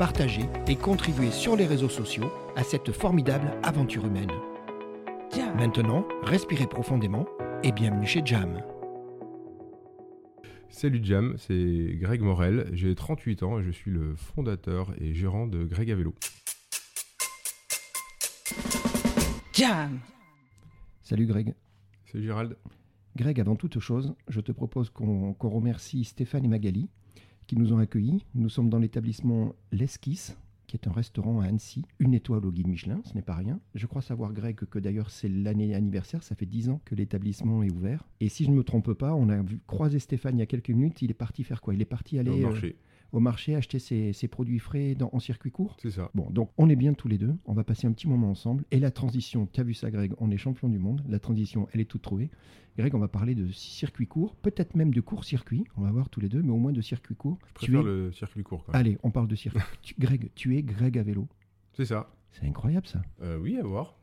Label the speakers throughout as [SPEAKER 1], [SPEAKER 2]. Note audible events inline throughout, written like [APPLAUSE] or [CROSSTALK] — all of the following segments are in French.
[SPEAKER 1] partagez et contribuez sur les réseaux sociaux à cette formidable aventure humaine. Maintenant, respirez profondément et bienvenue chez Jam.
[SPEAKER 2] Salut Jam, c'est Greg Morel, j'ai 38 ans et je suis le fondateur et gérant de Greg à vélo.
[SPEAKER 3] Jam.
[SPEAKER 1] Salut Greg.
[SPEAKER 2] Salut Gérald.
[SPEAKER 1] Greg, avant toute chose, je te propose qu'on qu'on remercie Stéphane et Magali qui nous ont accueillis. Nous sommes dans l'établissement L'Esquisse, qui est un restaurant à Annecy, une étoile au guide Michelin, ce n'est pas rien. Je crois savoir, Greg, que d'ailleurs c'est l'année anniversaire, ça fait 10 ans que l'établissement est ouvert. Et si je ne me trompe pas, on a vu croiser Stéphane il y a quelques minutes, il est parti faire quoi Il est parti aller
[SPEAKER 2] Au
[SPEAKER 1] euh,
[SPEAKER 2] marché,
[SPEAKER 1] au marché acheter ses, ses produits frais dans- en circuit court
[SPEAKER 2] c'est ça.
[SPEAKER 1] Bon, donc on est bien tous les deux, on va passer un petit moment ensemble. Et la transition, t'as vu ça Greg, on est champion du monde, la transition elle est toute trouvée. Greg, on va parler de circuit court, peut-être même de court-circuit, on va voir tous les deux, mais au moins de circuit court.
[SPEAKER 2] Je
[SPEAKER 1] Tu Ah.
[SPEAKER 2] préfère
[SPEAKER 1] es-
[SPEAKER 2] le circuit court quand
[SPEAKER 1] [LAUGHS]
[SPEAKER 2] même.
[SPEAKER 1] Allez, on parle de circuit. [LAUGHS] Tu- Greg, tu es Greg à vélo.
[SPEAKER 2] C'est ça.
[SPEAKER 1] C'est incroyable ça.
[SPEAKER 2] Euh, oui, à voir.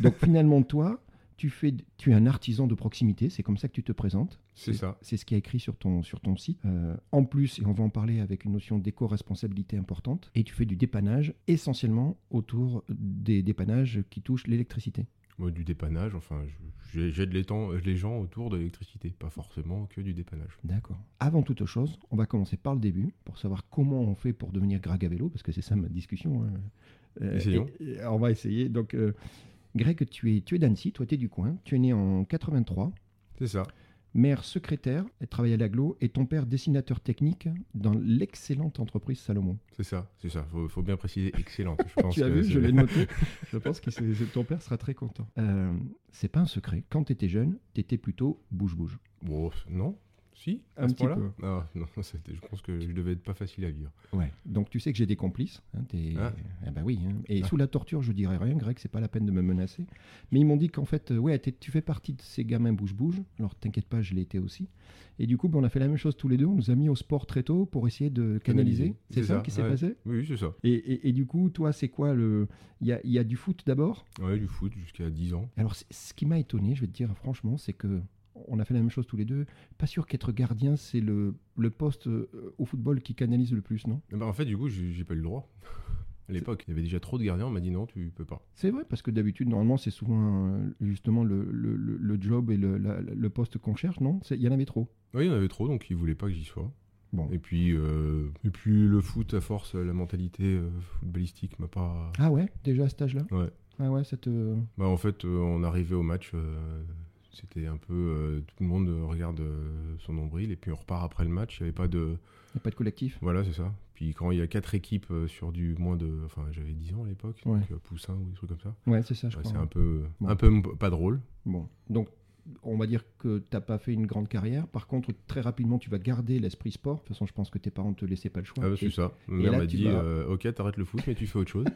[SPEAKER 1] Donc finalement, toi, tu, fais, tu es un artisan de proximité, c'est comme ça que tu te présentes.
[SPEAKER 2] C'est ça.
[SPEAKER 1] C'est ce qui est écrit sur ton, sur ton site. Euh, en plus, et on va en parler avec une notion d'éco-responsabilité importante, et tu fais du dépannage essentiellement autour des dépannages qui touchent l'électricité.
[SPEAKER 2] Moi, du dépannage, enfin, je- j'ai- j'aide les, temps- les gens autour de l'électricité, pas forcément que du dépannage.
[SPEAKER 1] D'accord. Avant toute chose, on va commencer par le début pour savoir comment on fait pour devenir Greg à vélo, parce que c'est ça ma discussion. hein. Euh,
[SPEAKER 2] Essayons.
[SPEAKER 1] et- et on va essayer. Donc, euh, Greg, tu es, tu es d'Annecy, toi, tu es du coin. Tu es né en 83.
[SPEAKER 2] C'est ça.
[SPEAKER 1] Mère secrétaire, elle travaille à l'aglo, et ton père dessinateur technique dans l'excellente entreprise Salomon.
[SPEAKER 2] C'est ça, c'est ça. Faut, faut bien préciser, excellente.
[SPEAKER 1] [LAUGHS]
[SPEAKER 2] Je pense
[SPEAKER 1] tu as
[SPEAKER 2] que
[SPEAKER 1] vu,
[SPEAKER 2] c'est-
[SPEAKER 1] je l'ai [LAUGHS] noté. je pense que c'est- c'est- ton père sera très content. Euh, c'est pas un secret. Quand tu étais jeune, tu étais plutôt bouge-bouge.
[SPEAKER 2] Bon, non Si à
[SPEAKER 1] Un
[SPEAKER 2] ce
[SPEAKER 1] petit
[SPEAKER 2] point-là
[SPEAKER 1] peu.
[SPEAKER 2] Ah, non, [LAUGHS] c'était- je pense que je devais être pas facile à vivre.
[SPEAKER 1] Ouais. Donc tu sais que j'ai des complices. hein, t'es-
[SPEAKER 2] Ah.
[SPEAKER 1] Ah bah oui. hein. Et
[SPEAKER 2] Ah.
[SPEAKER 1] sous la torture, je dirais rien, Greg, c'est pas la peine de me menacer. Mais ils m'ont dit qu'en fait, euh, ouais, t'es- tu fais partie de ces gamins bouge-bouge. Alors t'inquiète pas, je l'ai été aussi. Et du coup, bah, on a fait la même chose tous les deux. On nous a mis au sport très tôt pour essayer de canaliser.
[SPEAKER 2] Canaliser.
[SPEAKER 1] C'est
[SPEAKER 2] C'est
[SPEAKER 1] ça,
[SPEAKER 2] ça,
[SPEAKER 1] qui s'est
[SPEAKER 2] ouais.
[SPEAKER 1] passé
[SPEAKER 2] Oui, oui, c'est ça.
[SPEAKER 1] Et, et- et du coup, toi, c'est quoi le. Il y a, il y a du foot d'abord.
[SPEAKER 2] Ouais, du foot jusqu'à 10 ans.
[SPEAKER 1] Alors, c'est- ce qui m'a étonné, je vais te dire franchement, c'est que on a fait la même chose tous les deux. Pas sûr qu'être gardien, c'est le, le poste euh, au football qui canalise le plus, non
[SPEAKER 2] Eh ben, en fait, du coup, j'ai j'ai pas eu le droit. À l'époque, il y avait déjà trop de gardiens, on m'a dit non, tu peux pas.
[SPEAKER 1] C'est vrai, parce que d'habitude, normalement, c'est souvent euh, justement le, le- le- le job et le, la- le poste qu'on cherche, non C'est- Il y en avait trop.
[SPEAKER 2] Oui, il y en avait trop, donc ils voulaient pas que j'y sois.
[SPEAKER 1] Bon.
[SPEAKER 2] Et puis, euh, et puis le foot, à force, la mentalité euh, footballistique m'a pas.
[SPEAKER 1] Ah ouais, déjà à cet âge-là
[SPEAKER 2] Ouais.
[SPEAKER 1] Ah ouais, cette.
[SPEAKER 2] Bah, en fait, euh, on arrivait au match, euh, c'était un peu. euh, tout le monde regarde euh, son nombril, et puis on repart après le match, il n'y avait pas de.
[SPEAKER 1] Il n'y a pas de collectif
[SPEAKER 2] Voilà, c'est ça. Puis quand il y a quatre équipes euh, sur du moins de. Enfin, j'avais 10 ans à l'époque, donc euh, Poussin ou des trucs comme ça.
[SPEAKER 1] Ouais, c'est ça, Ah, je
[SPEAKER 2] Ouais,
[SPEAKER 1] crois.
[SPEAKER 2] c'est un peu.
[SPEAKER 1] Bon.
[SPEAKER 2] Un peu m- pas drôle.
[SPEAKER 1] Bon, donc on va dire que t'as pas fait une grande carrière. Par contre, très rapidement, tu vas garder l'esprit sport. De toute façon, je pense que tes parents te laissaient pas le choix.
[SPEAKER 2] Ah, bah,
[SPEAKER 1] et,
[SPEAKER 2] c'est ça. Ma
[SPEAKER 1] et
[SPEAKER 2] mère
[SPEAKER 1] là,
[SPEAKER 2] m'a
[SPEAKER 1] tu
[SPEAKER 2] dit
[SPEAKER 1] vas-
[SPEAKER 2] euh, Ok, t'arrêtes le foot, mais tu fais
[SPEAKER 1] [LAUGHS]
[SPEAKER 2] autre chose.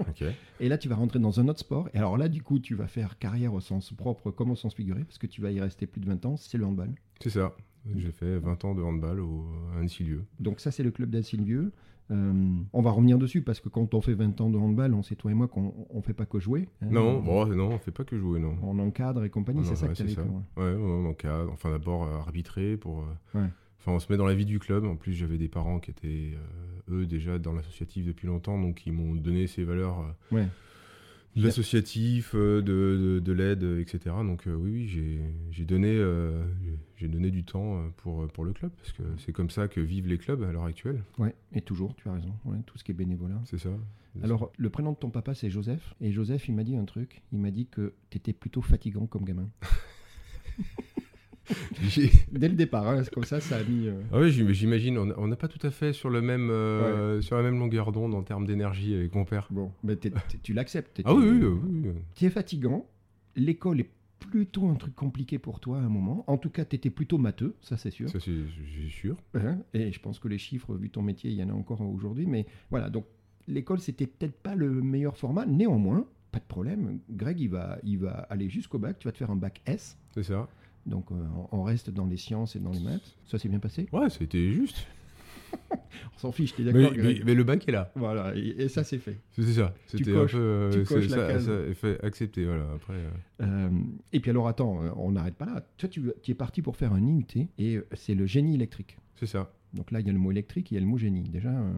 [SPEAKER 2] ok.
[SPEAKER 1] et là, tu vas rentrer dans un autre sport. Et alors là, du coup, tu vas faire carrière au sens propre comme au sens figuré, parce que tu vas y rester plus de 20 ans. C'est le handball.
[SPEAKER 2] C'est ça.
[SPEAKER 1] Mm.
[SPEAKER 2] J'ai fait 20 ans de handball au à Annecy-Lieu.
[SPEAKER 1] Donc ça, c'est le club d'Assilvieux. Euh, on va revenir dessus, parce que quand on fait 20 ans de handball, on sait toi et moi qu'on on fait pas que jouer. hein.
[SPEAKER 2] Non,
[SPEAKER 1] on,
[SPEAKER 2] bon, non, on fait pas que jouer, non.
[SPEAKER 1] on encadre et compagnie.
[SPEAKER 2] Non,
[SPEAKER 1] c'est ça
[SPEAKER 2] ouais,
[SPEAKER 1] que t'avais
[SPEAKER 2] c'est ça.
[SPEAKER 1] fait, ouais.
[SPEAKER 2] Ouais, on encadre. Enfin, d'abord euh, arbitrer pour. euh,
[SPEAKER 1] Ouais.
[SPEAKER 2] Enfin, on se met dans la vie du club. En plus, j'avais des parents qui étaient euh, eux déjà dans l'associatif depuis longtemps, donc ils m'ont donné ces valeurs. euh,
[SPEAKER 1] Ouais.
[SPEAKER 2] de l'associatif, euh, de, de- de l'aide, euh, etc. Donc euh, oui, oui, j'ai- j'ai donné, euh, j'ai donné du temps euh, pour, pour le club, parce que c'est comme ça que vivent les clubs à l'heure actuelle,
[SPEAKER 1] Ouais, et toujours, tu as raison. Ouais, tout ce qui est bénévolat.
[SPEAKER 2] c'est [LAUGHS] ça
[SPEAKER 1] Alors, le prénom de ton papa, c'est Joseph. Et Joseph, il m'a dit un truc. Il m'a dit que t'étais plutôt fatigant comme gamin. [LAUGHS]
[SPEAKER 2] J'ai-
[SPEAKER 1] Dès le départ, hein, c'est comme ça, ça a mis. euh,
[SPEAKER 2] Ah oui, j'im- j'imagine, on on n'a pas tout à fait sur, le même, euh, sur la même longueur d'onde en termes d'énergie avec mon père.
[SPEAKER 1] Bon, mais t'es- t'es- tu l'acceptes. t'es-
[SPEAKER 2] Ah oui, oui, oui, oui.
[SPEAKER 1] T'es fatigant. L'école est plutôt un truc compliqué pour toi à un moment. En tout cas, t'étais plutôt matheux, ça c'est sûr.
[SPEAKER 2] ça c'est c'est sûr.
[SPEAKER 1] Hein, Et je pense que les chiffres, vu ton métier, il y en a encore aujourd'hui. Mais voilà, donc l'école, c'était peut-être pas le meilleur format. Néanmoins, pas de problème. Greg, il va, il va aller jusqu'au bac. Tu vas te faire un bac S.
[SPEAKER 2] C'est ça.
[SPEAKER 1] Donc euh, on- on reste dans les sciences et dans les maths. Ça s'est bien passé
[SPEAKER 2] Ouais, c'était juste.
[SPEAKER 1] On s'en fiche, t'es
[SPEAKER 2] Mais,
[SPEAKER 1] d'accord
[SPEAKER 2] mais-
[SPEAKER 1] Greg
[SPEAKER 2] mais le bac est là.
[SPEAKER 1] Voilà, et, et ça c'est fait.
[SPEAKER 2] C'est c'est ça. C'était un
[SPEAKER 1] coches-
[SPEAKER 2] peu. euh,
[SPEAKER 1] tu
[SPEAKER 2] c'est-
[SPEAKER 1] coches la
[SPEAKER 2] ça,
[SPEAKER 1] case.
[SPEAKER 2] ça fait accepter, voilà. Après, euh,
[SPEAKER 1] Euh, et puis alors attends, euh, on n'arrête pas là. Toi, tu, tu es parti pour faire un IUT et euh, c'est le génie électrique.
[SPEAKER 2] c'est ça.
[SPEAKER 1] Donc là, il y a le mot électrique, il y a le mot génie. Déjà, euh,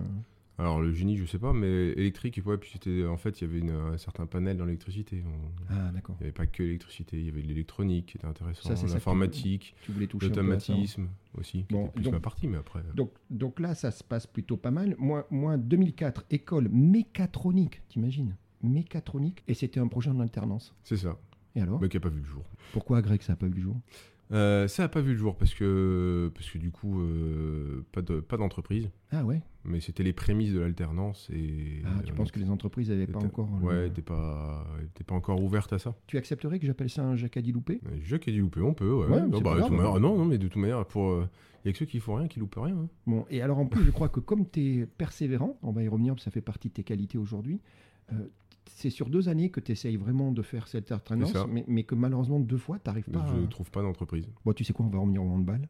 [SPEAKER 2] Alors le génie, je sais pas, mais électrique, ouais, puis c'était en fait, il y avait une- un certain panel dans l'électricité. On-
[SPEAKER 1] ah d'accord.
[SPEAKER 2] Il n'y avait pas que l'électricité, il y avait de l'électronique qui était
[SPEAKER 1] Ça,
[SPEAKER 2] intéressant,
[SPEAKER 1] c'est ça que tu-
[SPEAKER 2] l'informatique,
[SPEAKER 1] Tu voulais toucher un peu à ça, hein.
[SPEAKER 2] l'automatisme aussi, qui
[SPEAKER 1] Bon,
[SPEAKER 2] était plus
[SPEAKER 1] donc-
[SPEAKER 2] ma partie, mais après. euh,
[SPEAKER 1] Donc, donc là, ça se passe plutôt pas mal. Moi, moi 2004, école mécatronique, t'imagines Mécatronique, et c'était un projet en alternance.
[SPEAKER 2] C'est ça,
[SPEAKER 1] Et alors
[SPEAKER 2] mais qui n'a pas vu le jour.
[SPEAKER 1] Pourquoi Greg, ça n'a pas eu le jour
[SPEAKER 2] Euh, ça n'a pas vu le jour parce que, parce que du coup, euh, pas de- pas d'entreprise,
[SPEAKER 1] Ah ouais
[SPEAKER 2] mais c'était les prémices de l'alternance et.
[SPEAKER 1] Ah, Tu
[SPEAKER 2] euh,
[SPEAKER 1] penses que les entreprises n'avaient pas
[SPEAKER 2] t'es-
[SPEAKER 1] encore. le-
[SPEAKER 2] Ouais, t'es pas, t'es pas encore ouverte à ça.
[SPEAKER 1] Tu accepterais que j'appelle ça un jacadi loupé
[SPEAKER 2] Un jeu qui est loupé, on peut, ouais.
[SPEAKER 1] Ouais,
[SPEAKER 2] Non,
[SPEAKER 1] c'est
[SPEAKER 2] bah,
[SPEAKER 1] pas
[SPEAKER 2] de toute
[SPEAKER 1] grave.
[SPEAKER 2] manière- non, non, mais de toute manière, pour. euh, y a que ceux qui font rien qui loupent rien. hein.
[SPEAKER 1] Bon, et alors en plus, je crois que comme tu es persévérant, on va y revenir, ça fait partie de tes qualités aujourd'hui. euh, c'est sur deux années que tu essayes vraiment de faire cette alternance,
[SPEAKER 2] ça.
[SPEAKER 1] mais, mais que malheureusement, deux fois, tu n'arrives pas. à-
[SPEAKER 2] Je trouve pas d'entreprise.
[SPEAKER 1] Bon, tu sais quoi, on va revenir au handball.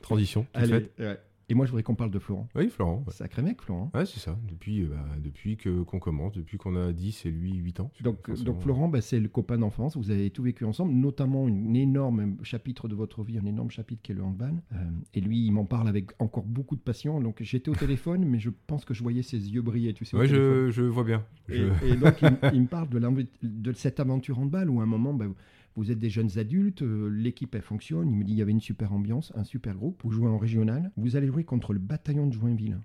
[SPEAKER 2] Transition. toute faite.
[SPEAKER 1] ouais. Et moi, je voudrais qu'on parle de Florent.
[SPEAKER 2] Oui, Florent. Ouais,
[SPEAKER 1] Sacré mec, Florent.
[SPEAKER 2] Ouais, c'est ça. Depuis, euh, bah, depuis que qu'on commence, depuis qu'on a 10 et lui 8 ans.
[SPEAKER 1] Donc,
[SPEAKER 2] Forcément.
[SPEAKER 1] donc Florent, bah, c'est le copain d'enfance. Vous avez tout vécu ensemble, notamment une énorme chapitre de votre vie, un énorme chapitre qui est le handball. Euh, et lui, il m'en parle avec encore beaucoup de passion. Donc j'étais au téléphone, [LAUGHS] mais je pense que je voyais ses yeux briller. Tu sais, au
[SPEAKER 2] Ouais,
[SPEAKER 1] téléphone.
[SPEAKER 2] je, je vois bien. Je-
[SPEAKER 1] Et, et donc il,
[SPEAKER 2] [LAUGHS]
[SPEAKER 1] me- il me parle de, l'invi- de cette aventure handball où à un moment, bah, vous êtes des jeunes adultes, euh, l'équipe elle fonctionne. Il me dit il y avait une super ambiance, un super groupe. Vous jouez en régional. Vous allez jouer contre le bataillon de
[SPEAKER 2] [LAUGHS]
[SPEAKER 1] Joinville.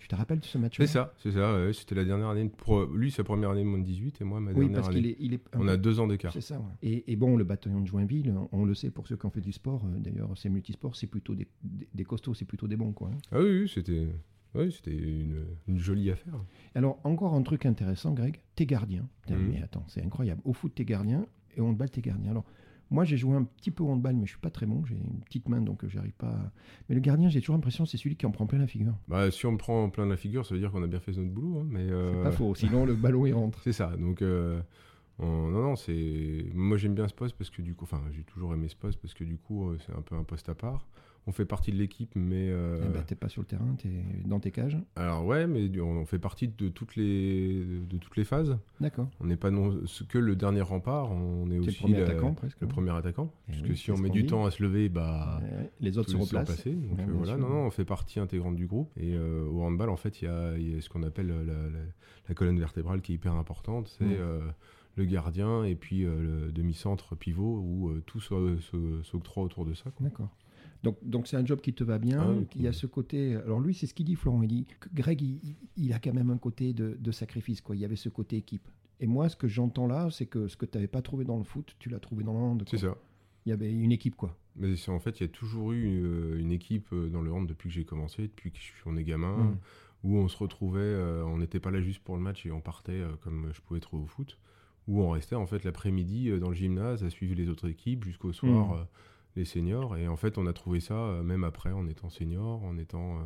[SPEAKER 1] tu te rappelles de ce match-là
[SPEAKER 2] C'est ça, c'est ça. ouais, C'était la dernière année. de pro- lui, sa première année de moins de 18 et moi, ma
[SPEAKER 1] Oui,
[SPEAKER 2] dernière
[SPEAKER 1] parce
[SPEAKER 2] année.
[SPEAKER 1] qu'il est, il est un
[SPEAKER 2] On
[SPEAKER 1] peu
[SPEAKER 2] a deux ans d'écart.
[SPEAKER 1] C'est ça, ouais. et, et bon, le bataillon de Joinville, on le sait pour ceux qui ont fait du sport, euh, d'ailleurs, c'est multisport, c'est plutôt des, des- des costauds, c'est plutôt des bons, quoi. hein.
[SPEAKER 2] Ah oui, oui, c'était oui, c'était une, une jolie affaire.
[SPEAKER 1] Alors, encore un truc intéressant, Greg, t'es gardien. Putain,
[SPEAKER 2] Mhm.
[SPEAKER 1] Mais attends, c'est incroyable. Au foot, t'es gardien, et au handball, t'es gardien. Alors, moi, j'ai joué un petit peu au handball, mais je suis pas très bon, j'ai une petite main, donc euh, j'arrive pas. à- Mais le gardien, j'ai toujours l'impression que c'est celui qui en prend plein la figure.
[SPEAKER 2] Bah, si on me prend plein de la figure, ça veut dire qu'on a bien fait notre boulot. hein, mais
[SPEAKER 1] C'est
[SPEAKER 2] euh,
[SPEAKER 1] pas faux, sinon le ballon, il rentre.
[SPEAKER 2] C'est ça. Donc, euh, on- non, non, c'est. Moi, j'aime bien ce poste parce que du coup. Enfin, j'ai toujours aimé ce poste parce que du coup, euh, c'est un peu un poste à part. On fait partie de l'équipe, mais. euh,
[SPEAKER 1] Eh ben, t'es pas sur le terrain, t'es dans tes cages.
[SPEAKER 2] Alors, ouais, mais du- on fait partie de toutes les, de toutes les phases.
[SPEAKER 1] D'accord.
[SPEAKER 2] On n'est pas non... ce que le dernier rempart, on est
[SPEAKER 1] T'es
[SPEAKER 2] aussi.
[SPEAKER 1] le premier
[SPEAKER 2] la-
[SPEAKER 1] attaquant, presque.
[SPEAKER 2] Le premier attaquant.
[SPEAKER 1] Eh
[SPEAKER 2] parce
[SPEAKER 1] oui,
[SPEAKER 2] que
[SPEAKER 1] c'est
[SPEAKER 2] si on
[SPEAKER 1] ce
[SPEAKER 2] met
[SPEAKER 1] qu'on
[SPEAKER 2] du
[SPEAKER 1] dit.
[SPEAKER 2] temps à se lever, bah.
[SPEAKER 1] Ouais, ouais. Les autres
[SPEAKER 2] tous
[SPEAKER 1] se
[SPEAKER 2] les sont
[SPEAKER 1] replacent.
[SPEAKER 2] passés. Donc
[SPEAKER 1] Ouais,
[SPEAKER 2] euh,
[SPEAKER 1] bien
[SPEAKER 2] voilà,
[SPEAKER 1] sûr.
[SPEAKER 2] non, non, on fait partie intégrante du groupe. Et euh, au handball, en fait, il y a, il y a ce qu'on appelle la, la- la colonne vertébrale qui est hyper importante. C'est
[SPEAKER 1] Ouais.
[SPEAKER 2] euh, le gardien et puis euh, le demi-centre pivot où euh, tout se- se- s'octroie autour de ça. quoi.
[SPEAKER 1] D'accord. Donc, donc c'est un job qui te va bien.
[SPEAKER 2] Ah oui,
[SPEAKER 1] il y a ce côté. Alors lui, c'est ce qu'il dit, Florent. Il dit que Greg, il, il- il a quand même un côté de, de sacrifice. Quoi. Il y avait ce côté équipe. Et moi, ce que j'entends là, c'est que ce que tu n'avais pas trouvé dans le foot, tu l'as trouvé dans le hand.
[SPEAKER 2] C'est
[SPEAKER 1] quoi.
[SPEAKER 2] ça.
[SPEAKER 1] Il y avait une équipe, quoi.
[SPEAKER 2] Mais c'est- en fait, il y a toujours eu euh, une, équipe euh, dans le hand depuis que j'ai commencé, depuis que je suis- on est gamin,
[SPEAKER 1] Mm.
[SPEAKER 2] où on se retrouvait, euh, on n'était pas là juste pour le match et on partait euh, comme je pouvais trouver au foot, où on restait en fait l'après-midi euh, dans le gymnase à suivre les autres équipes jusqu'au soir,
[SPEAKER 1] Mm.
[SPEAKER 2] euh, les seniors. Et en fait, on a trouvé ça euh, même après, en étant senior, en étant euh,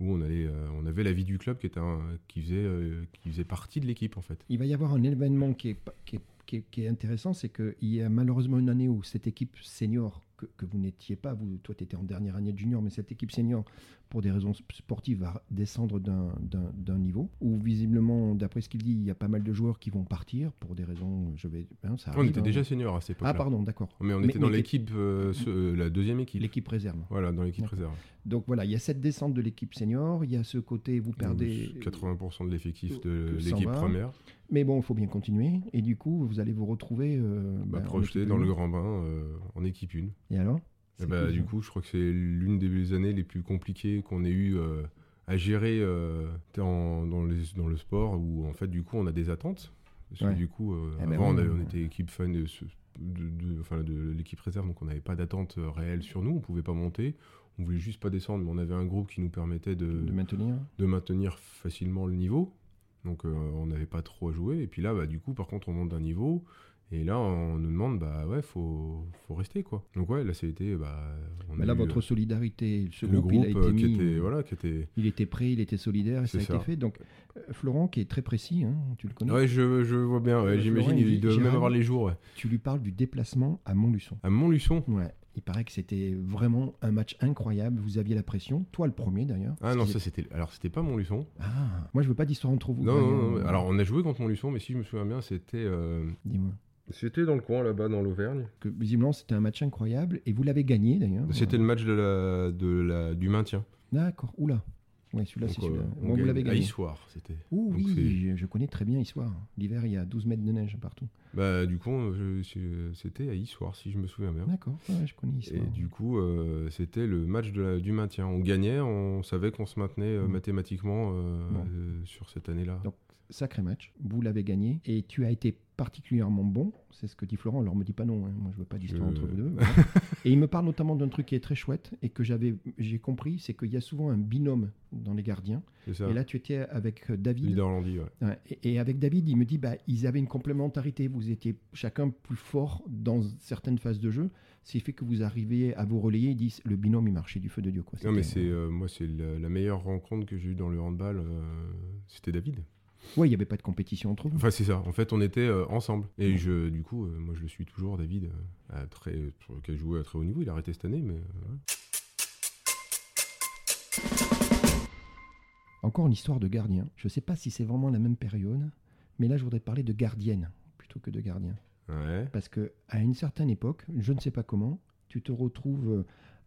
[SPEAKER 2] où on allait, euh, on avait la vie du club qui était un- qui faisait, euh, qui faisait partie de l'équipe en fait.
[SPEAKER 1] Il va y avoir un événement qui est, pas- qui est- qui est- qui est intéressant, c'est qu'il y a malheureusement une année où cette équipe senior, que, que vous n'étiez pas, vous, toi tu étais en dernière année de junior, mais cette équipe senior, pour des raisons sp- sportives, va descendre d'un- d'un d'un niveau, où visiblement, d'après ce qu'il dit, il y a pas mal de joueurs qui vont partir pour des raisons, je vais... hein, ça
[SPEAKER 2] on
[SPEAKER 1] arrive,
[SPEAKER 2] était
[SPEAKER 1] hein.
[SPEAKER 2] déjà senior à cette époque-là.
[SPEAKER 1] Ah pardon, d'accord.
[SPEAKER 2] Mais on
[SPEAKER 1] Mais-
[SPEAKER 2] était dans
[SPEAKER 1] mais-
[SPEAKER 2] l'équipe, euh, ce- euh, la deuxième équipe.
[SPEAKER 1] L'équipe réserve.
[SPEAKER 2] Voilà, dans l'équipe
[SPEAKER 1] D'accord.
[SPEAKER 2] réserve.
[SPEAKER 1] Donc voilà, il y a cette descente de l'équipe senior, il y a ce côté, vous perdez...
[SPEAKER 2] Donc, 80% de l'effectif de
[SPEAKER 1] que s'en
[SPEAKER 2] l'équipe
[SPEAKER 1] va.
[SPEAKER 2] première. bah,
[SPEAKER 1] Mais bon, il faut bien continuer. Et du coup, vous allez vous retrouver. euh, ben,
[SPEAKER 2] Bah,
[SPEAKER 1] en
[SPEAKER 2] projeté
[SPEAKER 1] équipe
[SPEAKER 2] dans le
[SPEAKER 1] une.
[SPEAKER 2] grand bain euh, en équipe une.
[SPEAKER 1] Et alors
[SPEAKER 2] Et
[SPEAKER 1] C'est
[SPEAKER 2] bah,
[SPEAKER 1] cool,
[SPEAKER 2] du
[SPEAKER 1] ça.
[SPEAKER 2] coup, je crois que c'est l'une des années les plus compliquées qu'on ait eu euh, à gérer euh, dans, dans les- dans le sport où en fait, du coup, on a des attentes. Parce
[SPEAKER 1] Ouais.
[SPEAKER 2] que du coup, euh,
[SPEAKER 1] Eh ben
[SPEAKER 2] avant,
[SPEAKER 1] oui,
[SPEAKER 2] on, avait- on
[SPEAKER 1] ouais.
[SPEAKER 2] était équipe fan de, ce- de- de- enfin, de l'équipe réserve, donc on n'avait pas d'attente euh, réelle sur nous, on pouvait pas monter. On voulait juste pas descendre, mais on avait un groupe qui nous permettait
[SPEAKER 1] De maintenir
[SPEAKER 2] de maintenir facilement le niveau. Donc euh, on n'avait pas trop à jouer. Et puis là, bah, du coup, par contre, on monte d'un niveau. Et là, on nous demande, bah ouais, faut, faut rester quoi. Donc ouais, là, ça a été, bah, on
[SPEAKER 1] Mais
[SPEAKER 2] a
[SPEAKER 1] là,
[SPEAKER 2] eu,
[SPEAKER 1] votre
[SPEAKER 2] euh,
[SPEAKER 1] solidarité, ce
[SPEAKER 2] le
[SPEAKER 1] groupe, il a
[SPEAKER 2] euh,
[SPEAKER 1] été
[SPEAKER 2] qui
[SPEAKER 1] mis-
[SPEAKER 2] était, voilà, qui était.
[SPEAKER 1] il était prêt, il était solidaire, et ça a
[SPEAKER 2] C'est
[SPEAKER 1] été
[SPEAKER 2] ça.
[SPEAKER 1] fait. Donc, euh, Florent, qui est très précis, hein, tu le connais,
[SPEAKER 2] Ouais, je, je vois bien. ouais,
[SPEAKER 1] Florent,
[SPEAKER 2] J'imagine,
[SPEAKER 1] il dit,
[SPEAKER 2] il doit même
[SPEAKER 1] Gérald-
[SPEAKER 2] avoir les jours. ouais.
[SPEAKER 1] tu lui parles du déplacement à Montluçon.
[SPEAKER 2] À Montluçon.
[SPEAKER 1] Ouais, il paraît que c'était vraiment un match incroyable. Vous aviez la pression, toi le premier d'ailleurs.
[SPEAKER 2] Ah non,
[SPEAKER 1] Parce
[SPEAKER 2] ça
[SPEAKER 1] que-
[SPEAKER 2] c'était. Alors c'était pas Montluçon.
[SPEAKER 1] Ah, moi je veux pas d'histoire entre vous.
[SPEAKER 2] Non,
[SPEAKER 1] Ouais,
[SPEAKER 2] non, non,
[SPEAKER 1] euh,
[SPEAKER 2] Alors on a joué contre Montluçon, mais si je me souviens bien, c'était. euh,
[SPEAKER 1] dis-moi.
[SPEAKER 2] C'était dans le coin là-bas, dans l'Auvergne.
[SPEAKER 1] Que visiblement c'était un match incroyable et vous l'avez gagné d'ailleurs.
[SPEAKER 2] C'était le match de la, de la, du maintien.
[SPEAKER 1] D'accord. Oula. Ouais, celui-là
[SPEAKER 2] Donc,
[SPEAKER 1] c'est
[SPEAKER 2] euh,
[SPEAKER 1] celui-là.
[SPEAKER 2] on
[SPEAKER 1] Bon, vous
[SPEAKER 2] gagne
[SPEAKER 1] l'avez
[SPEAKER 2] À
[SPEAKER 1] gagné.
[SPEAKER 2] Issoire, c'était.
[SPEAKER 1] Ouh,
[SPEAKER 2] Donc,
[SPEAKER 1] oui,
[SPEAKER 2] c'est-
[SPEAKER 1] je, je connais très bien Issoire. L'hiver, il y a 12 mètres de neige partout.
[SPEAKER 2] Bah, du coup, euh, je- je- c'était à Issoire, si je me souviens bien.
[SPEAKER 1] D'accord, ouais, je connais
[SPEAKER 2] Et
[SPEAKER 1] Issoire.
[SPEAKER 2] du coup, euh, c'était le match de la- du maintien. On gagnait, on savait qu'on se maintenait euh,
[SPEAKER 1] Mm.
[SPEAKER 2] mathématiquement euh,
[SPEAKER 1] Bon.
[SPEAKER 2] euh, sur cette année-là.
[SPEAKER 1] Donc, Sacré match, vous l'avez gagné et tu as été particulièrement bon, c'est ce que dit Florent, alors me dis pas non, hein. moi je veux pas d'histoire
[SPEAKER 2] Je-
[SPEAKER 1] entre
[SPEAKER 2] [LAUGHS]
[SPEAKER 1] vous deux. voilà. et il me parle notamment d'un truc qui est très chouette et que j'avais j'ai compris, c'est qu'il y a souvent un binôme dans les gardiens.
[SPEAKER 2] C'est ça,
[SPEAKER 1] Et là tu étais avec euh, David,
[SPEAKER 2] Niderlandi, ouais.
[SPEAKER 1] Ouais, et, et avec David il me dit bah ils avaient une complémentarité, vous étiez chacun plus fort dans certaines phases de jeu, ce qui fait que vous arriviez à vous relayer, ils disent le binôme il marchait du feu de Dieu. Quoi.
[SPEAKER 2] Non, mais c'est,
[SPEAKER 1] C'était-
[SPEAKER 2] euh, moi, c'est la, la meilleure rencontre que j'ai eue dans le handball. euh, c'était David.
[SPEAKER 1] euh, Ouais, il n'y avait pas de compétition entre vous.
[SPEAKER 2] Enfin, c'est ça. En fait, on était euh, ensemble. Et
[SPEAKER 1] Mm.
[SPEAKER 2] je, du coup, euh, moi, je le suis toujours, David, euh, à très, qui a joué à très haut niveau. Il a arrêté cette année, mais. euh, ouais.
[SPEAKER 1] Encore une histoire de gardien. Je ne sais pas si c'est vraiment la même période, mais là je voudrais parler de gardienne plutôt que de gardien.
[SPEAKER 2] Ouais.
[SPEAKER 1] Parce que à une certaine époque, je ne sais pas comment, tu te retrouves euh,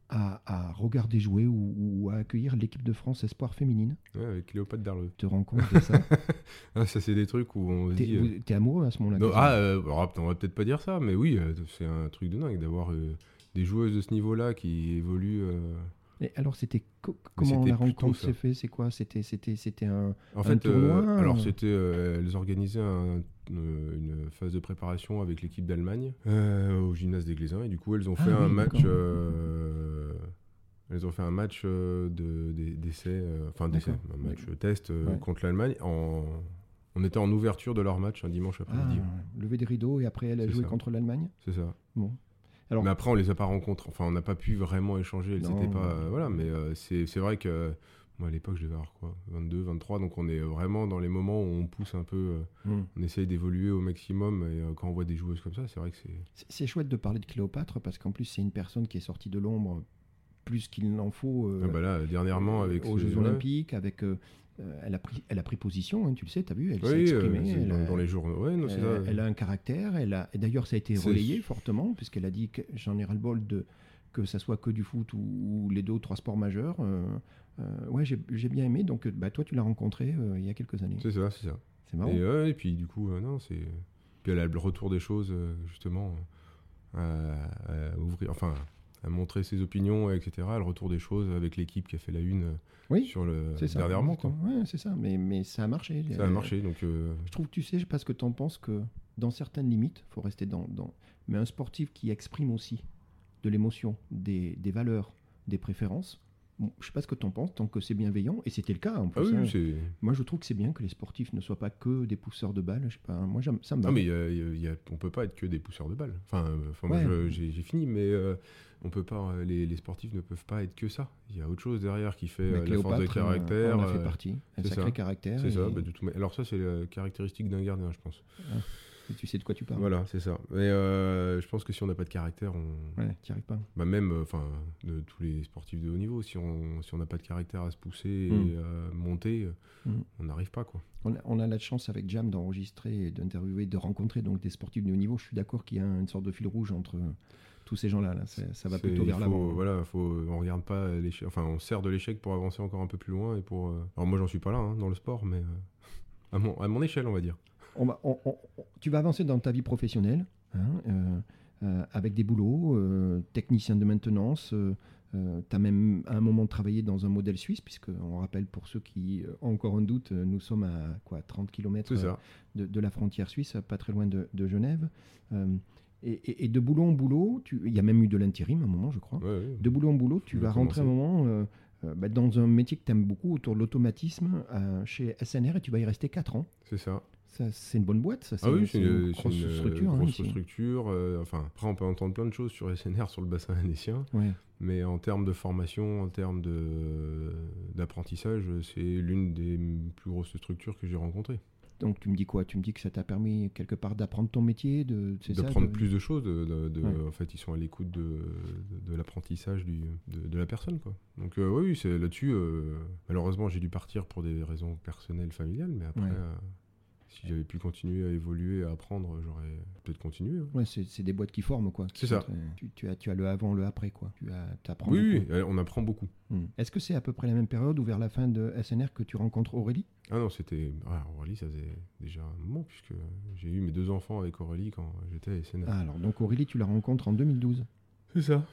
[SPEAKER 1] à, à regarder jouer ou, ou à accueillir l'équipe de France espoir féminine.
[SPEAKER 2] Ouais, avec Cléopâtre Darleux.
[SPEAKER 1] Tu te rends compte de
[SPEAKER 2] [LAUGHS]
[SPEAKER 1] ça
[SPEAKER 2] Ah, ça, c'est des trucs où on se
[SPEAKER 1] T'es
[SPEAKER 2] dit. euh,
[SPEAKER 1] vous- t'es amoureux à ce moment-là
[SPEAKER 2] Non,
[SPEAKER 1] t'es-
[SPEAKER 2] ah, euh, alors, on va peut-être pas dire ça, mais oui, euh, c'est un truc de dingue d'avoir euh, des joueuses de ce niveau-là qui évoluent. euh.
[SPEAKER 1] Et alors c'était co- comment
[SPEAKER 2] c'était
[SPEAKER 1] la
[SPEAKER 2] plutôt
[SPEAKER 1] rencontre
[SPEAKER 2] ça.
[SPEAKER 1] s'est fait C'est quoi C'était c'était c'était un
[SPEAKER 2] En
[SPEAKER 1] Un
[SPEAKER 2] fait, euh,
[SPEAKER 1] tournoi,
[SPEAKER 2] alors
[SPEAKER 1] euh.
[SPEAKER 2] c'était, euh, elles organisaient un- euh, une phase de préparation avec l'équipe d'Allemagne euh, au gymnase des Glaisins, et du coup, elles ont
[SPEAKER 1] Ah
[SPEAKER 2] fait un
[SPEAKER 1] oui,
[SPEAKER 2] match.
[SPEAKER 1] d'accord.
[SPEAKER 2] euh, elles ont fait un match euh, de- d'e- d'essai, euh, enfin d'essai,
[SPEAKER 1] D'accord.
[SPEAKER 2] un match test euh,
[SPEAKER 1] Ouais.
[SPEAKER 2] contre l'Allemagne. En... On était en ouverture de leur match un dimanche
[SPEAKER 1] ah,
[SPEAKER 2] après-midi.
[SPEAKER 1] lever des rideaux et après elle a
[SPEAKER 2] C'est
[SPEAKER 1] joué
[SPEAKER 2] ça.
[SPEAKER 1] contre l'Allemagne.
[SPEAKER 2] C'est ça.
[SPEAKER 1] Bon. Alors-
[SPEAKER 2] mais après, on les a pas rencontrés. Enfin, on n'a pas pu vraiment échanger. Elles
[SPEAKER 1] Non.
[SPEAKER 2] étaient pas. euh, voilà, mais euh, c'est c'est vrai que euh, moi, à l'époque, je devais avoir quoi 22, 23. Donc, on est vraiment dans les moments où on pousse un peu. euh,
[SPEAKER 1] hmm.
[SPEAKER 2] on essaye d'évoluer au maximum. Et euh, quand on voit des joueuses comme ça, c'est vrai que c'est.
[SPEAKER 1] C'est- C'est chouette de parler de Cléopâtre parce qu'en plus c'est une personne qui est sortie de l'ombre plus qu'il n'en faut. euh,
[SPEAKER 2] Ah bah là, dernièrement, avec.
[SPEAKER 1] aux
[SPEAKER 2] ces-
[SPEAKER 1] Jeux
[SPEAKER 2] ouais.
[SPEAKER 1] Olympiques, avec euh, euh, elle a pris elle a pris position, hein, tu le sais, tu as vu, elle s'est
[SPEAKER 2] Oui, euh,
[SPEAKER 1] exprimée,
[SPEAKER 2] c'est
[SPEAKER 1] elle,
[SPEAKER 2] dans,
[SPEAKER 1] a-
[SPEAKER 2] dans les journaux. Ouais, non, c'est
[SPEAKER 1] elle-
[SPEAKER 2] ça.
[SPEAKER 1] elle a un caractère, elle a et d'ailleurs ça a été
[SPEAKER 2] C'est-
[SPEAKER 1] relayé fortement puisqu'elle a dit que j'en ai ras le bol de que ça soit que du foot ou, ou les deux ou trois sports majeurs. euh, euh, ouais, j'ai j'ai bien aimé. Donc, euh, bah, toi, tu l'as rencontrée euh, il y a quelques années.
[SPEAKER 2] C'est ça, c'est ça.
[SPEAKER 1] C'est marrant.
[SPEAKER 2] Et, ouais, et puis du coup, euh, non, c'est. Puis elle a le retour des choses, euh, justement, euh, à, à ouvrir, enfin, à montrer ses opinions, etc. Le retour des choses avec l'équipe qui a fait la une euh,
[SPEAKER 1] Oui,
[SPEAKER 2] sur le
[SPEAKER 1] c'est ça.
[SPEAKER 2] euh, dernièrement. quoi.
[SPEAKER 1] Ouais, c'est ça. Mais, mais ça a marché.
[SPEAKER 2] Ça a
[SPEAKER 1] Euh,
[SPEAKER 2] marché, donc euh,
[SPEAKER 1] Je trouve que tu sais, je sais pas ce que tu en penses, que dans certaines limites, faut rester dans, dans- Mais un sportif qui exprime aussi de l'émotion, des, des valeurs, des préférences, bon, je sais pas ce que tu en penses, tant que c'est bienveillant, et c'était le cas en
[SPEAKER 2] ah
[SPEAKER 1] plus.
[SPEAKER 2] oui,
[SPEAKER 1] hein.
[SPEAKER 2] oui, c'est.
[SPEAKER 1] Moi, je trouve que c'est bien que les sportifs ne soient pas que des pousseurs de balles, je sais pas, hein. moi, j'aime- ça me va.
[SPEAKER 2] Non mais il y a- il y a- il y a- on peut pas être que des pousseurs de balles. Enfin, euh, enfin, moi,
[SPEAKER 1] Ouais.
[SPEAKER 2] je- j'ai j'ai fini, mais euh, on peut pas. euh, Les, les sportifs ne peuvent pas être que ça. Il y a autre chose derrière qui fait
[SPEAKER 1] Bah,
[SPEAKER 2] euh, la force de
[SPEAKER 1] euh,
[SPEAKER 2] caractère.
[SPEAKER 1] en a fait
[SPEAKER 2] euh,
[SPEAKER 1] partie, un
[SPEAKER 2] c'est
[SPEAKER 1] sacré
[SPEAKER 2] ça.
[SPEAKER 1] caractère.
[SPEAKER 2] c'est ça.
[SPEAKER 1] et-
[SPEAKER 2] bah, de toute manière. Alors ça, c'est la caractéristique d'un gardien, je pense.
[SPEAKER 1] et tu sais de quoi tu parles.
[SPEAKER 2] Voilà, c'est ça. Mais euh, je pense que si on n'a pas de caractère, on,
[SPEAKER 1] Ouais, t'y arrives pas.
[SPEAKER 2] bah, même, euh, enfin, de tous les sportifs de haut niveau, si on si on n'a pas de caractère à se pousser et
[SPEAKER 1] Mm.
[SPEAKER 2] à monter, euh,
[SPEAKER 1] Mm.
[SPEAKER 2] on n'arrive pas quoi.
[SPEAKER 1] On a, on a la chance avec Jam d'enregistrer, et d'interviewer, de rencontrer donc des sportifs de haut niveau. Je suis d'accord qu'il y a une sorte de fil rouge entre euh, tous ces gens-là. là. Ça, ça va
[SPEAKER 2] C'est-
[SPEAKER 1] plutôt
[SPEAKER 2] il
[SPEAKER 1] vers
[SPEAKER 2] faut-
[SPEAKER 1] l'avant. hein.
[SPEAKER 2] Voilà, faut, on regarde pas l'échec. Enfin, on sert de l'échec pour avancer encore un peu plus loin et pour. euh, Alors moi, j'en suis pas là hein, dans le sport, mais euh, à, mon, à mon échelle, on va dire.
[SPEAKER 1] on va- on- on- on- tu vas avancer dans ta vie professionnelle, hein, euh, euh, avec des boulots, euh, technicien de maintenance. tu as même à un moment travaillé dans un modèle suisse, puisque on rappelle pour ceux qui euh, ont encore un doute, euh, nous sommes à quoi 30 km
[SPEAKER 2] C'est ça.
[SPEAKER 1] de, de la frontière suisse, pas très loin de, de Genève. Euh, et, et- et de boulot en boulot, tu- il y a même eu de l'intérim à un moment, je crois.
[SPEAKER 2] Ouais, ouais.
[SPEAKER 1] De boulot en boulot, tu
[SPEAKER 2] Je
[SPEAKER 1] vas
[SPEAKER 2] vais
[SPEAKER 1] rentrer un moment euh, euh, bah, dans un métier que tu aimes beaucoup, autour de l'automatisme, euh, chez SNR, et tu vas y rester 4 ans.
[SPEAKER 2] C'est ça.
[SPEAKER 1] Ça, c'est une bonne boîte, ça.
[SPEAKER 2] Ah oui,
[SPEAKER 1] c'est
[SPEAKER 2] c'est
[SPEAKER 1] une
[SPEAKER 2] une,
[SPEAKER 1] grosse
[SPEAKER 2] c'est une, euh,
[SPEAKER 1] structure. hein,
[SPEAKER 2] grosse
[SPEAKER 1] ici.
[SPEAKER 2] structure, euh, enfin, après, on peut entendre plein de choses sur SNR, sur le bassin [LAUGHS] indien,
[SPEAKER 1] Ouais.
[SPEAKER 2] mais en termes de formation, en termes de- d'apprentissage, c'est l'une des plus grosses structures que j'ai rencontrées.
[SPEAKER 1] Donc tu me dis quoi Tu me dis que ça t'a permis quelque part d'apprendre ton métier, de c'est ça,
[SPEAKER 2] D'apprendre
[SPEAKER 1] de-
[SPEAKER 2] plus de choses. de- de- de-
[SPEAKER 1] Ouais.
[SPEAKER 2] En fait, ils sont à l'écoute de, de, de l'apprentissage du- de, de la personne. Quoi. Donc, euh, oui, c'est là-dessus. euh, malheureusement, j'ai dû partir pour des raisons personnelles, familiales, mais après,
[SPEAKER 1] Ouais.
[SPEAKER 2] euh, si j'avais pu continuer à évoluer, à apprendre, j'aurais peut-être continué. hein.
[SPEAKER 1] Ouais, c'est c'est des boîtes qui forment quoi.
[SPEAKER 2] C'est ça.
[SPEAKER 1] Tu, tu as, tu as le avant, le après quoi. Tu as, t'apprends
[SPEAKER 2] Oui,
[SPEAKER 1] beaucoup.
[SPEAKER 2] oui, euh, on apprend beaucoup.
[SPEAKER 1] Hmm. Est-ce que c'est à peu près la même période ou vers la fin de SNR que tu rencontres Aurélie
[SPEAKER 2] Ah non, c'était. Ah, Aurélie, ça faisait déjà un moment, puisque j'ai eu mes deux enfants avec Aurélie quand j'étais à SNR.
[SPEAKER 1] Ah, Alors donc Aurélie, tu la rencontres en 2012.
[SPEAKER 2] C'est ça.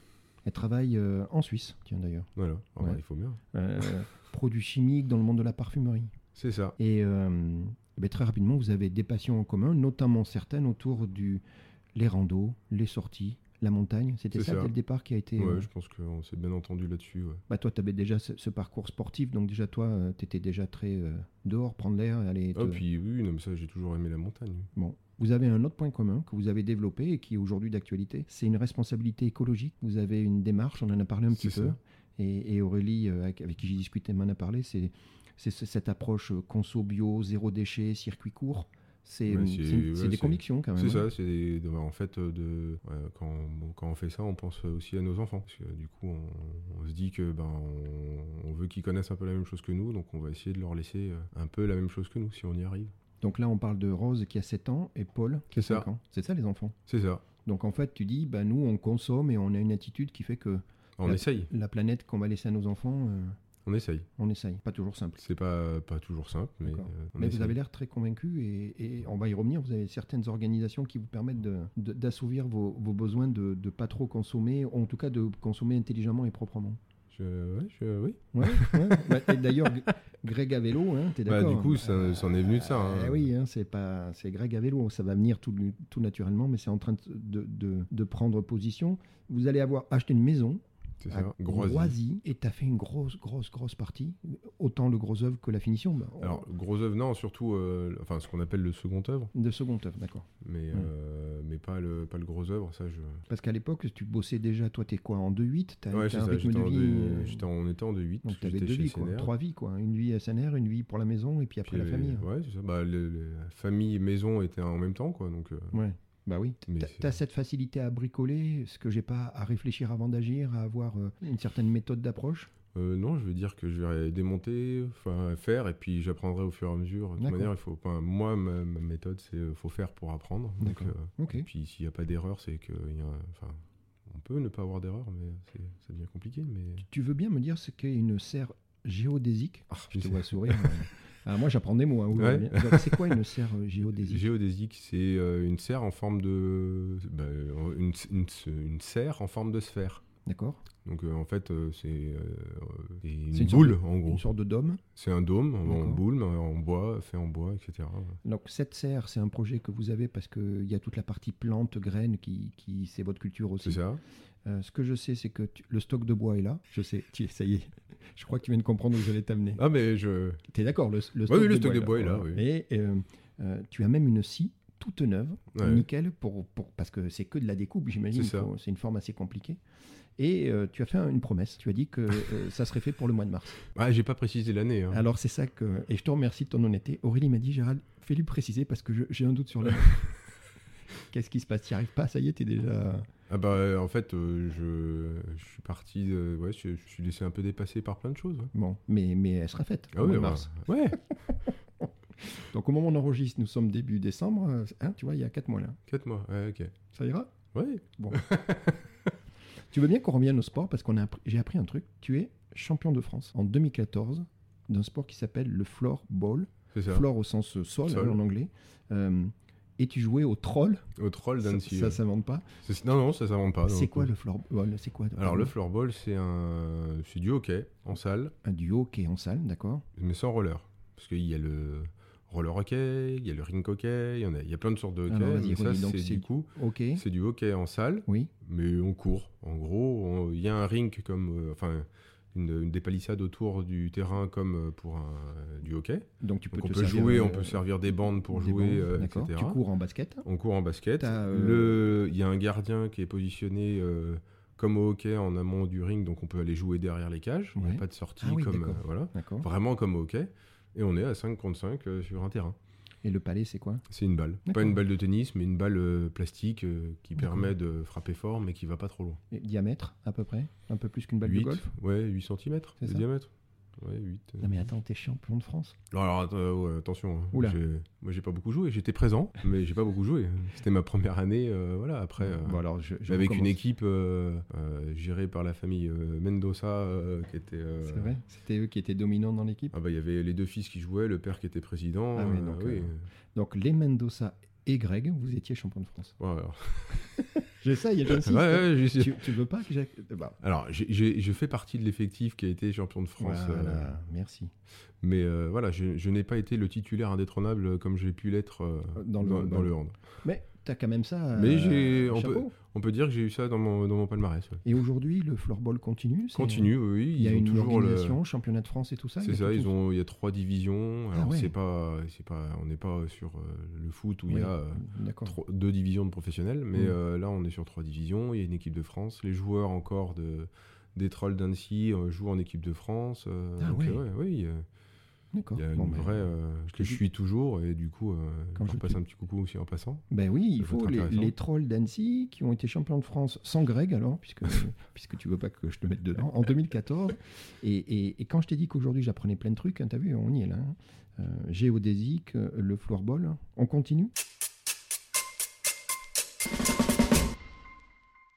[SPEAKER 1] Elle travaille euh, en Suisse, tiens d'ailleurs.
[SPEAKER 2] Voilà, Ah bah,
[SPEAKER 1] Ouais.
[SPEAKER 2] il faut bien.
[SPEAKER 1] Euh, [LAUGHS] produits chimiques dans le monde de la parfumerie.
[SPEAKER 2] C'est ça.
[SPEAKER 1] Et euh, ben, très rapidement, vous avez des passions en commun, notamment certaines autour du les randos, les sorties, la montagne. C'était
[SPEAKER 2] C'est
[SPEAKER 1] ça,
[SPEAKER 2] ça.
[SPEAKER 1] dès le départ qui a été.
[SPEAKER 2] ouais,
[SPEAKER 1] euh,
[SPEAKER 2] je pense qu'on s'est bien entendu là-dessus. ouais.
[SPEAKER 1] bah, toi, tu avais déjà ce, ce parcours sportif, donc déjà toi, tu étais déjà très euh, dehors, prendre l'air, aller.
[SPEAKER 2] Ah,
[SPEAKER 1] te-
[SPEAKER 2] puis oui, non, mais ça, j'ai toujours aimé la montagne.
[SPEAKER 1] Bon. Vous avez un autre point commun que vous avez développé et qui est aujourd'hui d'actualité, c'est une responsabilité écologique. Vous avez une démarche, on en a parlé un petit
[SPEAKER 2] C'est
[SPEAKER 1] peu.
[SPEAKER 2] ça.
[SPEAKER 1] Et, et Aurélie, euh, avec, avec qui j'ai discuté, m'en a parlé. C'est c'est ce- cette approche euh, conso bio, zéro déchet, circuit court. C'est
[SPEAKER 2] Ouais,
[SPEAKER 1] c'est-
[SPEAKER 2] c'est-
[SPEAKER 1] c'est
[SPEAKER 2] ouais,
[SPEAKER 1] des
[SPEAKER 2] c'est-
[SPEAKER 1] convictions quand même.
[SPEAKER 2] C'est
[SPEAKER 1] hein.
[SPEAKER 2] ça, c'est des- de- en fait euh, de ouais, quand, bon, quand on fait ça, on pense aussi à nos enfants. Parce que du coup, on, on se dit que ben on, on veut qu'ils connaissent un peu la même chose que nous, donc on va essayer de leur laisser euh, un peu la même chose que nous si on y arrive.
[SPEAKER 1] Donc là, on parle de Rose qui a 7 ans et Paul qui a
[SPEAKER 2] C'est ça.
[SPEAKER 1] 5 ans. C'est ça les enfants.
[SPEAKER 2] C'est ça.
[SPEAKER 1] Donc en fait, tu dis, bah, nous, on consomme et on a une attitude qui fait que
[SPEAKER 2] On
[SPEAKER 1] La-
[SPEAKER 2] essaye,
[SPEAKER 1] la planète qu'on va laisser à nos enfants, euh,
[SPEAKER 2] on essaye.
[SPEAKER 1] on essaye. Pas toujours simple.
[SPEAKER 2] C'est pas pas toujours simple, mais
[SPEAKER 1] D'accord.
[SPEAKER 2] euh, on
[SPEAKER 1] Mais vous
[SPEAKER 2] essaye.
[SPEAKER 1] avez l'air très convaincu et, et on va y revenir. Vous avez certaines organisations qui vous permettent de- de- d'assouvir vos, vos besoins de ne pas trop consommer, ou en tout cas de consommer intelligemment et proprement.
[SPEAKER 2] Je- ouais, je- oui.
[SPEAKER 1] Ouais, ouais. Bah, et D'ailleurs, G- Greg à vélo, hein, t'es
[SPEAKER 2] Bah,
[SPEAKER 1] d'accord
[SPEAKER 2] du coup, ça, ça en est venu de ça. hein.
[SPEAKER 1] Eh oui, hein, c'est pas, c'est Greg à vélo, ça va venir tout, nu- tout naturellement, mais c'est en train de, de- de- de prendre position. Vous allez avoir acheté une maison
[SPEAKER 2] c'est
[SPEAKER 1] à
[SPEAKER 2] ça. Groisy.
[SPEAKER 1] Groisy, et t'as fait une grosse, grosse, grosse partie, autant le gros œuvre que la finition. bah, on-
[SPEAKER 2] Alors, gros œuvre, non, surtout, euh, enfin, ce qu'on appelle le second œuvre,
[SPEAKER 1] de second œuvre, d'accord.
[SPEAKER 2] mais,
[SPEAKER 1] Hmm.
[SPEAKER 2] euh, mais pas le, pas le gros œuvre, ça, je.
[SPEAKER 1] Parce qu'à l'époque, tu bossais déjà, toi, t'es quoi, en 2-8 T'as
[SPEAKER 2] Ouais,
[SPEAKER 1] t'as
[SPEAKER 2] c'est
[SPEAKER 1] un
[SPEAKER 2] ça,
[SPEAKER 1] rythme
[SPEAKER 2] j'étais
[SPEAKER 1] de
[SPEAKER 2] en
[SPEAKER 1] vie.
[SPEAKER 2] deux-
[SPEAKER 1] euh,
[SPEAKER 2] j'étais en- on était en 2-8,
[SPEAKER 1] Donc t'avais
[SPEAKER 2] j'étais
[SPEAKER 1] deux
[SPEAKER 2] chez
[SPEAKER 1] vies, quoi.
[SPEAKER 2] SNR,
[SPEAKER 1] Trois vies, quoi. Une vie SNR, une vie pour la maison, et puis après la
[SPEAKER 2] puis il y
[SPEAKER 1] famille. hein.
[SPEAKER 2] avait- Ouais, c'est ça. Bah, le- le- la famille et maison étaient en même temps, quoi, donc... euh,
[SPEAKER 1] Ouais. Bah oui.
[SPEAKER 2] Mais
[SPEAKER 1] T'as-
[SPEAKER 2] c'est-
[SPEAKER 1] T'as cette facilité à bricoler, ce que j'ai pas à réfléchir avant d'agir, à avoir euh, une certaine méthode d'approche.
[SPEAKER 2] euh, non, je veux dire que je vais démonter, enfin, faire, et puis j'apprendrai au fur et à mesure. De toute
[SPEAKER 1] D'accord.
[SPEAKER 2] manière, il faut... enfin, moi, ma, ma méthode, c'est euh, faut faire pour apprendre. Donc,
[SPEAKER 1] D'accord.
[SPEAKER 2] euh,
[SPEAKER 1] Ok.
[SPEAKER 2] Et puis s'il n'y a pas d'erreur, c'est que il y a- enfin, on peut ne pas avoir d'erreur, mais c'est- ça devient compliqué. Mais
[SPEAKER 1] Tu veux bien me dire ce qu'est une serre géodésique
[SPEAKER 2] Ah,
[SPEAKER 1] Je te
[SPEAKER 2] c'est-
[SPEAKER 1] vois sourire.
[SPEAKER 2] [LAUGHS]
[SPEAKER 1] euh. Ah, moi, j'apprends des mots. hein, vous
[SPEAKER 2] Ouais.
[SPEAKER 1] voyez bien. Donc, C'est quoi une serre euh,
[SPEAKER 2] [LAUGHS]
[SPEAKER 1] géodésique
[SPEAKER 2] géodésique, c'est euh, une serre en forme de bah, une, une- une serre en forme de sphère.
[SPEAKER 1] D'accord
[SPEAKER 2] Donc euh, en fait, euh, c'est euh, c'est une,
[SPEAKER 1] une sorte
[SPEAKER 2] boule en gros.
[SPEAKER 1] Une sorte de dôme.
[SPEAKER 2] C'est un dôme en- en
[SPEAKER 1] D'accord.
[SPEAKER 2] boule, mais en bois, fait en bois, etc.
[SPEAKER 1] Donc cette serre, c'est un projet que vous avez parce qu'il y a toute la partie plante, graines, qui, qui c'est votre culture
[SPEAKER 2] C'est
[SPEAKER 1] aussi.
[SPEAKER 2] ça.
[SPEAKER 1] Euh, ce que je sais, c'est que tu- le stock de bois est là. Je sais, [LAUGHS] tu, ça y est. Je crois que tu viens de comprendre où j'allais t'amener.
[SPEAKER 2] Ah mais je.
[SPEAKER 1] Tu es d'accord, le, le
[SPEAKER 2] oui, le stock de bois est là,
[SPEAKER 1] Voilà. Et euh, euh, tu as même une scie toute neuve,
[SPEAKER 2] Ouais.
[SPEAKER 1] nickel, pour, pour, parce que c'est que de la découpe, j'imagine.
[SPEAKER 2] C'est ça.
[SPEAKER 1] Faut- C'est une forme assez compliquée. Et euh, tu as fait un- une promesse. Tu as dit que euh, ça serait fait pour le mois de mars.
[SPEAKER 2] Ah j'ai pas précisé l'année. hein.
[SPEAKER 1] Alors c'est ça que... Et je te remercie de ton honnêteté. Aurélie m'a dit, Gérald, fais-lui préciser parce que je- j'ai un doute
[SPEAKER 2] [LAUGHS]
[SPEAKER 1] sur la... Qu'est-ce qui se passe Tu arrives pas Ça y est, t'es déjà...
[SPEAKER 2] Ah bah euh, en fait, euh, je, je suis parti. euh, ouais, je, je suis laissé un peu dépassé par plein de choses. ouais.
[SPEAKER 1] Bon, mais, mais elle sera faite.
[SPEAKER 2] Ah
[SPEAKER 1] au mois
[SPEAKER 2] ouais,
[SPEAKER 1] de
[SPEAKER 2] ouais.
[SPEAKER 1] mars.
[SPEAKER 2] Ouais.
[SPEAKER 1] Donc au moment où on enregistre, nous sommes début décembre. euh, hein, tu vois, il y a 4 mois là.
[SPEAKER 2] 4 mois, ouais, ok.
[SPEAKER 1] Ça ira
[SPEAKER 2] Ouais,
[SPEAKER 1] Tu veux bien qu'on revienne au sport parce qu'on a appris- j'ai appris un truc. Tu es champion de France en 2014 d'un sport qui s'appelle le floorball.
[SPEAKER 2] C'est ça.
[SPEAKER 1] Floor au sens euh, sol,
[SPEAKER 2] Sol.
[SPEAKER 1] hein, en anglais. Euh, et tu jouais au troll.
[SPEAKER 2] Au troll
[SPEAKER 1] Ça,
[SPEAKER 2] d'Annecy.
[SPEAKER 1] ça
[SPEAKER 2] ouais.
[SPEAKER 1] s'invente pas.
[SPEAKER 2] C'est- Non, non, ça s'invente pas.
[SPEAKER 1] c'est
[SPEAKER 2] donc,
[SPEAKER 1] quoi
[SPEAKER 2] euh,
[SPEAKER 1] le floorball C'est quoi
[SPEAKER 2] Alors, le
[SPEAKER 1] pardon
[SPEAKER 2] floorball, c'est un... c'est du hockey en salle,
[SPEAKER 1] un duo qui est en salle, d'accord
[SPEAKER 2] mais sans roller. Parce qu'il y a le roller hockey, il y a le ring hockey, il y, en a... il y a plein de sortes de hockey.
[SPEAKER 1] Alors, Ah vas-y,
[SPEAKER 2] mais ça,
[SPEAKER 1] redis, donc,
[SPEAKER 2] c'est
[SPEAKER 1] c'est-
[SPEAKER 2] du coup,
[SPEAKER 1] Ok.
[SPEAKER 2] c'est du hockey en salle,
[SPEAKER 1] Oui.
[SPEAKER 2] mais on court. En gros, on- il y a un ring comme. euh, Enfin, une, une des palissades autour du terrain comme euh, pour un, du hockey.
[SPEAKER 1] Donc tu peux
[SPEAKER 2] Donc, on
[SPEAKER 1] te
[SPEAKER 2] peut
[SPEAKER 1] servir,
[SPEAKER 2] jouer,
[SPEAKER 1] euh,
[SPEAKER 2] on peut servir des bandes pour
[SPEAKER 1] des
[SPEAKER 2] jouer,
[SPEAKER 1] bandes,
[SPEAKER 2] euh,
[SPEAKER 1] d'accord.
[SPEAKER 2] etc.
[SPEAKER 1] Tu cours en basket
[SPEAKER 2] On court en basket.
[SPEAKER 1] T'as, euh,
[SPEAKER 2] Le- Il y a un gardien qui est positionné euh, comme au hockey en amont du ring, donc on peut aller jouer derrière les cages. Il n'y
[SPEAKER 1] Ouais.
[SPEAKER 2] a pas de sortie,
[SPEAKER 1] Ah oui,
[SPEAKER 2] comme,
[SPEAKER 1] d'accord.
[SPEAKER 2] euh, voilà.
[SPEAKER 1] D'accord.
[SPEAKER 2] vraiment comme au hockey. Et on est à 5 contre 5 euh, sur un terrain.
[SPEAKER 1] Et le palais, c'est quoi
[SPEAKER 2] C'est une balle. Pas
[SPEAKER 1] D'accord.
[SPEAKER 2] une balle de tennis, mais une balle euh, plastique euh, qui
[SPEAKER 1] D'accord.
[SPEAKER 2] permet de frapper fort, mais qui va pas trop loin.
[SPEAKER 1] Et Diamètre, à peu près Un peu plus qu'une balle de
[SPEAKER 2] 8,
[SPEAKER 1] golf
[SPEAKER 2] ouais, 8 cm
[SPEAKER 1] C'est
[SPEAKER 2] de
[SPEAKER 1] ça
[SPEAKER 2] diamètre. Ouais, 8.
[SPEAKER 1] Non mais attends, t'es champion de France
[SPEAKER 2] Alors att- euh, ouais, attention, hein.
[SPEAKER 1] Oula.
[SPEAKER 2] J'ai- moi j'ai pas beaucoup joué, j'étais présent, mais j'ai pas beaucoup joué. C'était ma première année, euh, voilà. Après, euh,
[SPEAKER 1] Bon, alors, je, je
[SPEAKER 2] avec une
[SPEAKER 1] recommence.
[SPEAKER 2] équipe euh, euh, gérée par la famille euh, Mendoza, euh, qui était. euh,
[SPEAKER 1] C'est vrai C'était eux qui étaient dominants dans l'équipe
[SPEAKER 2] Ah bah il y avait les deux fils qui jouaient, le père qui était président.
[SPEAKER 1] Ah oui,
[SPEAKER 2] euh,
[SPEAKER 1] donc,
[SPEAKER 2] oui.
[SPEAKER 1] Donc les Mendoza et Greg, vous étiez champion de France.
[SPEAKER 2] Ouais, alors.
[SPEAKER 1] J'essaye,
[SPEAKER 2] [LAUGHS]
[SPEAKER 1] j'insiste.
[SPEAKER 2] Ouais, ouais, j'y suis.
[SPEAKER 1] tu, tu veux pas que j'ac- Bah,
[SPEAKER 2] Alors, j'ai- j'ai- je fais partie de l'effectif qui a été champion de France, euh,
[SPEAKER 1] voilà, merci.
[SPEAKER 2] mais euh, voilà, je, je n'ai pas été le titulaire indétrônable comme j'ai pu l'être euh,
[SPEAKER 1] Dans le- dans le-
[SPEAKER 2] hand.
[SPEAKER 1] Mais t'as quand même ça.
[SPEAKER 2] Mais
[SPEAKER 1] euh,
[SPEAKER 2] j'ai- on
[SPEAKER 1] chapeau.
[SPEAKER 2] On peut dire que j'ai eu ça dans mon, dans mon palmarès. ouais.
[SPEAKER 1] Et aujourd'hui, le floorball continue c'est-
[SPEAKER 2] Continue, oui,
[SPEAKER 1] Il y a
[SPEAKER 2] ils ont
[SPEAKER 1] une
[SPEAKER 2] toujours le,
[SPEAKER 1] organisation, championnat de France et tout ça il y
[SPEAKER 2] C'est
[SPEAKER 1] a
[SPEAKER 2] ça,
[SPEAKER 1] tout-
[SPEAKER 2] ils
[SPEAKER 1] tout-
[SPEAKER 2] ont, il y a trois divisions.
[SPEAKER 1] Ah
[SPEAKER 2] Alors
[SPEAKER 1] ouais.
[SPEAKER 2] c'est pas, c'est pas, on n'est pas sur euh, le foot où il
[SPEAKER 1] Oui,
[SPEAKER 2] y a euh,
[SPEAKER 1] D'accord.
[SPEAKER 2] trois- deux divisions de professionnels, mais
[SPEAKER 1] Mm.
[SPEAKER 2] euh, là on est sur trois divisions. Il y a une équipe de France, les joueurs encore de des trolls d'Annecy euh, jouent en équipe de France. euh,
[SPEAKER 1] Ah
[SPEAKER 2] donc,
[SPEAKER 1] ouais.
[SPEAKER 2] euh, ouais, oui, euh,
[SPEAKER 1] D'accord.
[SPEAKER 2] il y a
[SPEAKER 1] Bon,
[SPEAKER 2] une
[SPEAKER 1] ben,
[SPEAKER 2] vraie euh,
[SPEAKER 1] te
[SPEAKER 2] que je
[SPEAKER 1] dis-
[SPEAKER 2] suis toujours et du coup, euh,
[SPEAKER 1] Quand
[SPEAKER 2] je
[SPEAKER 1] je
[SPEAKER 2] leur passe
[SPEAKER 1] te-
[SPEAKER 2] un petit coucou aussi en passant.
[SPEAKER 1] Ben oui, il
[SPEAKER 2] Ça peut
[SPEAKER 1] faut
[SPEAKER 2] être
[SPEAKER 1] les,
[SPEAKER 2] intéressant.
[SPEAKER 1] les trolls d'Annecy qui ont été champions de France sans Greg, alors, puisque,
[SPEAKER 2] [LAUGHS]
[SPEAKER 1] puisque tu veux pas que je te mette dedans, en 2014. Et, et- et quand je t'ai dit qu'aujourd'hui j'apprenais plein de trucs, hein, t'as vu, on y est là. hein. Euh, géodésique, euh, le floorball, on continue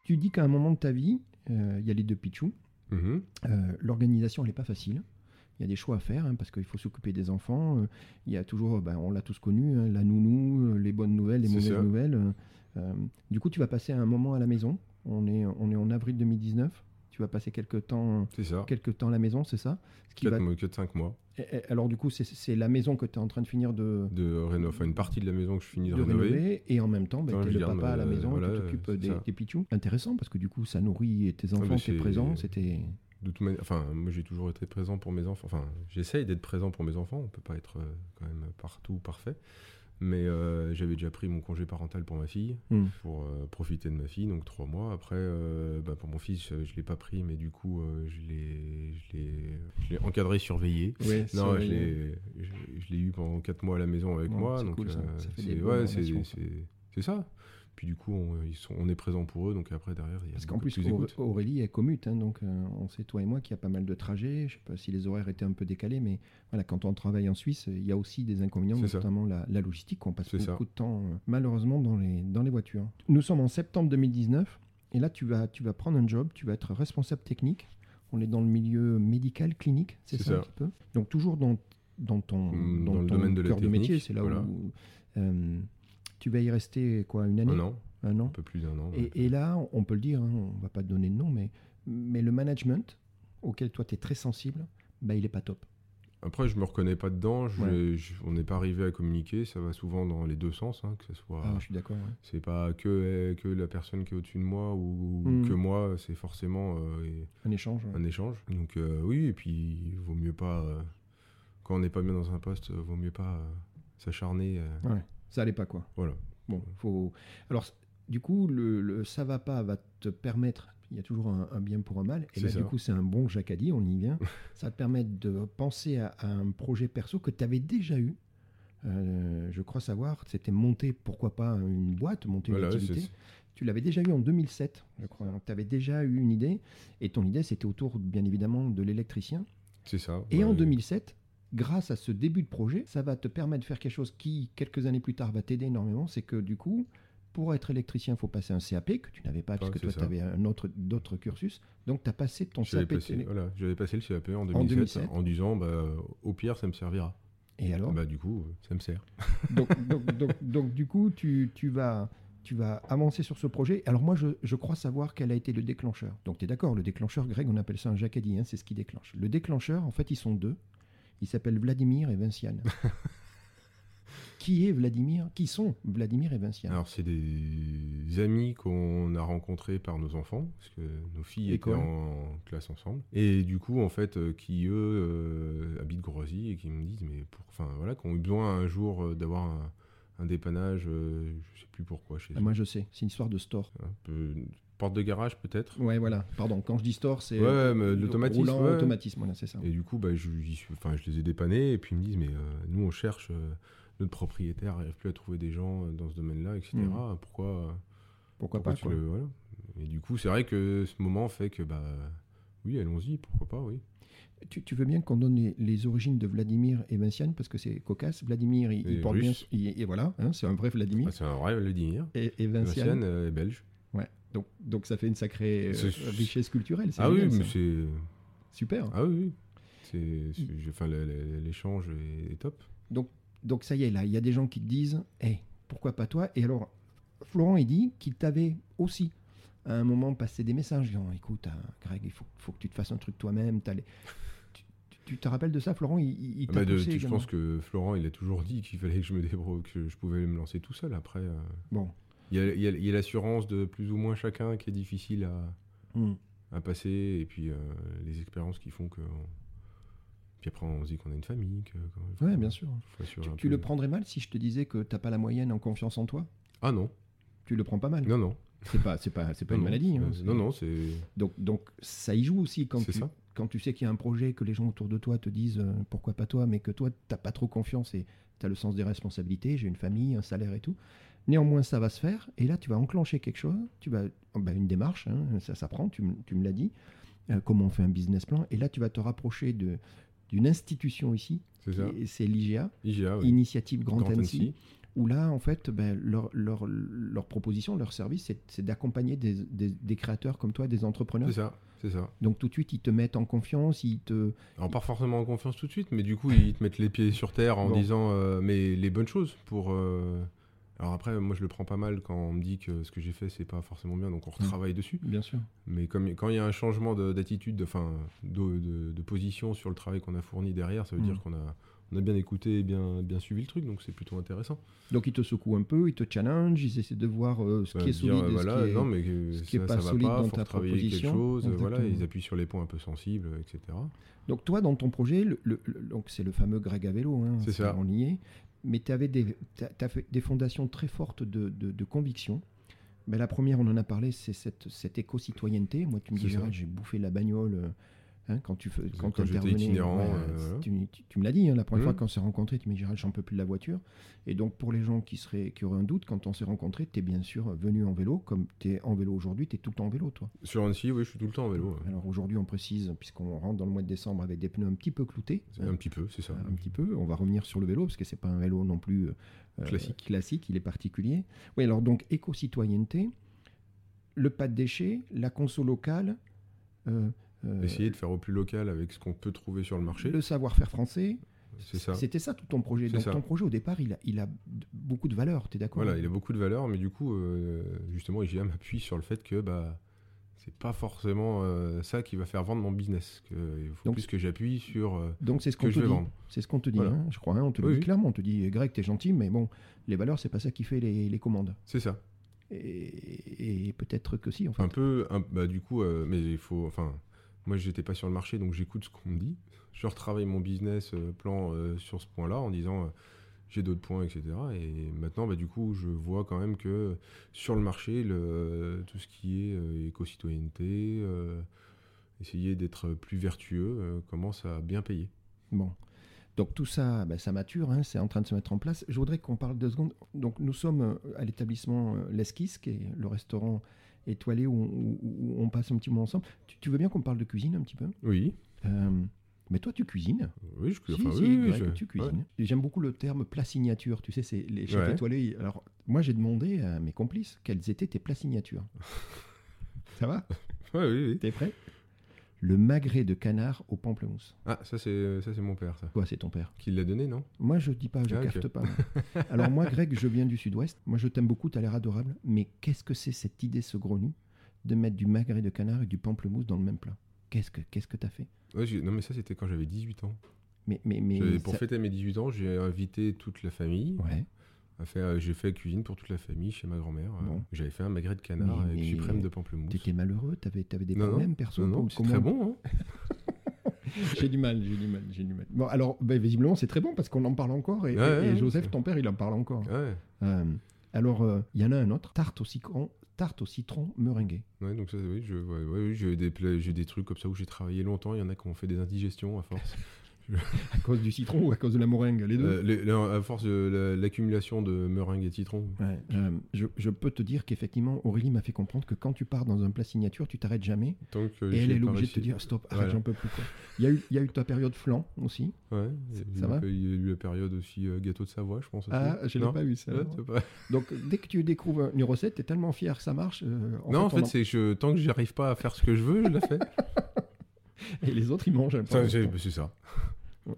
[SPEAKER 1] Tu dis qu'à un moment de ta vie, euh, il y a les deux pitchous.
[SPEAKER 2] Mhm.
[SPEAKER 1] Euh, L'organisation, elle n'est pas facile. Il y a des choix à faire hein, parce qu'il faut s'occuper des enfants. Euh, Il y a toujours, ben, on l'a tous connu, hein, la nounou, euh, les bonnes nouvelles, les
[SPEAKER 2] C'est
[SPEAKER 1] mauvaises
[SPEAKER 2] ça.
[SPEAKER 1] nouvelles. Euh, euh, du coup, tu vas passer un moment à la maison. On est, on est en avril 2019. Tu vas passer quelques temps,
[SPEAKER 2] C'est ça.
[SPEAKER 1] quelques temps à la maison, c'est ça Ce qui
[SPEAKER 2] 4
[SPEAKER 1] va...
[SPEAKER 2] mois, 5 mois
[SPEAKER 1] Eh, eh, Alors, du coup, c'est- c'est la maison que tu es en train de finir de,
[SPEAKER 2] de réno... enfin une partie de la maison que je finis
[SPEAKER 1] de
[SPEAKER 2] de, rénover.
[SPEAKER 1] rénover. Et en même temps, ben,
[SPEAKER 2] Enfin,
[SPEAKER 1] tu es
[SPEAKER 2] je
[SPEAKER 1] le
[SPEAKER 2] garde,
[SPEAKER 1] papa à la
[SPEAKER 2] euh,
[SPEAKER 1] maison,
[SPEAKER 2] voilà,
[SPEAKER 1] tu t'occupes
[SPEAKER 2] c'est
[SPEAKER 1] des,
[SPEAKER 2] ça. Ah,
[SPEAKER 1] des pitchous. Intéressant parce que du coup, ça nourrit tes enfants,
[SPEAKER 2] mais
[SPEAKER 1] tes
[SPEAKER 2] c'est-
[SPEAKER 1] présents. C'était.
[SPEAKER 2] De toute manière, enfin, moi j'ai toujours été présent pour mes enfants. Enfin, j'essaye d'être présent pour mes enfants. On peut pas être euh, quand même partout parfait. Mais euh, j'avais déjà pris mon congé parental pour ma fille,
[SPEAKER 1] Hmm.
[SPEAKER 2] pour euh, profiter de ma fille, donc trois mois. Après, euh, bah, pour mon fils, euh, je l'ai pas pris, mais du coup, euh, je l'ai- je l'ai- je l'ai encadré, surveillé. Non, je l'ai, je, je l'ai eu pendant 4 mois à la maison avec
[SPEAKER 1] Bon,
[SPEAKER 2] moi.
[SPEAKER 1] c'est
[SPEAKER 2] donc,
[SPEAKER 1] cool, ça.
[SPEAKER 2] euh,
[SPEAKER 1] Ça fait des
[SPEAKER 2] c'est,
[SPEAKER 1] bonnes
[SPEAKER 2] ouais, c'est,
[SPEAKER 1] relations,
[SPEAKER 2] c'est, c'est ça. Puis du coup, on, ils sont- on est présent pour eux, donc après, derrière, il y a
[SPEAKER 1] Parce qu'en
[SPEAKER 2] beaucoup
[SPEAKER 1] plus,
[SPEAKER 2] plus
[SPEAKER 1] Auré-
[SPEAKER 2] d'écoute.
[SPEAKER 1] Aurélie est commute, hein, donc euh, on sait, toi et moi, qu'il y a pas mal de trajets. Je sais pas si les horaires étaient un peu décalés, mais voilà, quand on travaille en Suisse, euh, il y a aussi des inconvénients,
[SPEAKER 2] C'est ça.
[SPEAKER 1] notamment la, la logistique. On passe
[SPEAKER 2] C'est
[SPEAKER 1] beaucoup
[SPEAKER 2] ça.
[SPEAKER 1] de temps, euh, malheureusement, dans les, dans les voitures. Nous sommes en septembre 2019, et là, tu vas, tu vas prendre un job, tu vas être responsable technique. On est dans le milieu médical, clinique, c'est
[SPEAKER 2] C'est
[SPEAKER 1] ça, un
[SPEAKER 2] ça.
[SPEAKER 1] petit peu Donc, toujours dans, dans ton,
[SPEAKER 2] Mm, dans le
[SPEAKER 1] ton
[SPEAKER 2] domaine de la
[SPEAKER 1] cœur de métier,
[SPEAKER 2] technique,
[SPEAKER 1] c'est là
[SPEAKER 2] voilà.
[SPEAKER 1] où. euh, tu vas y rester quoi, une année
[SPEAKER 2] Un an,
[SPEAKER 1] Un an
[SPEAKER 2] un peu plus d'un an. ouais.
[SPEAKER 1] et, et là, on peut le dire, hein, on va pas te donner de nom, mais, mais le management, auquel toi tu es très sensible, bah, il est pas top.
[SPEAKER 2] Après, je me reconnais pas dedans. je-
[SPEAKER 1] Ouais.
[SPEAKER 2] je- on n'est pas arrivé à communiquer. Ça va souvent dans les deux sens, hein, que ce soit.
[SPEAKER 1] Ah, je suis d'accord. ouais.
[SPEAKER 2] c'est pas que, eh, que la personne qui est au-dessus de moi ou, ou
[SPEAKER 1] Mm.
[SPEAKER 2] que moi. C'est forcément euh,
[SPEAKER 1] Un échange. ouais.
[SPEAKER 2] un échange. Donc euh, oui, et puis il vaut mieux pas. euh, quand on n'est pas bien dans un poste, euh, vaut mieux pas euh, s'acharner. euh,
[SPEAKER 1] Ça allait pas quoi.
[SPEAKER 2] voilà.
[SPEAKER 1] Bon, faut. Alors, c- du coup, le, le ça va pas va te permettre. Il y a toujours un, un bien pour un mal. Et
[SPEAKER 2] C'est
[SPEAKER 1] là,
[SPEAKER 2] ça.
[SPEAKER 1] du coup, c'est un bon jacadi, on y
[SPEAKER 2] [LAUGHS]
[SPEAKER 1] vient. ça va te permettre de penser à, à un projet perso que tu avais déjà eu. Euh, je crois savoir, c'était monter, pourquoi pas, une boîte, monter
[SPEAKER 2] Voilà,
[SPEAKER 1] une
[SPEAKER 2] c'est-
[SPEAKER 1] activité.
[SPEAKER 2] c'est-
[SPEAKER 1] Tu l'avais déjà eu en 2007, je crois. Tu avais déjà eu une idée, et ton idée, c'était autour, bien évidemment, de l'électricien.
[SPEAKER 2] c'est ça.
[SPEAKER 1] Et en
[SPEAKER 2] ouais.
[SPEAKER 1] 2007, grâce à ce début de projet, ça va te permettre de faire quelque chose qui, quelques années plus tard, va t'aider énormément. C'est que, du coup, pour être électricien, il faut passer un CAP, que tu n'avais pas, puisque
[SPEAKER 2] c'est
[SPEAKER 1] toi,
[SPEAKER 2] ça.
[SPEAKER 1] tu avais un autre, d'autres cursus. Donc, tu as passé ton
[SPEAKER 2] J'avais
[SPEAKER 1] CAP.
[SPEAKER 2] passé,
[SPEAKER 1] télé-
[SPEAKER 2] voilà, j'avais passé le CAP en 2007,
[SPEAKER 1] 2007.
[SPEAKER 2] en disant bah, au pire ça me servira.
[SPEAKER 1] Et alors
[SPEAKER 2] Bah, du coup, ça me sert.
[SPEAKER 1] donc, donc, donc- donc, du coup, tu, tu vas, tu vas avancer sur ce projet. Alors moi, je, je crois savoir quel a été le déclencheur. Donc tu es d'accord, le déclencheur, Greg, on appelle ça un jacadi, hein, c'est ce qui déclenche. Le déclencheur, en fait, ils sont deux. Ils s'appellent Vladimir et
[SPEAKER 2] [LAUGHS]
[SPEAKER 1] Vinciane. qui est Vladimir Qui sont Vladimir et Vinciane
[SPEAKER 2] Alors, c'est des amis qu'on a rencontrés par nos enfants, parce que nos filles
[SPEAKER 1] École.
[SPEAKER 2] étaient en classe ensemble. Et du coup, en fait, euh, qui eux euh, habitent Grosy et qui me disent, mais pour. Enfin, voilà, qu'on a eu besoin un jour euh, d'avoir un, un dépannage, euh, je sais plus pourquoi, chez
[SPEAKER 1] Ah,
[SPEAKER 2] eux.
[SPEAKER 1] Moi, je sais, c'est une histoire de store.
[SPEAKER 2] Un peu- Porte de garage, peut-être
[SPEAKER 1] Ouais, voilà. Pardon, quand je dis store, c'est
[SPEAKER 2] Ouais,
[SPEAKER 1] euh,
[SPEAKER 2] mais l'automatisme,
[SPEAKER 1] roulant,
[SPEAKER 2] ouais.
[SPEAKER 1] automatisme, voilà, c'est ça.
[SPEAKER 2] Et du coup, bah, je, j'y suis- enfin, je les ai dépannés et puis ils me disent, mais euh, nous, on cherche, euh, notre propriétaire n'arrive plus à trouver des gens euh, dans ce domaine-là, etc.
[SPEAKER 1] Mhm.
[SPEAKER 2] Pourquoi, euh,
[SPEAKER 1] Pourquoi,
[SPEAKER 2] pourquoi
[SPEAKER 1] pas
[SPEAKER 2] tu
[SPEAKER 1] quoi.
[SPEAKER 2] le- voilà. Et du coup, c'est vrai que ce moment fait que, bah, oui, allons-y, pourquoi pas, oui.
[SPEAKER 1] Tu, tu veux bien qu'on donne les, les origines de Vladimir et Vinciane parce que c'est cocasse. Vladimir, il, il
[SPEAKER 2] Et
[SPEAKER 1] porte
[SPEAKER 2] russe.
[SPEAKER 1] bien. il- et voilà, hein, c'est un vrai Vladimir.
[SPEAKER 2] Ah, c'est un rêve, le dire.
[SPEAKER 1] et, et Vinciane.
[SPEAKER 2] Vinciane euh, est belge.
[SPEAKER 1] Ouais. Donc, donc ça fait une sacrée euh,
[SPEAKER 2] C'est-
[SPEAKER 1] richesse culturelle. c'est
[SPEAKER 2] Ah oui,
[SPEAKER 1] génial,
[SPEAKER 2] mais
[SPEAKER 1] ça. Mm.
[SPEAKER 2] c'est.
[SPEAKER 1] Super.
[SPEAKER 2] Ah oui, oui. C'est- c'est- j'ai- Enfin, la- la- l'échange est, est top. Ah,
[SPEAKER 1] Donc ça y est, là, il y a des gens qui te disent Hey, pourquoi pas toi Et alors, Florent, il dit qu'il t'avait aussi à un moment passé des messages disant Écoute, hein, Greg, il faut, faut que tu te fasses un truc toi-même.
[SPEAKER 2] [LAUGHS]
[SPEAKER 1] t'as les- Tu, tu- tu te rappelles de ça, Florent Il, il- il t'a
[SPEAKER 2] Bah, de-
[SPEAKER 1] poussé
[SPEAKER 2] je
[SPEAKER 1] également.
[SPEAKER 2] pense que Florent, il a toujours dit qu'il fallait que je me débrouille, que je pouvais me lancer tout seul après. euh.
[SPEAKER 1] Bon.
[SPEAKER 2] Il y a- il y a- il y a l'assurance de plus ou moins chacun qui est difficile à.
[SPEAKER 1] Hmm.
[SPEAKER 2] à passer et puis euh, les expériences qui font que puis après on se dit qu'on a une famille que que-
[SPEAKER 1] Ouais, bien sûr.
[SPEAKER 2] faut assurer
[SPEAKER 1] Tu,
[SPEAKER 2] un
[SPEAKER 1] tu
[SPEAKER 2] peu.
[SPEAKER 1] le prendrais mal si je te disais que t'as pas la moyenne en confiance en toi
[SPEAKER 2] ah non
[SPEAKER 1] Tu le prends pas mal.
[SPEAKER 2] non non
[SPEAKER 1] C'est pas, c'est pas, c'est pas
[SPEAKER 2] Non,
[SPEAKER 1] une
[SPEAKER 2] non,
[SPEAKER 1] maladie. hein.
[SPEAKER 2] c'est- non non c'est
[SPEAKER 1] Donc, donc ça y joue aussi quand
[SPEAKER 2] c'est
[SPEAKER 1] tu,
[SPEAKER 2] ça
[SPEAKER 1] quand tu sais qu'il y a un projet, que les gens autour de toi te disent euh, pourquoi pas toi, mais que toi, t'as pas trop confiance et tu as le sens des responsabilités, j'ai une famille, un salaire et tout. Néanmoins, ça va se faire, et là, tu vas enclencher quelque chose, tu vas oh, bah, une démarche, hein, ça s'apprend, tu, me- tu me l'as dit, euh, comment on fait un business plan, et là, tu vas te rapprocher de d'une institution ici,
[SPEAKER 2] c'est
[SPEAKER 1] qui
[SPEAKER 2] ça
[SPEAKER 1] est- c'est l'IGA,
[SPEAKER 2] IGA ouais.
[SPEAKER 1] Initiative Grand,
[SPEAKER 2] Grand
[SPEAKER 1] Annecy,
[SPEAKER 2] Annecy.
[SPEAKER 1] où là, en fait, ben, leur, leur, leur proposition, leur service, c'est- c'est d'accompagner des, des- des créateurs comme toi, des entrepreneurs.
[SPEAKER 2] c'est ça c'est ça
[SPEAKER 1] Donc tout de suite, ils te mettent en confiance, ils te...
[SPEAKER 2] alors pas forcément en confiance tout de suite mais du
[SPEAKER 1] [LAUGHS]
[SPEAKER 2] coup ils te mettent les pieds sur terre en
[SPEAKER 1] Bon.
[SPEAKER 2] disant euh, mais les bonnes choses pour euh, alors après moi je le prends pas mal quand on me dit que ce que j'ai fait c'est pas forcément bien
[SPEAKER 1] Mm.
[SPEAKER 2] donc on retravaille dessus
[SPEAKER 1] Bien sûr.
[SPEAKER 2] Mais comme, quand il y a un changement de- d'attitude, de, enfin, de, de- de position sur le travail qu'on a fourni derrière, ça veut
[SPEAKER 1] Mm.
[SPEAKER 2] dire qu'on a, on a bien écouté et bien, bien suivi le truc, donc c'est plutôt intéressant.
[SPEAKER 1] Donc ils te secouent un peu, ils te challenge, ils essaient de voir euh, ce
[SPEAKER 2] Bah,
[SPEAKER 1] qui est
[SPEAKER 2] dire,
[SPEAKER 1] solide et
[SPEAKER 2] voilà,
[SPEAKER 1] ce qui est...
[SPEAKER 2] non, mais que
[SPEAKER 1] ce
[SPEAKER 2] ça,
[SPEAKER 1] qui est pas
[SPEAKER 2] ça va
[SPEAKER 1] solide
[SPEAKER 2] pas,
[SPEAKER 1] dans
[SPEAKER 2] faut
[SPEAKER 1] ta
[SPEAKER 2] travailler
[SPEAKER 1] proposition,
[SPEAKER 2] quelque chose, euh, voilà,
[SPEAKER 1] exactement.
[SPEAKER 2] ils appuient sur les points un peu sensibles, euh, etc.
[SPEAKER 1] Donc toi, dans ton projet, le, le- le- donc c'est le fameux Greg à vélo, hein,
[SPEAKER 2] C'est
[SPEAKER 1] c'est
[SPEAKER 2] ça.
[SPEAKER 1] en lié, mais tu avais des, t'as- t'as fait des fondations très fortes de, de, de conviction. Ben, la première, on en a parlé, c'est cette, cette éco-citoyenneté. Moi, tu me dis,
[SPEAKER 2] C'est ça.
[SPEAKER 1] Gérald, j'ai bouffé la bagnole euh, hein, quand tu fais, quand,
[SPEAKER 2] quand j'étais
[SPEAKER 1] t'intervenais,
[SPEAKER 2] itinérant, euh, voilà.
[SPEAKER 1] tu, tu- tu me l'as dit, hein, la première
[SPEAKER 2] Mhm.
[SPEAKER 1] fois qu'on s'est rencontrés, tu me dis, Gérald, j'en peux plus de la voiture. Et donc, pour les gens qui, seraient, qui auraient un doute, quand on s'est rencontrés, tu es bien sûr venu en vélo, comme tu es en vélo aujourd'hui, tu es tout le temps en vélo, toi.
[SPEAKER 2] Sur Annecy, oui, je suis tout le temps en vélo, hein. ouais.
[SPEAKER 1] Alors aujourd'hui, on précise, puisqu'on rentre dans le mois de décembre avec des pneus un petit peu cloutés,
[SPEAKER 2] C'est
[SPEAKER 1] hein,
[SPEAKER 2] un petit peu, c'est ça.
[SPEAKER 1] un petit peu. On va revenir sur le vélo, parce que c'est pas un vélo non plus euh,
[SPEAKER 2] Classique.
[SPEAKER 1] classique, il est particulier. Oui, alors donc éco-citoyenneté, le pas de déchets, la conso locale, euh, euh,
[SPEAKER 2] Essayer de faire au plus local avec ce qu'on peut trouver sur le marché,
[SPEAKER 1] le savoir-faire français.
[SPEAKER 2] c'est ça.
[SPEAKER 1] C'était ça tout ton projet.
[SPEAKER 2] C'est
[SPEAKER 1] Donc
[SPEAKER 2] ça.
[SPEAKER 1] ton projet au départ, il a, il a beaucoup de valeur, tu es d'accord
[SPEAKER 2] Voilà, il a beaucoup de valeur, mais du coup, euh, justement, IGA m'appuie sur le fait que bah, c'est pas forcément euh, ça qui va faire vendre mon business. Que, euh, il faut
[SPEAKER 1] Donc-
[SPEAKER 2] plus que j'appuie sur euh,
[SPEAKER 1] Donc c'est ce
[SPEAKER 2] ce que
[SPEAKER 1] qu'on te
[SPEAKER 2] je vais
[SPEAKER 1] dit.
[SPEAKER 2] vendre.
[SPEAKER 1] C'est ce qu'on te dit,
[SPEAKER 2] Voilà.
[SPEAKER 1] hein, je crois. hein, on te le
[SPEAKER 2] Oui,
[SPEAKER 1] dit
[SPEAKER 2] oui.
[SPEAKER 1] clairement. On te dit, Greg, t'es gentil, mais bon, les valeurs, c'est pas ça qui fait les, les commandes.
[SPEAKER 2] C'est ça.
[SPEAKER 1] Et, et peut-être que si, en fait.
[SPEAKER 2] Un peu, un- bah, du coup, euh, mais il faut. Enfin, moi, j'étais pas sur le marché, donc j'écoute ce qu'on me dit. Je retravaille mon business euh, plan euh, sur ce point-là en disant. euh, j'ai d'autres points, etc. Et maintenant, bah, du coup, je vois quand même que sur le marché, le, tout ce qui est euh, éco-citoyenneté, euh, essayer d'être plus vertueux, euh, commence à bien payer.
[SPEAKER 1] Bon. Donc tout ça, ben, ça mature, hein, c'est en train de se mettre en place. Je voudrais qu'on parle deux secondes. Donc nous sommes euh, à l'établissement euh, L'Esquisse, qui est le restaurant étoilé où, où- où on passe un petit moment ensemble. Tu, tu veux bien qu'on parle de cuisine un petit peu
[SPEAKER 2] Oui,
[SPEAKER 1] Euh, Mais toi, tu cuisines
[SPEAKER 2] oui, je, cu-
[SPEAKER 1] Si,
[SPEAKER 2] enfin,
[SPEAKER 1] si,
[SPEAKER 2] oui, oui,
[SPEAKER 1] Greg,
[SPEAKER 2] je-
[SPEAKER 1] tu cuisines. Et J'aime beaucoup le terme plat signature. Tu sais, c'est les chefs
[SPEAKER 2] Ouais.
[SPEAKER 1] étoilés. ils- Alors, moi, j'ai demandé à mes
[SPEAKER 2] [LAUGHS]
[SPEAKER 1] complices quelles étaient tes plats signatures. ça va
[SPEAKER 2] Ouais, ouais, oui, oui.
[SPEAKER 1] T'es prêt le magret de canard au pamplemousse.
[SPEAKER 2] Ah, ça c'est ça c'est mon père, ça.
[SPEAKER 1] Quoi, c'est ton père
[SPEAKER 2] Qui l'a donné, non
[SPEAKER 1] Moi, je dis pas, je
[SPEAKER 2] Ah, ok.
[SPEAKER 1] carte
[SPEAKER 2] [LAUGHS]
[SPEAKER 1] pas. moi. Alors moi, Greg, je viens du sud-ouest. Moi, je t'aime beaucoup, t'as l'air adorable. Mais qu'est-ce que c'est cette idée saugrenue de mettre du magret de canard et du pamplemousse dans le même plat Qu'est-ce que qu'est-ce que t'as fait
[SPEAKER 2] Ouais, j'ai- Non, mais ça c'était quand j'avais 18 ans.
[SPEAKER 1] Mais mais mais.
[SPEAKER 2] J'avais- Pour
[SPEAKER 1] ça-
[SPEAKER 2] fêter mes 18 ans, j'ai invité toute la famille.
[SPEAKER 1] Ouais.
[SPEAKER 2] à faire- J'ai fait la cuisine pour toute la famille chez ma grand-mère. euh,
[SPEAKER 1] Bon.
[SPEAKER 2] J'avais fait un magret de canard
[SPEAKER 1] Mais-
[SPEAKER 2] avec
[SPEAKER 1] mais-
[SPEAKER 2] suprême de pamplemousse.
[SPEAKER 1] T'étais malheureux, t'avais avais des
[SPEAKER 2] Non, non.
[SPEAKER 1] problèmes perso.
[SPEAKER 2] Non, non,
[SPEAKER 1] pour-
[SPEAKER 2] c'est
[SPEAKER 1] comment-
[SPEAKER 2] très bon. Hein
[SPEAKER 1] J'ai du mal, j'ai du mal, j'ai du mal. Bon, alors, bah, visiblement, c'est très bon parce qu'on en parle encore et,
[SPEAKER 2] Ouais,
[SPEAKER 1] et- et
[SPEAKER 2] ouais,
[SPEAKER 1] Joseph,
[SPEAKER 2] ouais.
[SPEAKER 1] ton père, il en parle encore.
[SPEAKER 2] ouais.
[SPEAKER 1] Euh, alors, euh, il y en a un autre, tarte au citron, tarte au citron meringuée.
[SPEAKER 2] Ouais, donc ça, oui, je- ouais, ouais, oui, j'ai des, pla- j'ai des trucs comme ça où j'ai travaillé longtemps. Il y en a qui ont fait des indigestions à force.
[SPEAKER 1] [LAUGHS] À cause du citron ou à cause de la meringue, les deux
[SPEAKER 2] Euh, les- les- à force de la- l'accumulation de meringue et citron.
[SPEAKER 1] Ouais, euh, je, je peux te dire qu'effectivement, Aurélie m'a fait comprendre que quand tu pars dans un plat signature, tu t'arrêtes jamais.
[SPEAKER 2] Tant que
[SPEAKER 1] Et
[SPEAKER 2] j'ai
[SPEAKER 1] elle, elle est
[SPEAKER 2] pas
[SPEAKER 1] obligée de te
[SPEAKER 2] réussi-
[SPEAKER 1] dire stop, arrête,
[SPEAKER 2] Voilà.
[SPEAKER 1] j'en peux plus. quoi. Il y, a eu- il y a eu ta période flan aussi.
[SPEAKER 2] Ouais,
[SPEAKER 1] Ça-
[SPEAKER 2] il y a
[SPEAKER 1] ça
[SPEAKER 2] eu-
[SPEAKER 1] va
[SPEAKER 2] Il y a eu la période aussi euh, gâteau de Savoie, je pense. aussi.
[SPEAKER 1] Ah, je l'ai
[SPEAKER 2] Non
[SPEAKER 1] pas eu ça.
[SPEAKER 2] Ouais,
[SPEAKER 1] alors.
[SPEAKER 2] t'as pas-
[SPEAKER 1] Donc, dès que tu découvres une recette, t'es tellement fier que ça marche. euh,
[SPEAKER 2] non, en
[SPEAKER 1] on
[SPEAKER 2] fait, c'est que je- tant que j'arrive pas à faire ce que je veux, je la fais.
[SPEAKER 1] [LAUGHS] Et les autres, ils mangent. hein,
[SPEAKER 2] Ça,
[SPEAKER 1] pendant
[SPEAKER 2] j'ai-
[SPEAKER 1] longtemps.
[SPEAKER 2] bah, c'est ça.
[SPEAKER 1] On-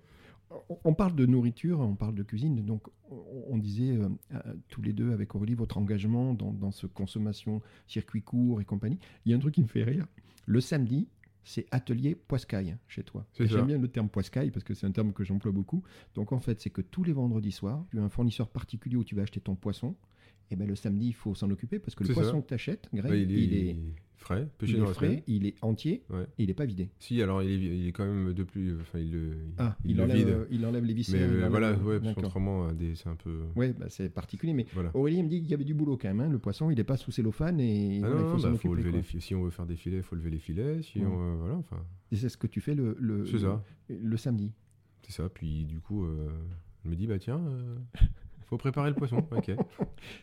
[SPEAKER 1] On parle de nourriture, on parle de cuisine, donc on on disait euh, euh, tous les deux avec Aurélie votre engagement dans, dans ce consommation circuit court et compagnie. Il y a un truc qui me fait rire. Le samedi, c'est atelier poiscaille chez toi.
[SPEAKER 2] C'est
[SPEAKER 1] Et
[SPEAKER 2] ça.
[SPEAKER 1] J'aime bien le terme poiscaille parce que c'est un terme que j'emploie beaucoup. Donc en fait, c'est que tous les vendredis soirs, tu as un fournisseur particulier où tu vas acheter ton poisson. Et ben le samedi, il faut s'en occuper parce que le
[SPEAKER 2] C'est ça.
[SPEAKER 1] poisson que tu achètes, Greg,
[SPEAKER 2] Ouais,
[SPEAKER 1] il, est,
[SPEAKER 2] frais,
[SPEAKER 1] il
[SPEAKER 2] pêché
[SPEAKER 1] est
[SPEAKER 2] dans la semaine.
[SPEAKER 1] frais, il est entier
[SPEAKER 2] Ouais.
[SPEAKER 1] et il n'est pas vidé.
[SPEAKER 2] Si, alors il est, il est quand même de plus. Enfin, il le,
[SPEAKER 1] Ah, il,
[SPEAKER 2] le
[SPEAKER 1] enlève,
[SPEAKER 2] vide.
[SPEAKER 1] il enlève les
[SPEAKER 2] Mais
[SPEAKER 1] viscères. il
[SPEAKER 2] euh,
[SPEAKER 1] enlève-
[SPEAKER 2] voilà, ouais, parce
[SPEAKER 1] D'accord.
[SPEAKER 2] qu'autrement, euh, des- c'est un peu.
[SPEAKER 1] Ouais, bah, c'est particulier, mais
[SPEAKER 2] Voilà.
[SPEAKER 1] Aurélie me dit qu'il y avait du boulot quand même. hein. Le poisson, il n'est pas sous cellophane et
[SPEAKER 2] Ah
[SPEAKER 1] voilà,
[SPEAKER 2] non,
[SPEAKER 1] il faut
[SPEAKER 2] non,
[SPEAKER 1] s'en
[SPEAKER 2] bah, faut
[SPEAKER 1] occuper,
[SPEAKER 2] lever
[SPEAKER 1] quoi.
[SPEAKER 2] les filets. Si on veut faire des filets, il faut lever les filets. Si
[SPEAKER 1] Ouais. Euh,
[SPEAKER 2] on, euh, voilà, enfin,
[SPEAKER 1] Et c'est ce que tu fais le, le,
[SPEAKER 2] c'est ça,
[SPEAKER 1] le, le samedi.
[SPEAKER 2] c'est ça. Puis du coup, euh, je me dis bah tiens, euh, faut préparer le poisson.
[SPEAKER 1] [LAUGHS]
[SPEAKER 2] Ok.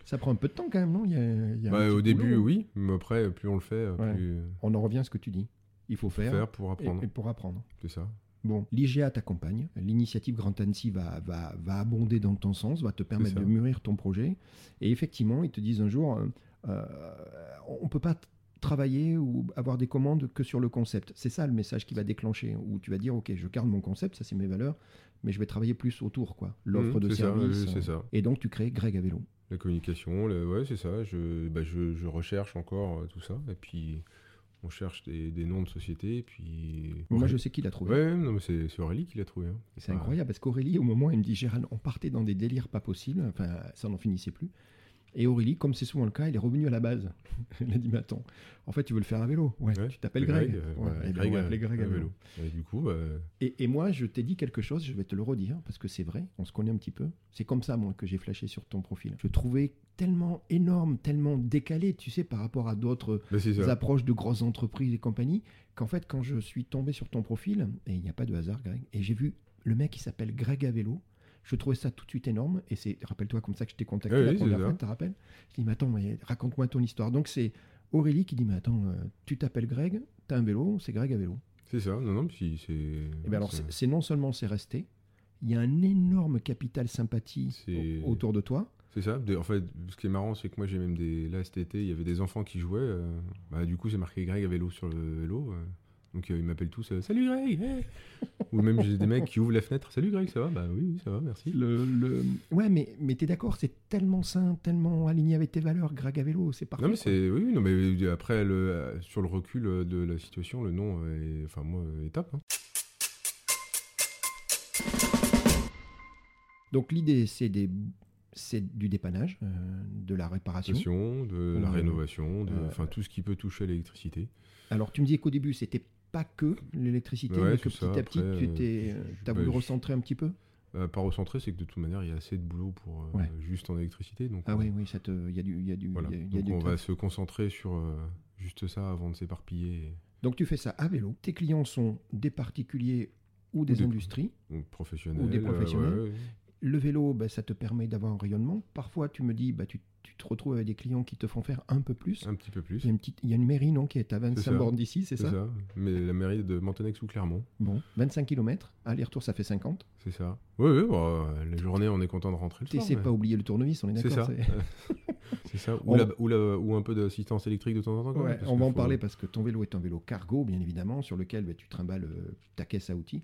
[SPEAKER 1] Ça prend un peu de temps quand même, non Il y a- il y a un
[SPEAKER 2] Bah,
[SPEAKER 1] petit
[SPEAKER 2] au
[SPEAKER 1] boulot. hein.
[SPEAKER 2] début, oui, mais après, plus on le fait, euh,
[SPEAKER 1] Ouais.
[SPEAKER 2] plus
[SPEAKER 1] On en revient à ce que tu dis. Il faut faire,
[SPEAKER 2] faire pour
[SPEAKER 1] et-
[SPEAKER 2] apprendre.
[SPEAKER 1] Et, pour apprendre.
[SPEAKER 2] C'est ça.
[SPEAKER 1] Bon, l'IGA t'accompagne. L'initiative Grand Annecy va, va, va abonder dans ton sens, va te permettre
[SPEAKER 2] ça.
[SPEAKER 1] de mûrir ton projet. Et effectivement, ils te disent un jour, euh, euh, on ne peut pas t- travailler ou avoir des commandes que sur le concept. C'est ça le message qui va déclencher, où tu vas dire, OK, je garde mon concept, ça c'est mes valeurs, mais je vais travailler plus autour, quoi. L'offre
[SPEAKER 2] Mhm,
[SPEAKER 1] de
[SPEAKER 2] c'est ça, ouais,
[SPEAKER 1] service.
[SPEAKER 2] C'est
[SPEAKER 1] euh,
[SPEAKER 2] ça.
[SPEAKER 1] Et donc tu crées Greg à vélo.
[SPEAKER 2] La communication, le- ouais, c'est ça. Je, bah, je, je recherche encore euh, tout ça. Et puis, on cherche des, des noms de sociétés. Et puis.
[SPEAKER 1] Moi, je sais qui l'a trouvé.
[SPEAKER 2] Ouais, non, mais c'est c'est Aurélie qui l'a trouvé. hein.
[SPEAKER 1] C'est
[SPEAKER 2] Ah.
[SPEAKER 1] incroyable parce qu'Aurélie, au moment, elle me dit Gérald, on partait dans des délires pas possibles, enfin, ça n'en finissait plus. Et Aurélie, comme c'est souvent le cas, elle est revenue à la base. [LAUGHS] elle a dit Mais attends, en fait, tu veux le faire à vélo Ouais,
[SPEAKER 2] Ouais,
[SPEAKER 1] tu t'appelles Greg.
[SPEAKER 2] euh,
[SPEAKER 1] Ouais,
[SPEAKER 2] ouais,
[SPEAKER 1] eh ben, on va
[SPEAKER 2] à-
[SPEAKER 1] appeler Greg à vélo.
[SPEAKER 2] Et du coup, euh,
[SPEAKER 1] Et, et moi, je t'ai dit quelque chose, je vais te le redire, parce que c'est vrai, on se connaît un petit peu. C'est comme ça, moi, que j'ai flashé sur ton profil. Je trouvais tellement énorme, tellement décalé, tu sais, par rapport à d'autres
[SPEAKER 2] bah, c'est ça.
[SPEAKER 1] approches de grosses entreprises et compagnie, qu'en fait, quand je suis tombé sur ton profil, et il n'y a pas de hasard, Greg, et j'ai vu le mec qui s'appelle Greg à vélo, je trouvais ça tout de suite énorme, et c'est, rappelle-toi, comme ça que je t'ai contacté
[SPEAKER 2] Oui,
[SPEAKER 1] la
[SPEAKER 2] oui, c'est
[SPEAKER 1] première
[SPEAKER 2] ça.
[SPEAKER 1] fois, tu te rappelles Je dis, mais attends, mais raconte-moi ton histoire. Donc, c'est Aurélie qui dit, mais attends, euh, tu t'appelles Greg, t'as un vélo, c'est Greg à vélo.
[SPEAKER 2] C'est ça. Non, non, puis c'est.
[SPEAKER 1] Et bien Eh ben, alors,
[SPEAKER 2] ça-
[SPEAKER 1] c'est c'est non seulement c'est resté, il y a un énorme capital sympathie
[SPEAKER 2] C'est-
[SPEAKER 1] au- autour de toi.
[SPEAKER 2] C'est ça. De- En fait, ce qui est marrant, c'est que moi, j'ai même des. Là, cet été, il y avait des enfants qui jouaient. euh, bah, du coup, c'est marqué Greg à vélo sur le vélo. euh. Donc, euh, ils m'appellent tous euh, Salut Greg hey Ou même, j'ai des mecs qui ouvrent la fenêtre Salut Greg, ça va Bah oui, oui, ça va, merci.
[SPEAKER 1] Le, le- Ouais, mais, mais t'es d'accord, c'est tellement sain, tellement aligné avec tes valeurs, Greg à vélo, c'est parfait.
[SPEAKER 2] Non, mais
[SPEAKER 1] quoi.
[SPEAKER 2] c'est. Oui, non, mais euh, après, le... sur le recul euh, de la situation, le nom est. Enfin, moi, est top. hein.
[SPEAKER 1] Donc l'idée, c'est des... c'est du dépannage, euh, de la réparation.
[SPEAKER 2] Station, de la
[SPEAKER 1] Ouais.
[SPEAKER 2] rénovation, de...
[SPEAKER 1] Mmh. Euh,
[SPEAKER 2] enfin, tout ce qui peut toucher à l'électricité.
[SPEAKER 1] Alors tu me disais qu'au début, c'était pas que l'électricité,
[SPEAKER 2] Ouais,
[SPEAKER 1] mais que
[SPEAKER 2] c'est ça,
[SPEAKER 1] petit à petit,
[SPEAKER 2] après,
[SPEAKER 1] tu
[SPEAKER 2] euh,
[SPEAKER 1] t'es-
[SPEAKER 2] je- je-
[SPEAKER 1] t'as
[SPEAKER 2] bah,
[SPEAKER 1] voulu
[SPEAKER 2] je-
[SPEAKER 1] recentrer un petit peu
[SPEAKER 2] Euh, pas recentré, c'est que de toute manière, il y a assez de boulot pour euh,
[SPEAKER 1] Ouais.
[SPEAKER 2] juste en électricité. Donc,
[SPEAKER 1] Ah
[SPEAKER 2] on-
[SPEAKER 1] oui, oui, ça te- il y a du... il Y a du,
[SPEAKER 2] voilà.
[SPEAKER 1] il y a- il y a
[SPEAKER 2] donc
[SPEAKER 1] du
[SPEAKER 2] on va
[SPEAKER 1] taf.
[SPEAKER 2] se concentrer sur euh, juste ça avant de s'éparpiller.
[SPEAKER 1] Donc tu fais ça à vélo. Tes clients sont des particuliers ou des
[SPEAKER 2] des-
[SPEAKER 1] industries.
[SPEAKER 2] Donc, professionnel.
[SPEAKER 1] Ou des
[SPEAKER 2] euh,
[SPEAKER 1] professionnels.
[SPEAKER 2] ouais, ouais.
[SPEAKER 1] Le vélo, ben, ça te permet d'avoir un rayonnement. Parfois, tu me dis, bah, tu tu te retrouves avec des clients qui te font faire un peu plus.
[SPEAKER 2] Un petit peu plus.
[SPEAKER 1] Il y a une, petite, il y a une mairie, non, qui est à 25
[SPEAKER 2] ça.
[SPEAKER 1] bornes d'ici, c'est ça,
[SPEAKER 2] Mais la mairie de Mantenex ou Clermont,
[SPEAKER 1] Bon, 25 km, aller-retour, ça fait 50.
[SPEAKER 2] c'est ça. Oui, oui, bon, euh, les journées, on est content de rentrer le soir.
[SPEAKER 1] T'essaies
[SPEAKER 2] mais-
[SPEAKER 1] pas oublier le tournevis, on est
[SPEAKER 2] C'est
[SPEAKER 1] d'accord
[SPEAKER 2] ça.
[SPEAKER 1] c'est-
[SPEAKER 2] [LAUGHS] c'est ça. Ou,
[SPEAKER 1] On-
[SPEAKER 2] la- ou la- ou un peu d'assistance électrique de temps en temps. quand
[SPEAKER 1] Ouais,
[SPEAKER 2] même, parce
[SPEAKER 1] on
[SPEAKER 2] que
[SPEAKER 1] va en
[SPEAKER 2] faut-
[SPEAKER 1] parler parce que ton vélo est un vélo cargo, bien évidemment, sur lequel bah, tu trimbales euh, ta caisse à outils.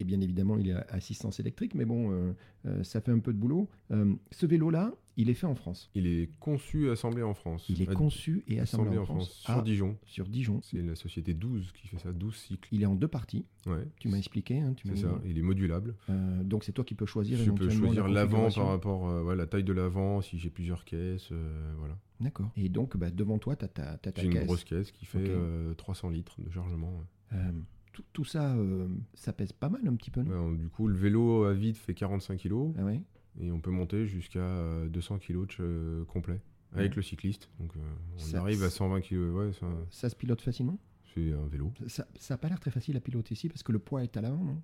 [SPEAKER 1] Et bien évidemment, il y a assistance électrique, mais bon, euh, euh, ça fait un peu de boulot. Euh, ce vélo-là, il est fait en France.
[SPEAKER 2] Il est conçu et assemblé en France.
[SPEAKER 1] Il est
[SPEAKER 2] À-
[SPEAKER 1] conçu et assemblé, en France, Ah.
[SPEAKER 2] Sur
[SPEAKER 1] à-
[SPEAKER 2] Dijon.
[SPEAKER 1] sur Dijon.
[SPEAKER 2] C'est la société 12 qui fait ça, 12 cycles.
[SPEAKER 1] Il est en deux parties,
[SPEAKER 2] Ouais.
[SPEAKER 1] tu m'as expliqué. hein, tu m'as
[SPEAKER 2] C'est ça,
[SPEAKER 1] dit.
[SPEAKER 2] il est modulable.
[SPEAKER 1] Euh, donc c'est toi qui peux choisir
[SPEAKER 2] Je peux
[SPEAKER 1] éventuellement la
[SPEAKER 2] choisir l'avant
[SPEAKER 1] configuration.
[SPEAKER 2] par rapport à la taille de l'avant, si j'ai plusieurs caisses, euh, voilà.
[SPEAKER 1] D'accord. Et donc, bah, devant toi, tu as ta, t'as ta
[SPEAKER 2] J'ai une
[SPEAKER 1] caisse.
[SPEAKER 2] grosse caisse qui fait
[SPEAKER 1] Ok.
[SPEAKER 2] euh, 300 litres de chargement. ouais.
[SPEAKER 1] Euh, tout, tout ça, euh, ça pèse pas mal un petit peu, non
[SPEAKER 2] Alors, du coup, le vélo à vide fait 45 kg
[SPEAKER 1] Ah ouais
[SPEAKER 2] et on peut monter jusqu'à euh, 200 kg euh, complet avec
[SPEAKER 1] Ouais.
[SPEAKER 2] le cycliste. Donc euh, on
[SPEAKER 1] Ça-
[SPEAKER 2] arrive à 120 kg. Ouais, ça,
[SPEAKER 1] Ça se pilote facilement
[SPEAKER 2] c'est un vélo.
[SPEAKER 1] Ça n'a pas l'air très facile à piloter ici parce que le poids est à l'avant, non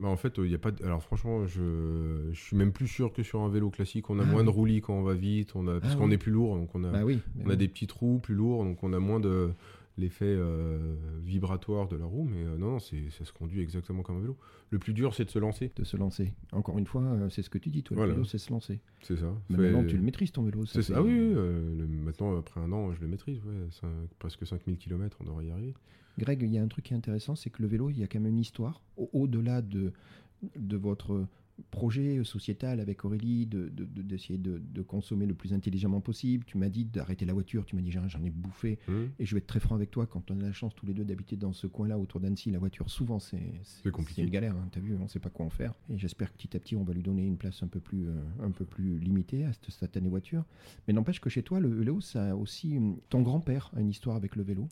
[SPEAKER 2] Bah, en fait, il y a pas. de- Alors franchement, je... je suis même plus sûr que sur un vélo classique, on a
[SPEAKER 1] Ah
[SPEAKER 2] moins de
[SPEAKER 1] oui.
[SPEAKER 2] roulis quand on va vite, on a parce
[SPEAKER 1] Ah
[SPEAKER 2] qu'on
[SPEAKER 1] oui.
[SPEAKER 2] est plus lourd, donc on a
[SPEAKER 1] Bah oui. mais
[SPEAKER 2] On a
[SPEAKER 1] bon.
[SPEAKER 2] des petits trous plus lourds, donc on a moins de l'effet euh, vibratoire de la roue, mais euh, non, non, c'est- ça se conduit exactement comme un vélo. Le plus dur, c'est de se lancer.
[SPEAKER 1] de se lancer. Encore une fois, euh, c'est ce que tu dis, toi, le
[SPEAKER 2] Voilà.
[SPEAKER 1] vélo, c'est se lancer.
[SPEAKER 2] C'est ça.
[SPEAKER 1] Mais
[SPEAKER 2] Fait-
[SPEAKER 1] maintenant, tu le maîtrises, ton vélo.
[SPEAKER 2] c'est ça.
[SPEAKER 1] fait-
[SPEAKER 2] Ah oui, oui, euh, le- maintenant, après un an, je le maîtrise. ouais, cinq- presque 5000 km, on devrait y arriver.
[SPEAKER 1] Greg, il y a un truc qui est intéressant, c'est que le vélo, il y a quand même une histoire. Au- Au-delà de, de votre projet sociétal avec Aurélie, d'essayer de, de, d'essayer de, de consommer le plus intelligemment possible, tu m'as dit d'arrêter la voiture, tu m'as dit j'en j'en ai bouffé.
[SPEAKER 2] Hum,
[SPEAKER 1] Et je vais être très franc avec toi, quand on a la chance tous les deux d'habiter dans ce coin-là autour d'Annecy, la voiture, souvent, c'est
[SPEAKER 2] C'est compliqué.
[SPEAKER 1] c'est une galère. hein, T'as vu, on ne sait pas quoi en faire. Et j'espère que petit à petit, on va lui donner une place un peu plus, euh, un peu plus limitée à cette satanée voiture. Mais n'empêche que chez toi, le vélo, ça a aussi. hum, Ton grand-père a une histoire avec le vélo.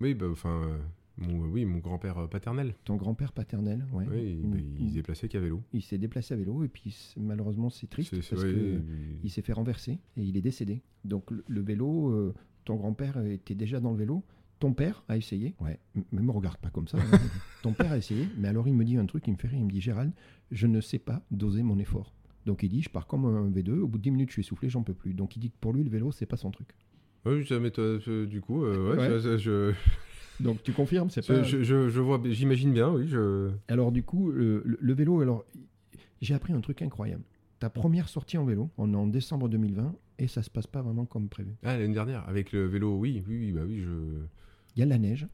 [SPEAKER 2] Oui, bah, enfin, euh, mon, oui, mon grand-père euh, paternel.
[SPEAKER 1] Ton grand-père paternel, ouais. Hmm.
[SPEAKER 2] Oui, il,
[SPEAKER 1] Une-
[SPEAKER 2] bah, il
[SPEAKER 1] une-
[SPEAKER 2] se déplaçait qu'à vélo.
[SPEAKER 1] il s'est déplacé à vélo et puis c'est- malheureusement, c'est triste
[SPEAKER 2] C'est- c'est-
[SPEAKER 1] parce
[SPEAKER 2] ouais,
[SPEAKER 1] que
[SPEAKER 2] il-
[SPEAKER 1] il s'est fait renverser et il est décédé. Donc le, le vélo, euh, ton grand-père était déjà dans le vélo. Ton père a essayé. Ouais, m- mais me regarde pas
[SPEAKER 2] [LAUGHS]
[SPEAKER 1] comme ça. hein. ton père a essayé, mais alors il me dit un truc qui me fait rire. Il me dit Gérald, je ne sais pas doser mon effort. Donc il dit je pars comme un V2. Au bout de 10 minutes, je suis essoufflé, j'en peux plus. Donc il dit que pour lui, le vélo, c'est pas son truc.
[SPEAKER 2] Ouais, ça m'étonne, euh, du coup, euh, ouais,
[SPEAKER 1] Ouais.
[SPEAKER 2] ça- ça, je,
[SPEAKER 1] Donc tu confirmes, c'est
[SPEAKER 2] ça,
[SPEAKER 1] pas.
[SPEAKER 2] je, je- je vois, j'imagine bien, oui, je,
[SPEAKER 1] Alors du coup, le, le- le vélo, alors j'ai appris un truc incroyable. Ta première sortie en vélo, on est en décembre 2020 et ça se passe pas vraiment comme prévu.
[SPEAKER 2] Ah, l'année dernière, avec le vélo, oui, oui, oui, bah oui, je. bah,
[SPEAKER 1] Il y a la neige.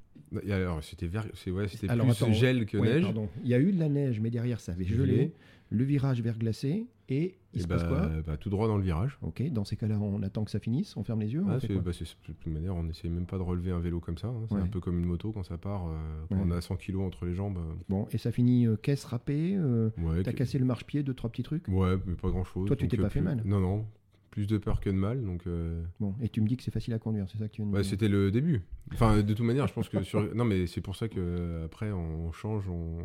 [SPEAKER 2] Et alors, c'était ver- c'est- ouais, c'était
[SPEAKER 1] Alors,
[SPEAKER 2] plus
[SPEAKER 1] attends,
[SPEAKER 2] gel que
[SPEAKER 1] Ouais,
[SPEAKER 2] neige.
[SPEAKER 1] pardon. Il y a eu de la neige, mais derrière ça avait gelé.
[SPEAKER 2] Gelé.
[SPEAKER 1] Le virage verglacé et il
[SPEAKER 2] Et
[SPEAKER 1] se
[SPEAKER 2] bah,
[SPEAKER 1] passe quoi
[SPEAKER 2] bah, Tout droit dans le virage.
[SPEAKER 1] Ok, dans ces cas-là, on attend que ça finisse, on ferme les yeux. on
[SPEAKER 2] Ah,
[SPEAKER 1] fait
[SPEAKER 2] c'est-
[SPEAKER 1] quoi
[SPEAKER 2] bah, c'est- de toute manière, on n'essaye même pas de relever un vélo comme ça. hein. C'est
[SPEAKER 1] Ouais.
[SPEAKER 2] un peu comme une moto quand ça part. euh, quand
[SPEAKER 1] Ouais.
[SPEAKER 2] on a 100 kilos entre les jambes. euh,
[SPEAKER 1] Bon, et ça finit euh, caisse râpée. euh,
[SPEAKER 2] ouais,
[SPEAKER 1] T'as
[SPEAKER 2] que-
[SPEAKER 1] cassé le marche-pied, deux trois petits trucs.
[SPEAKER 2] Ouais, mais pas grand chose.
[SPEAKER 1] Toi, tu t'es pas fait mal.
[SPEAKER 2] Non, non. Plus de peur que de mal. Donc, euh,
[SPEAKER 1] Bon, et tu me dis que c'est facile à conduire, c'est ça que tu viens de
[SPEAKER 2] bah,
[SPEAKER 1] me dire
[SPEAKER 2] c'était le début. Enfin, de toute manière, je pense que sur. [LAUGHS] Non, mais c'est pour ça que euh, après, on change. On...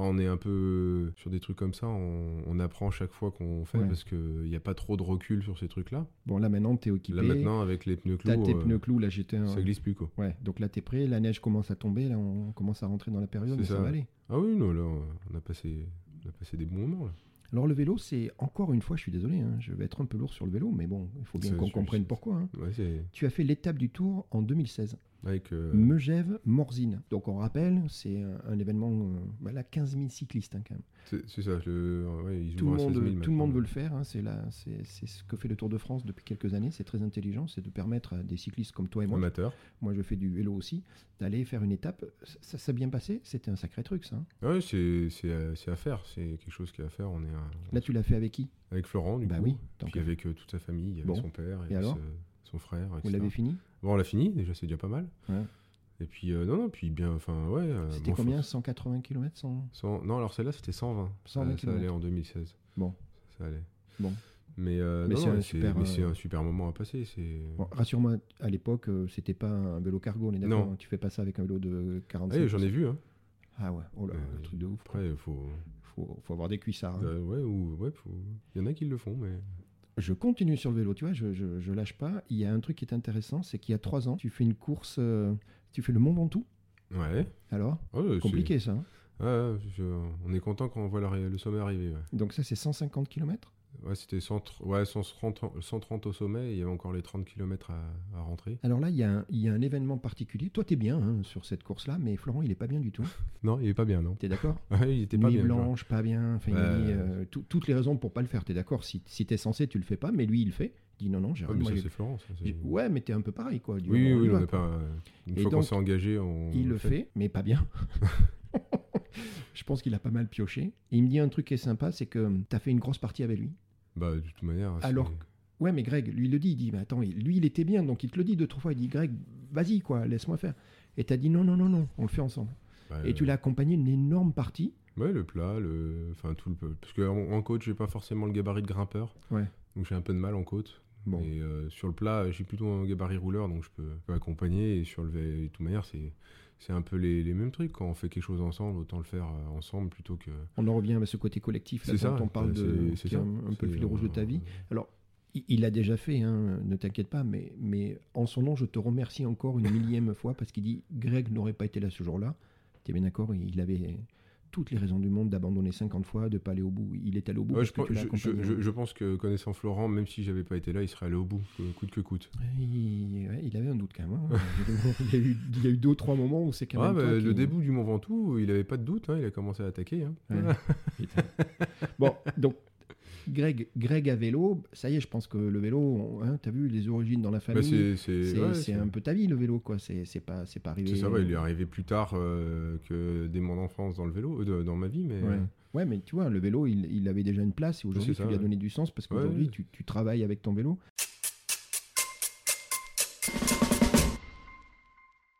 [SPEAKER 2] Enfin, on est un peu sur des trucs comme ça. On, on apprend chaque fois qu'on fait
[SPEAKER 1] Ouais.
[SPEAKER 2] parce qu'il n'y a pas trop de recul sur ces trucs-là.
[SPEAKER 1] Bon, là maintenant, t'es équipé.
[SPEAKER 2] Là maintenant, avec les pneus
[SPEAKER 1] T'as
[SPEAKER 2] clous,
[SPEAKER 1] tes
[SPEAKER 2] euh,
[SPEAKER 1] pneus clous, là j'étais un.
[SPEAKER 2] ça glisse plus quoi.
[SPEAKER 1] Ouais, donc là t'es prêt, la neige commence à tomber, là on commence à rentrer dans la période,
[SPEAKER 2] C'est
[SPEAKER 1] mais ça.
[SPEAKER 2] ça.
[SPEAKER 1] va aller.
[SPEAKER 2] Ah oui, non, là, on a passé, on a passé des bons moments là.
[SPEAKER 1] Alors le vélo, c'est encore une fois, je suis désolé, hein, je vais être un peu lourd sur le vélo, mais bon, il faut bien
[SPEAKER 2] Ça,
[SPEAKER 1] qu'on
[SPEAKER 2] je-
[SPEAKER 1] comprenne
[SPEAKER 2] je-
[SPEAKER 1] pourquoi. hein.
[SPEAKER 2] Ouais, c'est
[SPEAKER 1] Tu as fait l'étape du Tour en 2016,
[SPEAKER 2] avec. euh,
[SPEAKER 1] Megève-Morzine. Donc on rappelle, c'est un, un événement, euh, voilà, 15 000 cyclistes hein, quand même.
[SPEAKER 2] c'est c'est ça. Le, ouais, ils
[SPEAKER 1] Tout le,
[SPEAKER 2] ouvrent à
[SPEAKER 1] monde,
[SPEAKER 2] 16 000
[SPEAKER 1] tout le monde
[SPEAKER 2] maintenant.
[SPEAKER 1] veut le faire, hein, c'est là, c'est c'est ce que fait le Tour de France depuis quelques années, c'est très intelligent, c'est de permettre à des cyclistes comme toi et moi,
[SPEAKER 2] Amateur.
[SPEAKER 1] moi je fais du vélo aussi, d'aller faire une étape. Ça- Ça s'est bien passé, c'était un sacré truc ça. hein.
[SPEAKER 2] Ah ouais, c'est c'est à c'est à faire. C'est quelque chose qui est à faire. On est un-
[SPEAKER 1] Là tu l'as fait avec qui
[SPEAKER 2] avec Florent du
[SPEAKER 1] Bah
[SPEAKER 2] coup.
[SPEAKER 1] oui, tant
[SPEAKER 2] Puis
[SPEAKER 1] qu'à
[SPEAKER 2] avec euh, toute sa famille, il y avait
[SPEAKER 1] Bon.
[SPEAKER 2] son père, il y
[SPEAKER 1] Et
[SPEAKER 2] avait
[SPEAKER 1] alors
[SPEAKER 2] ce- son frère.
[SPEAKER 1] Vous
[SPEAKER 2] etc.
[SPEAKER 1] l'avez fini
[SPEAKER 2] Bon, on l'a fini. Déjà, c'est déjà pas mal.
[SPEAKER 1] Ouais.
[SPEAKER 2] Et puis euh, non, non, puis bien, enfin ouais. euh,
[SPEAKER 1] C'était
[SPEAKER 2] bon, faut-
[SPEAKER 1] combien 180 km 100...
[SPEAKER 2] cent- Non, alors celle-là, c'était 120.
[SPEAKER 1] 120
[SPEAKER 2] ça, ça allait
[SPEAKER 1] kilomètres.
[SPEAKER 2] en 2016.
[SPEAKER 1] Bon.
[SPEAKER 2] Ça allait.
[SPEAKER 1] Bon.
[SPEAKER 2] Mais, euh,
[SPEAKER 1] Mais
[SPEAKER 2] non,
[SPEAKER 1] c'est
[SPEAKER 2] non,
[SPEAKER 1] un
[SPEAKER 2] c'est
[SPEAKER 1] super,
[SPEAKER 2] mais c'est
[SPEAKER 1] euh,
[SPEAKER 2] un super moment à passer. C'est.
[SPEAKER 1] Bon, Rassure-moi, à l'époque, euh, c'était pas un vélo cargo, on est d'accord
[SPEAKER 2] Non.
[SPEAKER 1] hein, Tu fais pas ça avec un vélo de
[SPEAKER 2] Ah
[SPEAKER 1] 45
[SPEAKER 2] oui, j'en ai vu. Hein.
[SPEAKER 1] Ah ouais, oh là,
[SPEAKER 2] Euh,
[SPEAKER 1] le truc de ouf. quoi.
[SPEAKER 2] Après, faut.
[SPEAKER 1] Faut, faut avoir des cuissards. hein.
[SPEAKER 2] euh, ouais, ou ouais, faut- Il y en a qui le font, mais.
[SPEAKER 1] Je continue sur le vélo, tu vois, je, je, je lâche pas. Il y a un truc qui est intéressant, c'est qu'il y a trois ans, tu fais une course, euh, tu fais le Mont Ventoux.
[SPEAKER 2] Ouais.
[SPEAKER 1] Alors,
[SPEAKER 2] Ouais, c'est-
[SPEAKER 1] compliqué ça. hein.
[SPEAKER 2] Ouais, ouais, je- On est content quand on voit la- le sommet arriver. ouais.
[SPEAKER 1] Donc ça, c'est 150 km
[SPEAKER 2] Ouais, c'était 100 ouais, 130, 130 au sommet, et il y avait encore les 30 km à, à rentrer.
[SPEAKER 1] Alors là, il y, a un- il y a un événement particulier. Toi, t'es bien hein, sur cette course-là, mais Florent, il est pas bien du tout.
[SPEAKER 2] Non, il est pas bien, non [LAUGHS]
[SPEAKER 1] T'es d'accord
[SPEAKER 2] Ouais, il était pas
[SPEAKER 1] Nuit
[SPEAKER 2] bien. tu vois.
[SPEAKER 1] blanche, pas bien. Enfin, il a
[SPEAKER 2] Ouais.
[SPEAKER 1] dit, euh, tout- toutes les raisons pour pas le faire. T'es d'accord Si, si t'es censé, tu le fais pas, mais lui, il le fait. Il dit non, non, j'ai
[SPEAKER 2] Ah, mais
[SPEAKER 1] moi,
[SPEAKER 2] ça,
[SPEAKER 1] j'ai-
[SPEAKER 2] c'est Florence. ça, c'est-
[SPEAKER 1] j'ai- Ouais, mais t'es un peu pareil, quoi. Du
[SPEAKER 2] Oui,
[SPEAKER 1] moment, on
[SPEAKER 2] oui,
[SPEAKER 1] y
[SPEAKER 2] on
[SPEAKER 1] va,
[SPEAKER 2] n'est
[SPEAKER 1] quoi.
[SPEAKER 2] pas. euh, Une
[SPEAKER 1] Et
[SPEAKER 2] fois qu'on
[SPEAKER 1] donc,
[SPEAKER 2] s'est engagé, on.
[SPEAKER 1] Il le fait, mais pas
[SPEAKER 2] [LAUGHS]
[SPEAKER 1] bien. Je pense qu'il a pas mal pioché. Et il me dit un truc qui est sympa, c'est que hum, t'as fait une grosse partie avec lui.
[SPEAKER 2] Bah, de toute manière. c'est-
[SPEAKER 1] Alors- Ouais, mais Greg, lui, il le dit. Il dit, mais attends, il- lui, il était bien, donc il te le dit deux, trois fois. Il dit, Greg, vas-y, quoi, laisse-moi faire. Et t'as dit, non, non, non, non, on le fait ensemble.
[SPEAKER 2] bah,
[SPEAKER 1] Et tu l'as accompagné d'une énorme partie.
[SPEAKER 2] Ouais, le plat, le... enfin tout le peu. Parce qu'en en côte, j'ai pas forcément le gabarit de grimpeur.
[SPEAKER 1] Ouais.
[SPEAKER 2] Donc j'ai un peu de mal en côte.
[SPEAKER 1] Bon.
[SPEAKER 2] Et euh, sur le plat, j'ai plutôt un gabarit rouleur, donc je peux, je peux accompagner. Et sur le vé- de toute manière, c'est, c'est un peu les, les mêmes trucs. Quand on fait quelque chose ensemble, autant le faire euh, ensemble plutôt que.
[SPEAKER 1] On en revient à ce côté collectif, là,
[SPEAKER 2] c'est ça.
[SPEAKER 1] dont on parle
[SPEAKER 2] euh,
[SPEAKER 1] de.
[SPEAKER 2] c'est- c'est
[SPEAKER 1] qui est
[SPEAKER 2] ça.
[SPEAKER 1] un, un peu le
[SPEAKER 2] C'est,
[SPEAKER 1] fil rouge de ta
[SPEAKER 2] euh,
[SPEAKER 1] vie. Il- Il l'a déjà fait, hein, ne t'inquiète pas, mais, mais en son nom, je te remercie encore une millième fois parce qu'il dit Greg n'aurait pas été là ce jour-là. Tu es bien d'accord Il avait toutes les raisons du monde d'abandonner 50 fois, de pas aller au bout. Il est allé au bout.
[SPEAKER 2] ouais,
[SPEAKER 1] parce
[SPEAKER 2] je,
[SPEAKER 1] que
[SPEAKER 2] pense,
[SPEAKER 1] tu l'as
[SPEAKER 2] je- je-
[SPEAKER 1] accompagné.
[SPEAKER 2] je- je pense que connaissant Florent, même si j'avais pas été là, il serait allé au bout, que- coûte que coûte.
[SPEAKER 1] Il, ouais, il avait un doute quand
[SPEAKER 2] [LAUGHS]
[SPEAKER 1] même. hein. il, y a eu, il y a eu deux ou trois moments où c'est quand
[SPEAKER 2] Ah,
[SPEAKER 1] même.
[SPEAKER 2] bah,
[SPEAKER 1] toi
[SPEAKER 2] le
[SPEAKER 1] qui-
[SPEAKER 2] début du Mont Ventoux, il avait pas de doute, hein, il a commencé à attaquer. hein. [LAUGHS]
[SPEAKER 1] Ouais. Putain. bon, donc. Greg, Greg à vélo, ça y est, je pense que le vélo, hein, t'as vu les origines dans la
[SPEAKER 2] Bah,
[SPEAKER 1] famille,
[SPEAKER 2] c'est, c'est-
[SPEAKER 1] c'est
[SPEAKER 2] ouais,
[SPEAKER 1] c'est
[SPEAKER 2] c'est-
[SPEAKER 1] un peu ta vie le vélo, quoi. C'est c'est pas, c'est pas arrivé.
[SPEAKER 2] C'est ça, ouais, il est arrivé plus tard euh, que des mon enfance dans le vélo, euh, de- dans ma vie, mais
[SPEAKER 1] Ouais. Ouais, mais tu vois, le vélo, il, il avait déjà une place et aujourd'hui,
[SPEAKER 2] c'est
[SPEAKER 1] tu
[SPEAKER 2] ça,
[SPEAKER 1] lui as
[SPEAKER 2] ouais.
[SPEAKER 1] donné du sens parce qu'aujourd'hui,
[SPEAKER 2] ouais.
[SPEAKER 1] tu, tu travailles avec ton vélo.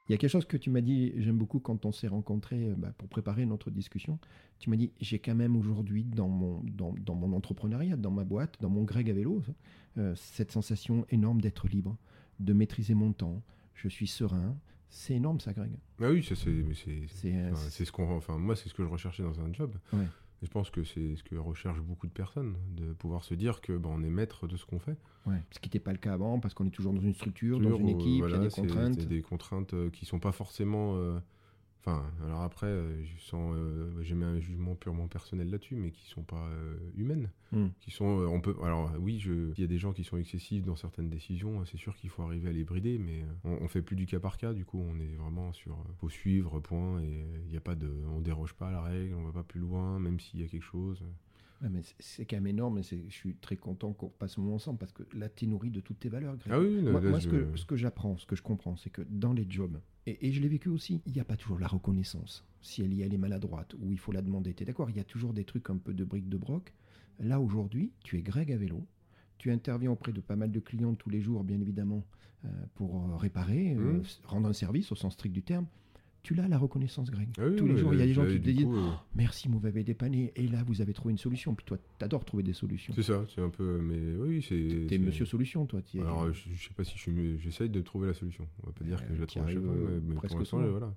[SPEAKER 1] Il y a quelque chose que tu m'as dit, j'aime beaucoup quand on s'est rencontrés euh, bah, pour préparer notre discussion. Tu m'as dit, j'ai quand même aujourd'hui dans mon, dans, dans mon entrepreneuriat, dans ma boîte, dans mon Greg à vélo, euh, cette sensation énorme d'être libre, de maîtriser mon temps. Je suis serein. C'est énorme ça, Greg.
[SPEAKER 2] ah oui, ça, c'est mais c'est-
[SPEAKER 1] C'est, euh,
[SPEAKER 2] enfin, c'est ce qu'on, enfin moi c'est ce que je recherchais dans un job.
[SPEAKER 1] Ouais.
[SPEAKER 2] Et je pense que c'est ce que recherchent beaucoup de personnes, de pouvoir se dire que bah, on est maître de ce qu'on fait.
[SPEAKER 1] Ouais, ce qui n'était pas le cas avant, parce qu'on est toujours dans une structure, dans une
[SPEAKER 2] Ou, euh,
[SPEAKER 1] équipe, il y
[SPEAKER 2] voilà,
[SPEAKER 1] a des
[SPEAKER 2] c'est-
[SPEAKER 1] contraintes.
[SPEAKER 2] c'est des contraintes euh, qui sont pas forcément. euh, Enfin, alors après, euh, je sens, euh, j'ai mis un jugement purement personnel là-dessus, mais qui sont pas euh, humaines,
[SPEAKER 1] Hmm.
[SPEAKER 2] qui sont, euh, on peut, alors oui, je- il y a des gens qui sont excessifs dans certaines décisions, hein, c'est sûr qu'il faut arriver à les brider, mais euh, on, on fait plus du cas par cas, du coup, on est vraiment sur, euh, faut suivre, point, et euh, il y a pas de, on déroge pas à la règle, on va pas plus loin, même s'il y a quelque chose.
[SPEAKER 1] Ouais, mais c'est- c'est quand même énorme et c'est- je suis très content qu'on passe ce moment ensemble parce que là, tu nourri de toutes tes valeurs, Greg.
[SPEAKER 2] Ah oui,
[SPEAKER 1] moi,
[SPEAKER 2] là,
[SPEAKER 1] moi,
[SPEAKER 2] je-
[SPEAKER 1] ce que, ce que j'apprends, ce que je comprends, c'est que dans les jobs, et, et je l'ai vécu aussi, il n'y a pas toujours la reconnaissance. Si elle y est, elle est maladroite ou il faut la demander. Tu es d'accord Il y a toujours des trucs un peu de briques de broc. Là, aujourd'hui, tu es Greg à vélo. Tu interviens auprès de pas mal de clients tous les jours, bien évidemment, euh, pour euh, réparer, euh,
[SPEAKER 2] Mhm.
[SPEAKER 1] s- rendre un service au sens strict du terme. Tu l'as, la reconnaissance, Greg.
[SPEAKER 2] Ah oui,
[SPEAKER 1] tous les
[SPEAKER 2] ouais,
[SPEAKER 1] jours, il y a des gens
[SPEAKER 2] et
[SPEAKER 1] qui te
[SPEAKER 2] du
[SPEAKER 1] disent
[SPEAKER 2] coup, euh,
[SPEAKER 1] Merci, vous m'avez dépanné. Et là, vous avez trouvé une solution. Puis toi, t'adores trouver des solutions.
[SPEAKER 2] c'est ça, c'est un peu, mais oui, c'est.
[SPEAKER 1] T'es
[SPEAKER 2] c'est-
[SPEAKER 1] Monsieur Solution, toi. t'y es-
[SPEAKER 2] Alors, euh, je, je sais pas si je suis mieux- j'essaye de trouver la solution. On va pas dire que je
[SPEAKER 1] Euh,
[SPEAKER 2] la
[SPEAKER 1] qui
[SPEAKER 2] trouve à chaque
[SPEAKER 1] arrive,
[SPEAKER 2] fois,
[SPEAKER 1] euh,
[SPEAKER 2] mais, mais
[SPEAKER 1] presque
[SPEAKER 2] pour l'instant,
[SPEAKER 1] souvent.
[SPEAKER 2] voilà.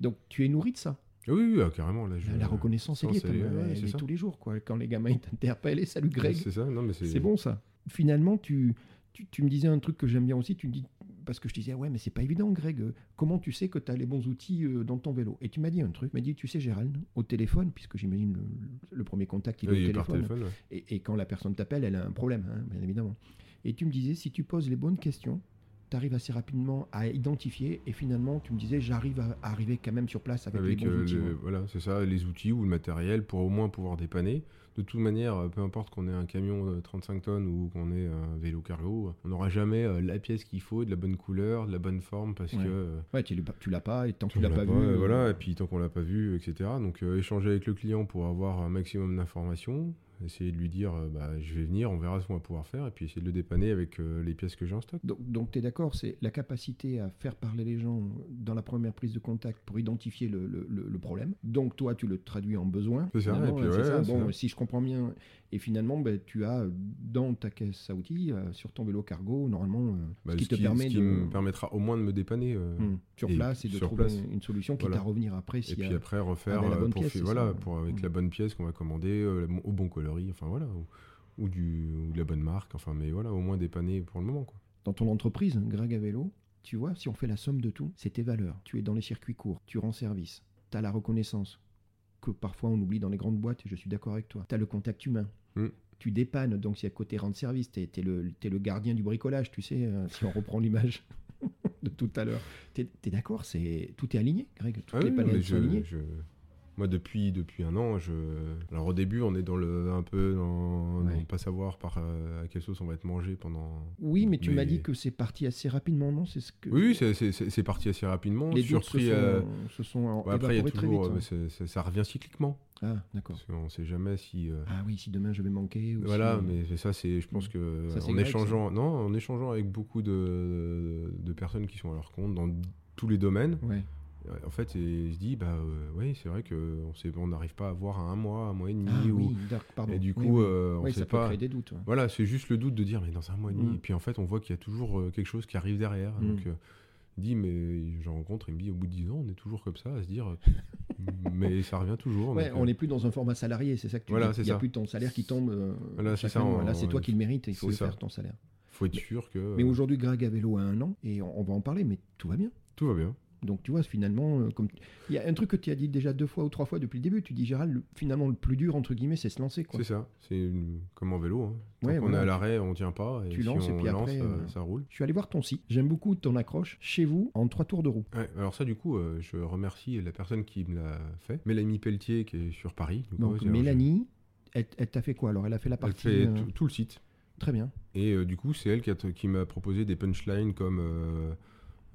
[SPEAKER 1] Donc, tu es nourri de ça.
[SPEAKER 2] Ah oui, oui, ah, carrément. Là, je,
[SPEAKER 1] La reconnaissance, elle y est,
[SPEAKER 2] ça, c'est-
[SPEAKER 1] t'as-
[SPEAKER 2] ouais,
[SPEAKER 1] elle
[SPEAKER 2] c'est
[SPEAKER 1] est
[SPEAKER 2] ça.
[SPEAKER 1] tous les jours, quoi. Quand les gamins ils t'interpellent, et salut Greg,
[SPEAKER 2] C'est ça, non, mais c'est.
[SPEAKER 1] c'est bon ça. Finalement, tu, tu, tu me disais un truc que j'aime bien aussi. Tu me dis parce que je disais ah ouais, mais c'est pas évident, Greg. euh, Comment tu sais que t'as les bons outils euh, dans ton vélo Et tu m'as dit un truc. Tu m'as dit tu sais, Gérald, au téléphone, puisque j'imagine le, le premier contact il est
[SPEAKER 2] Ah,
[SPEAKER 1] au
[SPEAKER 2] il est par
[SPEAKER 1] téléphone.
[SPEAKER 2] téléphone. ouais.
[SPEAKER 1] Et, et quand la personne t'appelle, elle a un problème, hein, bien évidemment. Et tu me disais, si tu poses les bonnes questions, tu arrives assez rapidement à identifier. Et finalement, tu me disais, j'arrive à à arriver quand même sur place avec,
[SPEAKER 2] Avec
[SPEAKER 1] les bons
[SPEAKER 2] euh,
[SPEAKER 1] outils.
[SPEAKER 2] le-
[SPEAKER 1] moi.
[SPEAKER 2] voilà, c'est ça, les outils ou le matériel pour au moins pouvoir dépanner. De toute manière, euh, peu importe qu'on ait un camion de 35 tonnes ou qu'on ait un vélo cargo, on n'aura jamais euh, la pièce qu'il faut, de la bonne couleur, de la bonne forme, parce
[SPEAKER 1] Ouais.
[SPEAKER 2] que euh,
[SPEAKER 1] Ouais, tu l'as pas- tu l'as pas, et tant que
[SPEAKER 2] Tu
[SPEAKER 1] tu l'as pas, vu.
[SPEAKER 2] euh,
[SPEAKER 1] euh,
[SPEAKER 2] Voilà, et puis tant qu'on l'a pas vu, etc. Donc euh, échanger avec le client pour avoir un maximum d'informations, essayer de lui dire euh, bah, je vais venir, on verra ce qu'on va pouvoir faire, et puis essayer de le dépanner avec euh, les pièces que j'ai en stock.
[SPEAKER 1] Donc, tu es d'accord, c'est la capacité à faire parler les gens dans la première prise de contact pour identifier le, le- le- le problème. Donc toi, tu le traduis en besoin.
[SPEAKER 2] C'est ça,
[SPEAKER 1] finalement,
[SPEAKER 2] et puis
[SPEAKER 1] hein, c'est
[SPEAKER 2] ouais,
[SPEAKER 1] ça.
[SPEAKER 2] ouais, c'est
[SPEAKER 1] Bon,
[SPEAKER 2] ça.
[SPEAKER 1] si je comprends bien, et finalement, ben, tu as euh, dans ta caisse à outils, euh, sur ton vélo cargo, normalement, euh,
[SPEAKER 2] Bah,
[SPEAKER 1] ce qui te permet
[SPEAKER 2] ce qui
[SPEAKER 1] de...
[SPEAKER 2] me permettra au moins de me dépanner. euh,
[SPEAKER 1] Mm. sur
[SPEAKER 2] Et
[SPEAKER 1] place et de
[SPEAKER 2] sur
[SPEAKER 1] trouver
[SPEAKER 2] place.
[SPEAKER 1] une solution quitte
[SPEAKER 2] Voilà.
[SPEAKER 1] à revenir après
[SPEAKER 2] Et
[SPEAKER 1] s'il y
[SPEAKER 2] puis
[SPEAKER 1] a...
[SPEAKER 2] après refaire
[SPEAKER 1] Ah, mais la
[SPEAKER 2] euh,
[SPEAKER 1] bonne
[SPEAKER 2] pour,
[SPEAKER 1] pièce,
[SPEAKER 2] fi-
[SPEAKER 1] c'est
[SPEAKER 2] voilà,
[SPEAKER 1] ça.
[SPEAKER 2] pour avec
[SPEAKER 1] Mm.
[SPEAKER 2] la bonne pièce qu'on va commander, euh, la- au bon coloris, enfin voilà, ou, ou du, ou de la bonne marque, enfin mais voilà, au moins dépanner pour le moment. Quoi.
[SPEAKER 1] dans ton entreprise, Greg à vélo, tu vois, si on fait la somme de tout, c'est tes valeurs. Tu es dans les circuits courts, tu rends service, tu as la reconnaissance que parfois on oublie dans les grandes boîtes, et je suis d'accord avec toi. Tu as le contact humain,
[SPEAKER 2] Mm.
[SPEAKER 1] tu dépannes, donc il y a côté rendre service, tu es, le, t'es le gardien du bricolage, tu sais, euh, si on reprend [LAUGHS] l'image de tout à l'heure. Tu es, d'accord c'est Tout est aligné, Greg Toutes
[SPEAKER 2] Ah
[SPEAKER 1] les
[SPEAKER 2] oui,
[SPEAKER 1] palettes
[SPEAKER 2] mais
[SPEAKER 1] sont
[SPEAKER 2] je-
[SPEAKER 1] alignées
[SPEAKER 2] je- Moi, depuis, depuis un an, je... Alors, au début, on est dans le... un peu dans, dans
[SPEAKER 1] Ouais.
[SPEAKER 2] pas savoir par euh, à quelle sauce on va être mangé pendant...
[SPEAKER 1] Oui, mais tu m'as
[SPEAKER 2] mais-
[SPEAKER 1] dit que c'est parti assez rapidement, non C'est ce que
[SPEAKER 2] Oui, oui, c'est- c'est c'est- c'est parti assez rapidement.
[SPEAKER 1] les doutes
[SPEAKER 2] surpris...
[SPEAKER 1] se sont,
[SPEAKER 2] euh,
[SPEAKER 1] se sont
[SPEAKER 2] ouais, après, il y a
[SPEAKER 1] évaporés très vite.
[SPEAKER 2] toujours... euh,
[SPEAKER 1] hein.
[SPEAKER 2] mais c'est- c'est- ça revient cycliquement.
[SPEAKER 1] Ah, d'accord.
[SPEAKER 2] Parce qu'on sait jamais si... euh,
[SPEAKER 1] Ah oui, si demain je vais manquer. Ou si- euh,
[SPEAKER 2] Voilà, mais c'est ça, c'est, je pense
[SPEAKER 1] Mm.
[SPEAKER 2] que
[SPEAKER 1] Ça, c'est
[SPEAKER 2] en
[SPEAKER 1] grec,
[SPEAKER 2] échangeant, non, en échangeant avec beaucoup de, de personnes qui sont à leur compte dans tous les domaines,
[SPEAKER 1] Ouais.
[SPEAKER 2] euh, en fait, et je dis, bah euh, oui, c'est vrai que on sait, on n'arrive pas à voir à un mois, un mois et demi,
[SPEAKER 1] Ah
[SPEAKER 2] ou-
[SPEAKER 1] oui, d'accord, pardon.
[SPEAKER 2] et du
[SPEAKER 1] Oui,
[SPEAKER 2] coup,
[SPEAKER 1] oui.
[SPEAKER 2] euh, on
[SPEAKER 1] Oui,
[SPEAKER 2] sait
[SPEAKER 1] ça peut
[SPEAKER 2] pas.
[SPEAKER 1] créer des doutes. ouais.
[SPEAKER 2] Voilà, c'est juste le doute de dire, mais dans un mois et demi,
[SPEAKER 1] Mm.
[SPEAKER 2] et puis en fait, on voit qu'il y a toujours euh, quelque chose qui arrive derrière.
[SPEAKER 1] Mm.
[SPEAKER 2] Donc, euh, il dit, mais j'en rencontre, il me dit, au bout de 10 ans, on est toujours comme ça, à se dire,
[SPEAKER 1] [LAUGHS]
[SPEAKER 2] euh, mais ça revient toujours.
[SPEAKER 1] Ouais,
[SPEAKER 2] donc, euh,
[SPEAKER 1] on n'est plus dans un format salarié, c'est ça que tu
[SPEAKER 2] Voilà,
[SPEAKER 1] dis.
[SPEAKER 2] c'est
[SPEAKER 1] Il n'y a
[SPEAKER 2] ça.
[SPEAKER 1] plus ton salaire qui tombe. euh,
[SPEAKER 2] Voilà, c'est
[SPEAKER 1] chaque
[SPEAKER 2] ça,
[SPEAKER 1] mois.
[SPEAKER 2] on-
[SPEAKER 1] Là, c'est toi
[SPEAKER 2] on-
[SPEAKER 1] qui le mérites, il faut
[SPEAKER 2] c'est
[SPEAKER 1] le
[SPEAKER 2] ça.
[SPEAKER 1] faire, ton salaire.
[SPEAKER 2] faut être sûr que
[SPEAKER 1] Mais
[SPEAKER 2] euh,
[SPEAKER 1] aujourd'hui, Greg a vélo à un an, et on, on va en parler, mais tout va bien.
[SPEAKER 2] tout va bien.
[SPEAKER 1] Donc tu vois, finalement, euh, comme il y a un truc que tu as dit déjà deux fois ou trois fois depuis le début, tu dis Gérald, le- finalement le plus dur entre guillemets, c'est se lancer quoi.
[SPEAKER 2] C'est ça, c'est une- comme en vélo. hein. Tant
[SPEAKER 1] Ouais,
[SPEAKER 2] qu'on
[SPEAKER 1] voilà.
[SPEAKER 2] est à l'arrêt, on tient pas. Et
[SPEAKER 1] Tu
[SPEAKER 2] si
[SPEAKER 1] lances et
[SPEAKER 2] on
[SPEAKER 1] puis
[SPEAKER 2] lance,
[SPEAKER 1] après,
[SPEAKER 2] euh,
[SPEAKER 1] euh,
[SPEAKER 2] ça roule.
[SPEAKER 1] Je suis allé voir ton site, j'aime beaucoup ton accroche chez vous en trois tours de roue.
[SPEAKER 2] Ouais, alors ça, du coup, euh, je remercie la personne qui me l'a fait, Mélanie Pelletier, qui est sur Paris. Du coup, ouais,
[SPEAKER 1] Donc
[SPEAKER 2] c'est-
[SPEAKER 1] Mélanie, elle, elle t'a fait quoi alors Elle a fait la
[SPEAKER 2] elle
[SPEAKER 1] partie.
[SPEAKER 2] fait
[SPEAKER 1] euh,
[SPEAKER 2] tout- tout le site.
[SPEAKER 1] Très bien.
[SPEAKER 2] Et euh, du coup, c'est elle qui, a- qui m'a proposé des punchlines comme euh,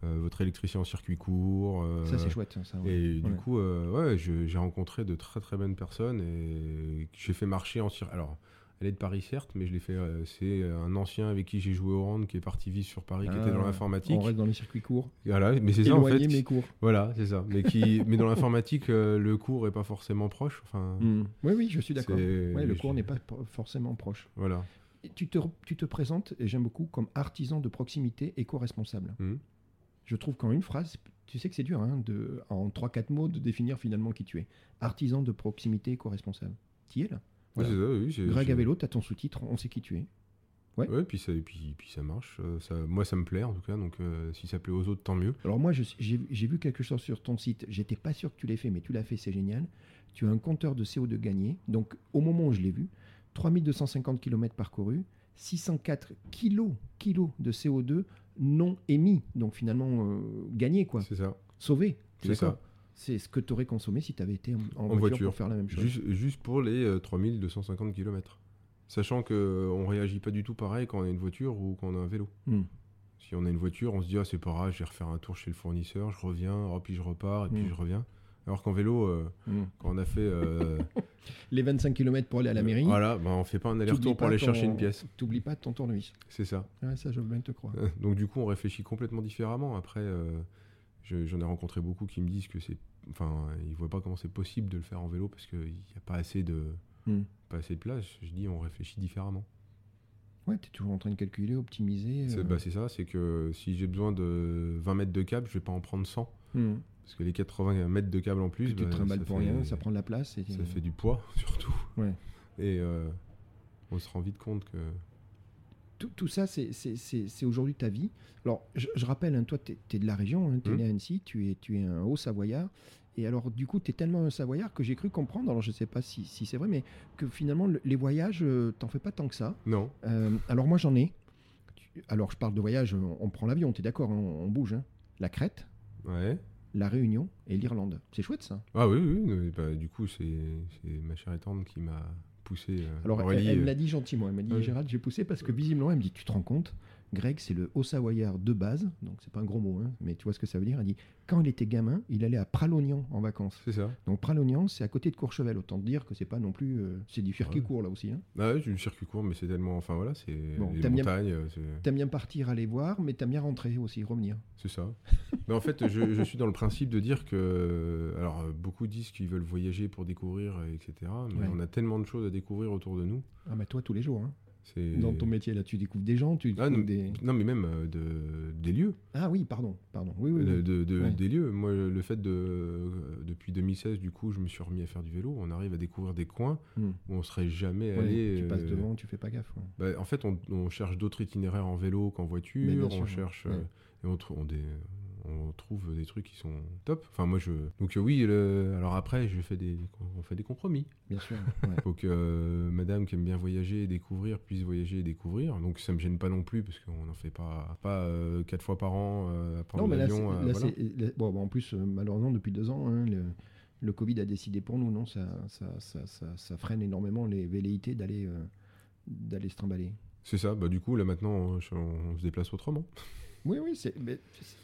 [SPEAKER 2] euh, votre électricien en circuit court. euh,
[SPEAKER 1] Ça c'est chouette. ça, ça, ouais.
[SPEAKER 2] Et
[SPEAKER 1] Ouais.
[SPEAKER 2] du coup, euh, ouais, je- j'ai rencontré de très très bonnes personnes et que j'ai fait marcher en cir- Alors, elle est de Paris certes, mais je l'ai fait. euh, c'est un ancien avec qui j'ai joué au round qui est parti vivre sur Paris, qui
[SPEAKER 1] Ah,
[SPEAKER 2] était dans l'informatique.
[SPEAKER 1] On reste dans les circuits courts.
[SPEAKER 2] Voilà, mais c'est ça en fait.
[SPEAKER 1] Éloigné mais courts.
[SPEAKER 2] Voilà, c'est ça. Mais
[SPEAKER 1] [LAUGHS]
[SPEAKER 2] qui, mais dans l'informatique, euh, le cours est pas forcément proche. Enfin,
[SPEAKER 1] Mm. Oui oui, je suis d'accord.
[SPEAKER 2] c'est-
[SPEAKER 1] Ouais, le
[SPEAKER 2] je-
[SPEAKER 1] cours n'est pas pro- forcément proche.
[SPEAKER 2] Voilà.
[SPEAKER 1] Et tu, te, tu te présentes, et j'aime beaucoup, comme artisan de proximité éco-responsable.
[SPEAKER 2] Mhm.
[SPEAKER 1] Je trouve qu'en une phrase, tu sais que c'est dur, hein, de, en 3-4 mots, de définir finalement qui tu es. Artisan de proximité éco-responsable. T'y es là
[SPEAKER 2] Ouais,
[SPEAKER 1] Voilà.
[SPEAKER 2] c'est ça, oui, j'ai-
[SPEAKER 1] Greg
[SPEAKER 2] j'ai-
[SPEAKER 1] à vélo, t'as ton sous-titre, on sait qui tu es.
[SPEAKER 2] Ouais, puis ça, et puis, puis ça marche. euh, ça, moi, ça me plaît en tout cas. Donc, euh, si ça plaît aux autres, tant mieux.
[SPEAKER 1] Alors moi, je- j'ai j'ai vu quelque chose sur ton site, j'étais pas sûr que tu l'aies fait, mais tu l'as fait, c'est génial. Tu as un compteur de CO2 gagné, donc au moment où je l'ai vu, 3250 km parcourus, 604 kilos, kilos de CO2 non émis, donc finalement euh, gagné quoi,
[SPEAKER 2] C'est ça.
[SPEAKER 1] sauvé. T'es
[SPEAKER 2] C'est
[SPEAKER 1] d'accord
[SPEAKER 2] ça.
[SPEAKER 1] C'est ce que tu aurais consommé si tu avais été en, en
[SPEAKER 2] En
[SPEAKER 1] voiture,
[SPEAKER 2] voiture.
[SPEAKER 1] pour faire la même chose.
[SPEAKER 2] Juste, juste pour les euh, 3250 km. Sachant que euh, on réagit pas du tout pareil quand on a une voiture ou quand on a un vélo.
[SPEAKER 1] Hmm.
[SPEAKER 2] Si on a une voiture, on se dit ah c'est pas grave, je vais refaire un tour chez le fournisseur, je reviens, oh, puis je repars et puis
[SPEAKER 1] Hmm.
[SPEAKER 2] je reviens. Alors qu'en vélo, euh,
[SPEAKER 1] Mm.
[SPEAKER 2] quand on a fait euh,
[SPEAKER 1] Les 25 km pour aller [LAUGHS] à la mairie,
[SPEAKER 2] Voilà, bah, on fait pas un aller-retour pour
[SPEAKER 1] pas
[SPEAKER 2] aller
[SPEAKER 1] ton-
[SPEAKER 2] chercher une pièce.
[SPEAKER 1] t'oublies pas ton tournevis.
[SPEAKER 2] C'est ça.
[SPEAKER 1] Ouais, ça, je veux bien te croire.
[SPEAKER 2] [LAUGHS] Donc du coup, on réfléchit complètement différemment. Après, euh, je- j'en ai rencontré beaucoup qui me disent que c'est, enfin, ils voient pas comment c'est possible de le faire en vélo parce qu'il n'y a pas assez de,
[SPEAKER 1] Hmm.
[SPEAKER 2] pas assez de place. Je dis, on réfléchit différemment.
[SPEAKER 1] Ouais, t'es toujours en train de calculer, optimiser. euh,
[SPEAKER 2] C'est bah, c'est ça, c'est que si j'ai besoin de 20 mètres de câble, je vais pas en prendre 100
[SPEAKER 1] hmm.
[SPEAKER 2] parce que les 80 mètres de câble en plus,
[SPEAKER 1] Tu te
[SPEAKER 2] bah,
[SPEAKER 1] trimbales
[SPEAKER 2] ça
[SPEAKER 1] pour
[SPEAKER 2] fait-
[SPEAKER 1] rien, ça prend de la place. Et,
[SPEAKER 2] ça fait du poids [LAUGHS] surtout.
[SPEAKER 1] Ouais.
[SPEAKER 2] Et euh, on se rend vite compte que
[SPEAKER 1] tout, tout ça, c'est- c'est c'est- c'est aujourd'hui ta vie. Alors, je, je rappelle, hein, toi, tu es, de la région, tu es
[SPEAKER 2] Mhm.
[SPEAKER 1] né à Annecy, tu es, tu es un haut Savoyard. Et alors, du coup, tu es tellement un Savoyard que j'ai cru comprendre, alors je ne sais pas si, si c'est vrai, mais que finalement, le- les voyages, euh, t'en fais pas tant que ça.
[SPEAKER 2] non,
[SPEAKER 1] Euh, alors, moi, j'en ai. Tu- Alors, je parle de voyage, on, on prend l'avion, tu es d'accord, hein, on, on bouge. hein. La Crète,
[SPEAKER 2] ouais.
[SPEAKER 1] la Réunion et l'Irlande. C'est chouette, ça.
[SPEAKER 2] Ah oui, oui, oui, mais, bah, du coup, c'est c'est ma chère étendre qui m'a poussé. euh,
[SPEAKER 1] Alors, elle-
[SPEAKER 2] Aurélie,
[SPEAKER 1] elle, me
[SPEAKER 2] euh,
[SPEAKER 1] l'a dit gentiment. Elle m'a dit,
[SPEAKER 2] ouais.
[SPEAKER 1] Gérald, j'ai poussé parce que visiblement, elle me dit, tu te rends compte Greg, c'est le haut savoyard de base, donc c'est pas un gros mot, hein, mais tu vois ce que ça veut dire. Elle dit, quand il était gamin, il allait à Pralognan en vacances.
[SPEAKER 2] C'est ça.
[SPEAKER 1] Donc Pralognan, c'est à côté de Courchevel, autant te dire que c'est pas non plus. euh, c'est du circuit
[SPEAKER 2] Ouais.
[SPEAKER 1] court là aussi. Hein.
[SPEAKER 2] Ah oui, c'est du circuit court, mais c'est tellement. Enfin voilà, c'est
[SPEAKER 1] Bon,
[SPEAKER 2] les
[SPEAKER 1] t'aimes bien-
[SPEAKER 2] montagnes, euh, c'est-
[SPEAKER 1] T'aimes bien partir, aller voir, mais t'aimes bien rentrer aussi, revenir.
[SPEAKER 2] c'est ça.
[SPEAKER 1] [LAUGHS]
[SPEAKER 2] mais en fait, je, je suis dans le principe de dire que. Alors, euh, beaucoup disent qu'ils veulent voyager pour découvrir, euh, etc. Mais
[SPEAKER 1] Ouais.
[SPEAKER 2] on a tellement de choses à découvrir autour de nous.
[SPEAKER 1] Ah, mais toi, tous les jours, hein.
[SPEAKER 2] C'est.
[SPEAKER 1] dans ton métier là, tu découvres des gens, tu
[SPEAKER 2] Ah,
[SPEAKER 1] découvres
[SPEAKER 2] non,
[SPEAKER 1] des.
[SPEAKER 2] non, mais même euh, de, des lieux.
[SPEAKER 1] Ah oui, pardon, pardon. Oui, oui, oui.
[SPEAKER 2] Le- de- de-
[SPEAKER 1] Ouais.
[SPEAKER 2] Des lieux. Moi, le fait de. euh, Depuis 2016, du coup, je me suis remis à faire du vélo. On arrive à découvrir des coins
[SPEAKER 1] Hmm.
[SPEAKER 2] où on serait jamais
[SPEAKER 1] Ouais,
[SPEAKER 2] allé.
[SPEAKER 1] tu passes
[SPEAKER 2] euh,
[SPEAKER 1] devant, tu fais pas gaffe. ouais.
[SPEAKER 2] Bah, en fait, on, on cherche d'autres itinéraires en vélo qu'en
[SPEAKER 1] Mais bien
[SPEAKER 2] voiture,
[SPEAKER 1] sûr,
[SPEAKER 2] on cherche.
[SPEAKER 1] ouais.
[SPEAKER 2] euh, et on, trou- on dé- on trouve des trucs qui sont top. Enfin, moi, je. Donc, euh, oui, le- alors après, je fais des... on fait des compromis.
[SPEAKER 1] Bien sûr. ouais.
[SPEAKER 2] Faut que euh, madame qui aime bien voyager et découvrir puisse voyager et découvrir. Donc, ça me gêne pas non plus, parce qu'on n'en fait pas, pas euh, quatre fois par an euh, à
[SPEAKER 1] Non,
[SPEAKER 2] prendre
[SPEAKER 1] mais là, c'est-
[SPEAKER 2] l'avion. à-
[SPEAKER 1] là,
[SPEAKER 2] voilà.
[SPEAKER 1] c'est- là- bon, bah, en plus, euh, malheureusement, depuis deux ans, hein, le, le Covid a décidé pour nous, non ça, ça, ça, ça, ça freine énormément les velléités d'aller euh, d'aller se trimballer.
[SPEAKER 2] C'est ça, bah du coup là maintenant je- on se déplace autrement.
[SPEAKER 1] Oui, oui, c'est- mais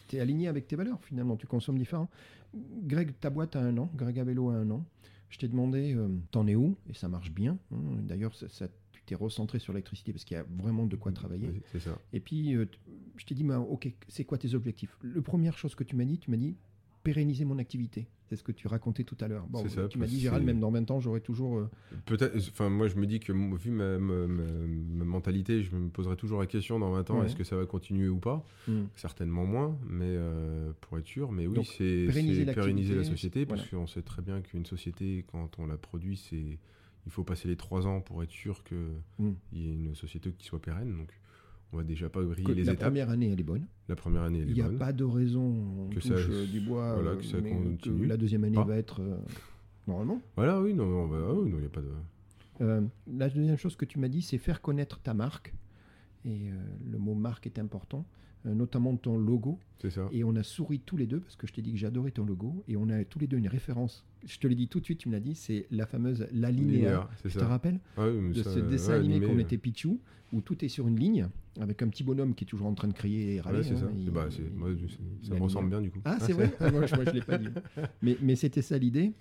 [SPEAKER 1] t'es aligné avec tes valeurs finalement, tu consommes différent. Greg, ta boîte a un an, Greg à vélo a un an. Je t'ai demandé, euh, t'en es où Et ça marche bien. hein. D'ailleurs, ça, ça- tu t'es recentré sur l'électricité parce qu'il y a vraiment de quoi travailler.
[SPEAKER 2] Ouais, C'est ça.
[SPEAKER 1] Et puis, euh, t- je t'ai dit, bah, ok, c'est quoi tes objectifs La première chose que tu m'as dit, tu m'as dit, pérenniser mon activité. C'est ce que tu racontais tout à l'heure. Bon,
[SPEAKER 2] C'est ça,
[SPEAKER 1] tu m'as
[SPEAKER 2] parce
[SPEAKER 1] dit,
[SPEAKER 2] que
[SPEAKER 1] Gérald,
[SPEAKER 2] c'est-
[SPEAKER 1] même dans 20 ans, j'aurai toujours... euh,
[SPEAKER 2] Peut-être, enfin moi je me dis que mon- vu ma, ma- ma- ma mentalité, je me poserai toujours la question dans 20 ans,
[SPEAKER 1] Ouais.
[SPEAKER 2] est-ce que ça va continuer ou pas
[SPEAKER 1] hmm.
[SPEAKER 2] Certainement moins, mais euh, pour être sûr, mais oui,
[SPEAKER 1] Donc,
[SPEAKER 2] c'est
[SPEAKER 1] pérenniser
[SPEAKER 2] c'est
[SPEAKER 1] l'activité,
[SPEAKER 2] pérenniser la société, parce
[SPEAKER 1] voilà.
[SPEAKER 2] qu'on sait très bien qu'une société, quand on la produit, c'est il faut passer les 3 ans pour être sûr qu'il
[SPEAKER 1] Mm.
[SPEAKER 2] y ait une société qui soit pérenne, donc on va déjà pas briller
[SPEAKER 1] que
[SPEAKER 2] les
[SPEAKER 1] la
[SPEAKER 2] étapes.
[SPEAKER 1] première année, elle est bonne.
[SPEAKER 2] La première année, elle
[SPEAKER 1] Il
[SPEAKER 2] est
[SPEAKER 1] n'y a
[SPEAKER 2] bonne.
[SPEAKER 1] pas de raison on
[SPEAKER 2] Que
[SPEAKER 1] touche
[SPEAKER 2] ça-
[SPEAKER 1] euh, du bois,
[SPEAKER 2] voilà,
[SPEAKER 1] euh,
[SPEAKER 2] que ça
[SPEAKER 1] mais, euh,
[SPEAKER 2] continue.
[SPEAKER 1] la deuxième année
[SPEAKER 2] Pas.
[SPEAKER 1] va être euh, normalement.
[SPEAKER 2] Voilà, oui, non, on va- ah oui, non, il n'y a pas de...
[SPEAKER 1] Euh, la deuxième chose que tu m'as dit, c'est faire connaître ta marque. Et euh, le mot marque est important, euh, notamment ton logo.
[SPEAKER 2] C'est ça.
[SPEAKER 1] Et on a souri tous les deux parce que je t'ai dit que j'adorais ton logo. Et on a tous les deux une référence. Je te l'ai dit tout de suite, tu me l'as dit, c'est la fameuse La Linéa.
[SPEAKER 2] Linéaire, c'est
[SPEAKER 1] Je
[SPEAKER 2] ça.
[SPEAKER 1] te rappelle
[SPEAKER 2] Ah oui, mais
[SPEAKER 1] de
[SPEAKER 2] ça,
[SPEAKER 1] ce dessin
[SPEAKER 2] ouais,
[SPEAKER 1] animé, qu'on
[SPEAKER 2] euh,
[SPEAKER 1] était Pichou, où tout est sur une ligne, avec un petit bonhomme qui est toujours en train de crier et râler.
[SPEAKER 2] ouais, c'est
[SPEAKER 1] hein,
[SPEAKER 2] ça.
[SPEAKER 1] et-
[SPEAKER 2] Bah, c'est- moi, je- c'est-
[SPEAKER 1] et
[SPEAKER 2] ça
[SPEAKER 1] la
[SPEAKER 2] me ressemble
[SPEAKER 1] Linéa.
[SPEAKER 2] bien du coup. [LAUGHS]
[SPEAKER 1] Ah, c'est vrai Ah, Moi, je ne l'ai pas dit. Mais, mais c'était ça l'idée.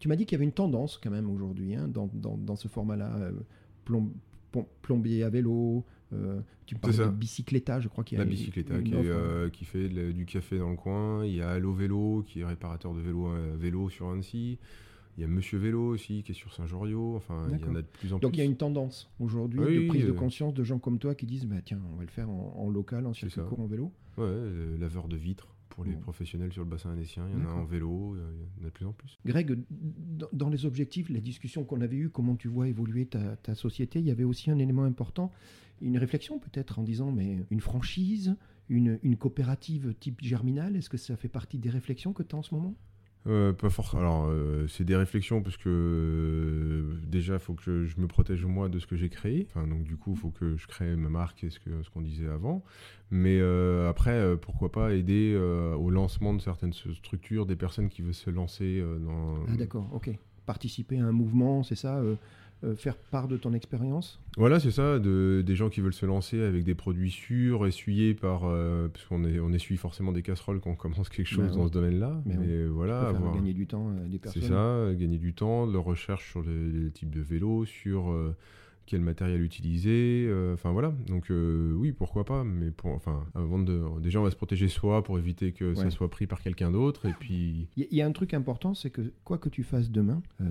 [SPEAKER 1] Tu m'as dit qu'il y avait une tendance quand même aujourd'hui hein, dans, dans- dans ce format-là. euh, plom- pom- plombier à vélo, euh, tu me parles
[SPEAKER 2] C'est
[SPEAKER 1] de
[SPEAKER 2] ça.
[SPEAKER 1] bicycletta, je crois qu'il y a
[SPEAKER 2] La
[SPEAKER 1] une-
[SPEAKER 2] bicycletta
[SPEAKER 1] une
[SPEAKER 2] qui, est,
[SPEAKER 1] offre. hein.
[SPEAKER 2] euh, qui fait de la- du café dans le coin. Il y a Allo Vélo qui est réparateur de vélo, euh, vélo sur Annecy. Il y a Monsieur Vélo aussi qui est sur Saint-Joriot. Enfin, il y en
[SPEAKER 1] D'accord.
[SPEAKER 2] a de plus en
[SPEAKER 1] Donc il
[SPEAKER 2] plus.
[SPEAKER 1] y a une tendance aujourd'hui
[SPEAKER 2] Oui,
[SPEAKER 1] de
[SPEAKER 2] oui,
[SPEAKER 1] prise de
[SPEAKER 2] euh.
[SPEAKER 1] conscience de gens comme toi qui disent bah, tiens, on va le faire en, en local, en
[SPEAKER 2] C'est
[SPEAKER 1] circuit
[SPEAKER 2] ça.
[SPEAKER 1] court, en vélo.
[SPEAKER 2] Ouais, euh, laveur de vitres pour les
[SPEAKER 1] Bon.
[SPEAKER 2] professionnels sur le bassin annécien. Il y en a un
[SPEAKER 1] D'accord.
[SPEAKER 2] en vélo. euh, Il y en a de plus en plus.
[SPEAKER 1] Greg, dans- dans les objectifs, la discussion qu'on avait eue, comment tu vois évoluer ta, ta société, il y avait aussi un élément important, une réflexion peut-être en disant, mais une franchise, une, une coopérative type germinal, est-ce que ça fait partie des réflexions que tu as en ce moment
[SPEAKER 2] Euh, pas forcément. Alors, euh, c'est des réflexions parce que euh, déjà, il faut que je me protège moi de ce que j'ai créé. Enfin, donc, du coup, il faut que je crée ma marque et ce qu'on ce qu'on disait avant. Mais euh, après, euh, pourquoi pas aider euh, au lancement de certaines s- structures, des personnes qui veulent se lancer euh, dans.
[SPEAKER 1] Ah d'accord, ok. Participer à un mouvement, c'est ça euh, euh, Faire part de ton expérience
[SPEAKER 2] Voilà, c'est ça, de, des gens qui veulent se lancer avec des produits sûrs, essuyés par. euh, parce qu'on est- on essuie forcément des casseroles quand on commence quelque chose
[SPEAKER 1] Bah
[SPEAKER 2] dans
[SPEAKER 1] oui.
[SPEAKER 2] ce domaine-là.
[SPEAKER 1] Mais
[SPEAKER 2] Mais,
[SPEAKER 1] oui.
[SPEAKER 2] voilà,
[SPEAKER 1] pour faire
[SPEAKER 2] avoir.
[SPEAKER 1] gagner du temps euh, des
[SPEAKER 2] C'est
[SPEAKER 1] personnes.
[SPEAKER 2] ça, euh, gagner du temps, de la recherche sur le- les, types de vélos, sur euh, quel matériel utiliser, euh, enfin voilà. Donc euh, oui, pourquoi pas, mais pour, enfin, avant de, déjà on va se protéger soi pour éviter que
[SPEAKER 1] Ouais.
[SPEAKER 2] ça soit pris par quelqu'un d'autre, et puis
[SPEAKER 1] Il y a- il y, a un truc important, c'est que quoi que tu fasses demain, euh,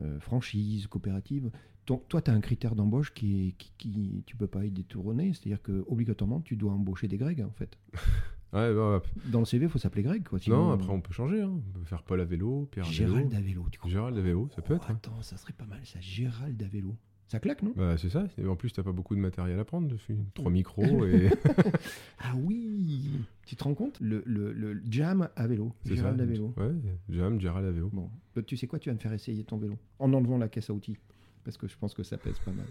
[SPEAKER 1] euh, franchise, coopérative, ton- toi, tu as un critère d'embauche qui, est- qui, qui- tu peux pas y détourner. C'est-à-dire que obligatoirement, tu dois embaucher des Grecs, en fait.
[SPEAKER 2] ouais, bah, bah,
[SPEAKER 1] Dans le CV, il faut s'appeler Greg, quoi.
[SPEAKER 2] non,
[SPEAKER 1] sinon-
[SPEAKER 2] après on peut changer, hein. on peut faire Paul à vélo, Pierre à vélo,
[SPEAKER 1] Gérald à vélo, tu comprends
[SPEAKER 2] Gérald à vélo, ça peut
[SPEAKER 1] Oh,
[SPEAKER 2] être. hein.
[SPEAKER 1] Attends, ça serait pas mal, ça. Gérald à vélo. Ça claque, non
[SPEAKER 2] Bah, c'est ça, c'est- en plus t'as pas beaucoup de matériel à prendre dessus,
[SPEAKER 1] Mm.
[SPEAKER 2] trois
[SPEAKER 1] [LAUGHS]
[SPEAKER 2] micros et [LAUGHS]
[SPEAKER 1] Ah oui Tu te rends compte le, le- le jam à vélo.
[SPEAKER 2] c'est ça.
[SPEAKER 1] Gérald à vélo.
[SPEAKER 2] Ouais, Jam, Gérald à vélo.
[SPEAKER 1] Bon, Bah, tu sais quoi, tu vas me faire essayer ton vélo en enlevant la caisse à outils parce que je pense que ça pèse pas mal.